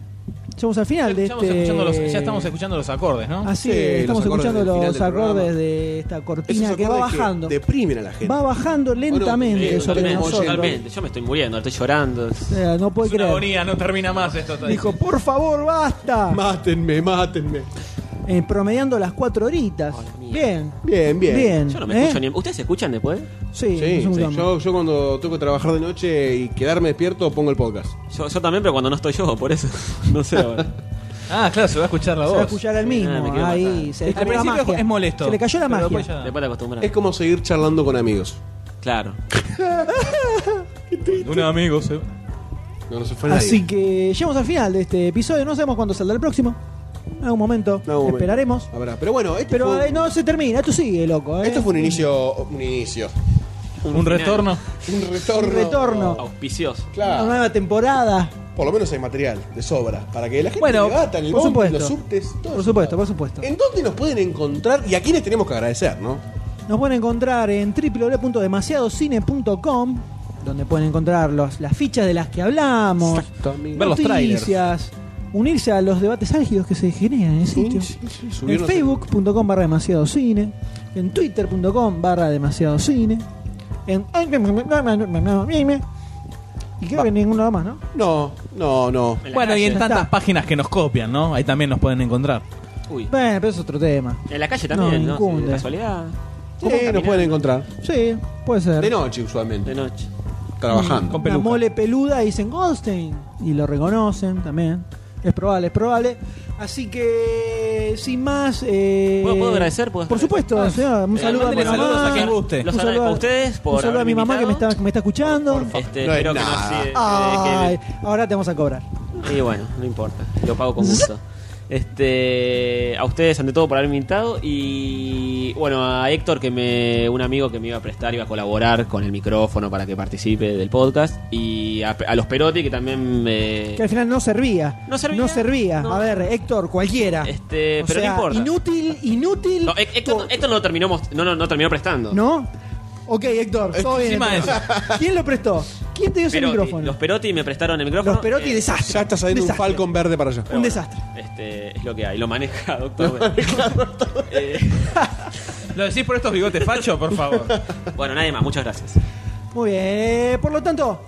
Speaker 1: Llegamos al final de
Speaker 3: Estamos
Speaker 1: este...
Speaker 3: escuchando los- ya estamos escuchando los acordes, ¿no?
Speaker 1: Así
Speaker 2: Sí,
Speaker 1: es, estamos
Speaker 2: los acordes
Speaker 1: escuchando
Speaker 2: del final
Speaker 1: los
Speaker 2: del
Speaker 1: acordes
Speaker 2: programa.
Speaker 1: de esta cortina
Speaker 2: Esos
Speaker 1: que va
Speaker 2: acordes
Speaker 1: bajando.
Speaker 2: deprimen a la gente.
Speaker 1: Va bajando lentamente
Speaker 5: Eh,
Speaker 1: sobre
Speaker 5: totalmente,
Speaker 1: nosotros.
Speaker 5: totalmente. Yo me estoy muriendo, estoy llorando.
Speaker 1: O sea, no puede
Speaker 3: Es una
Speaker 1: creer.
Speaker 3: agonía, no termina más esto. está
Speaker 1: Dijo, por favor, basta.
Speaker 2: Mátenme, mátenme.
Speaker 1: Eh, promediando las cuatro horitas. Bien.
Speaker 2: Bien, bien.
Speaker 1: Bien.
Speaker 5: Yo no me escucho
Speaker 1: ¿eh?
Speaker 5: ni... ¿Ustedes se escuchan después?
Speaker 1: Sí,
Speaker 2: Sí,
Speaker 1: nos escuchamos.
Speaker 2: sí. Yo, yo cuando tengo que trabajar de noche y quedarme despierto pongo el podcast.
Speaker 5: Yo, yo también, pero cuando no estoy yo, por eso. No sé ahora.
Speaker 3: diciendo. Ah, claro, se va a escuchar la
Speaker 1: Se
Speaker 3: voz.
Speaker 1: va a escuchar al
Speaker 5: Sí,
Speaker 1: mismo.
Speaker 5: nada, me quiero
Speaker 1: ahí
Speaker 5: matar.
Speaker 1: se le
Speaker 3: Al
Speaker 1: cayó la
Speaker 3: principio
Speaker 1: magia.
Speaker 3: es molesto,
Speaker 1: Se le cayó la
Speaker 3: pero
Speaker 1: magia.
Speaker 3: después ya-
Speaker 5: Después te acostumbras.
Speaker 2: Es como seguir charlando con amigos.
Speaker 5: Claro.
Speaker 3: Un amigo, se...
Speaker 2: No, no se fue nadie.
Speaker 1: Así que llegamos al final de este episodio. No sabemos cuándo saldrá el próximo. En algún momento.
Speaker 2: No, un momento.
Speaker 1: Esperaremos.
Speaker 2: Habrá. Pero bueno, este
Speaker 1: Pero
Speaker 2: fue,
Speaker 1: eh, no se termina. Esto sigue, loco. eh.
Speaker 2: esto fue un inicio, un inicio,
Speaker 3: Un retorno.
Speaker 2: un retorno.
Speaker 1: Un retorno.
Speaker 5: Auspicioso.
Speaker 1: Una
Speaker 2: Claro.
Speaker 1: nueva temporada.
Speaker 2: Por lo menos hay material de sobra para que la gente
Speaker 1: Bueno,
Speaker 2: debata en el
Speaker 1: por
Speaker 2: bondi, en
Speaker 1: supuesto.
Speaker 2: los subtes, todo
Speaker 1: Por
Speaker 2: eso.
Speaker 1: supuesto, por supuesto.
Speaker 2: ¿En dónde nos pueden encontrar y a quiénes tenemos que agradecer, no?
Speaker 1: Nos pueden encontrar en www.demasiadocine.com, donde pueden encontrar los, las fichas de las que hablamos,
Speaker 2: Exactamente.
Speaker 3: Ver los
Speaker 1: noticias, unirse a los debates álgidos que se generan en el sitio. En
Speaker 2: Subirnos
Speaker 1: facebook.com barra demasiado cine, en twitter.com barra demasiado cine, en... Y creo que ninguno más, ¿no?
Speaker 2: No, no, no.
Speaker 5: En la
Speaker 3: Bueno, y
Speaker 5: calle.
Speaker 3: en tantas
Speaker 1: Está.
Speaker 3: páginas que nos copian, ¿no? Ahí también nos pueden encontrar.
Speaker 5: Uy.
Speaker 1: Bueno, pero es otro tema.
Speaker 5: En la calle también,
Speaker 1: No,
Speaker 5: ¿no? Sí,
Speaker 1: incunde.
Speaker 5: de casualidad.
Speaker 2: Sí, nos pueden encontrar.
Speaker 1: Sí, puede
Speaker 2: De
Speaker 1: ser.
Speaker 2: noche, usualmente.
Speaker 5: De noche.
Speaker 2: Trabajando.
Speaker 3: Con
Speaker 1: Una
Speaker 3: peluca.
Speaker 1: mole peluda dicen Goldstein y lo reconocen también. Es probable, es probable. Así que, sin más... Eh,
Speaker 5: ¿Puedo- puedo agradecer? ¿Puedo
Speaker 1: Por
Speaker 5: agradecer?
Speaker 1: supuesto, señor. un
Speaker 5: Eh,
Speaker 1: saludo a mi
Speaker 5: mándenle
Speaker 1: mamá.
Speaker 5: saludos a quien
Speaker 3: guste.
Speaker 5: Los
Speaker 1: Un saludo
Speaker 5: agradezco a ustedes por
Speaker 1: Un saludo a mi
Speaker 5: haberme
Speaker 1: mamá que me está,
Speaker 5: invitado.
Speaker 1: que me está escuchando.
Speaker 5: Este,
Speaker 2: No es
Speaker 5: espero que
Speaker 2: nada.
Speaker 5: no sí, eh,
Speaker 1: Ay,
Speaker 5: que-
Speaker 1: ahora te vamos a cobrar.
Speaker 5: Y bueno, no importa, lo pago con gusto. Este, a ustedes ante todo por haberme invitado y bueno, a Héctor que me un amigo que me iba a prestar iba a colaborar con el micrófono para que participe del podcast y a, a los Perotti que también me
Speaker 1: Que al final no servía.
Speaker 5: No servía.
Speaker 1: servía.
Speaker 5: No.
Speaker 1: A ver, Héctor, cualquiera.
Speaker 5: Este,
Speaker 1: O
Speaker 5: pero
Speaker 1: sea,
Speaker 5: no importa.
Speaker 1: Inútil, inútil.
Speaker 5: No, Hé- Héctor,
Speaker 1: to-
Speaker 5: Héctor no terminó most- no, no, no terminó prestando.
Speaker 1: ¿No? Ok, Héctor, todo bien.
Speaker 3: Encima
Speaker 1: Héctor. ¿Quién lo prestó? ¿Quién te dio ese
Speaker 5: Perotti,
Speaker 1: micrófono?
Speaker 5: eh, los Perotti me prestaron el micrófono.
Speaker 1: Los Perotti,
Speaker 5: eh,
Speaker 1: desastre.
Speaker 2: Ya está saliendo
Speaker 1: Desastre.
Speaker 2: un Falcon verde para allá.
Speaker 5: Pero
Speaker 1: Un
Speaker 5: bueno,
Speaker 1: desastre.
Speaker 5: Este, es lo que hay, lo maneja doctor. Eh,
Speaker 3: ¿Lo decís por estos bigotes facho, por favor?
Speaker 5: bueno, nadie más, muchas gracias.
Speaker 1: Muy bien. Por lo tanto,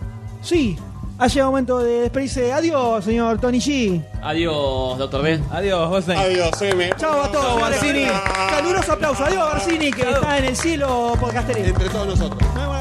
Speaker 1: sí, Ha llegado el momento de despedirse. Adiós, señor Tony G.
Speaker 5: Adiós, doctor D.
Speaker 3: Adiós, Goldstein.
Speaker 9: Adiós, M.
Speaker 1: Chao a todos, Barcini. Caluroso aplauso. Adiós, Barcini, que está en el cielo podcasteril.
Speaker 9: Entre todos nosotros.
Speaker 1: Nos vemos la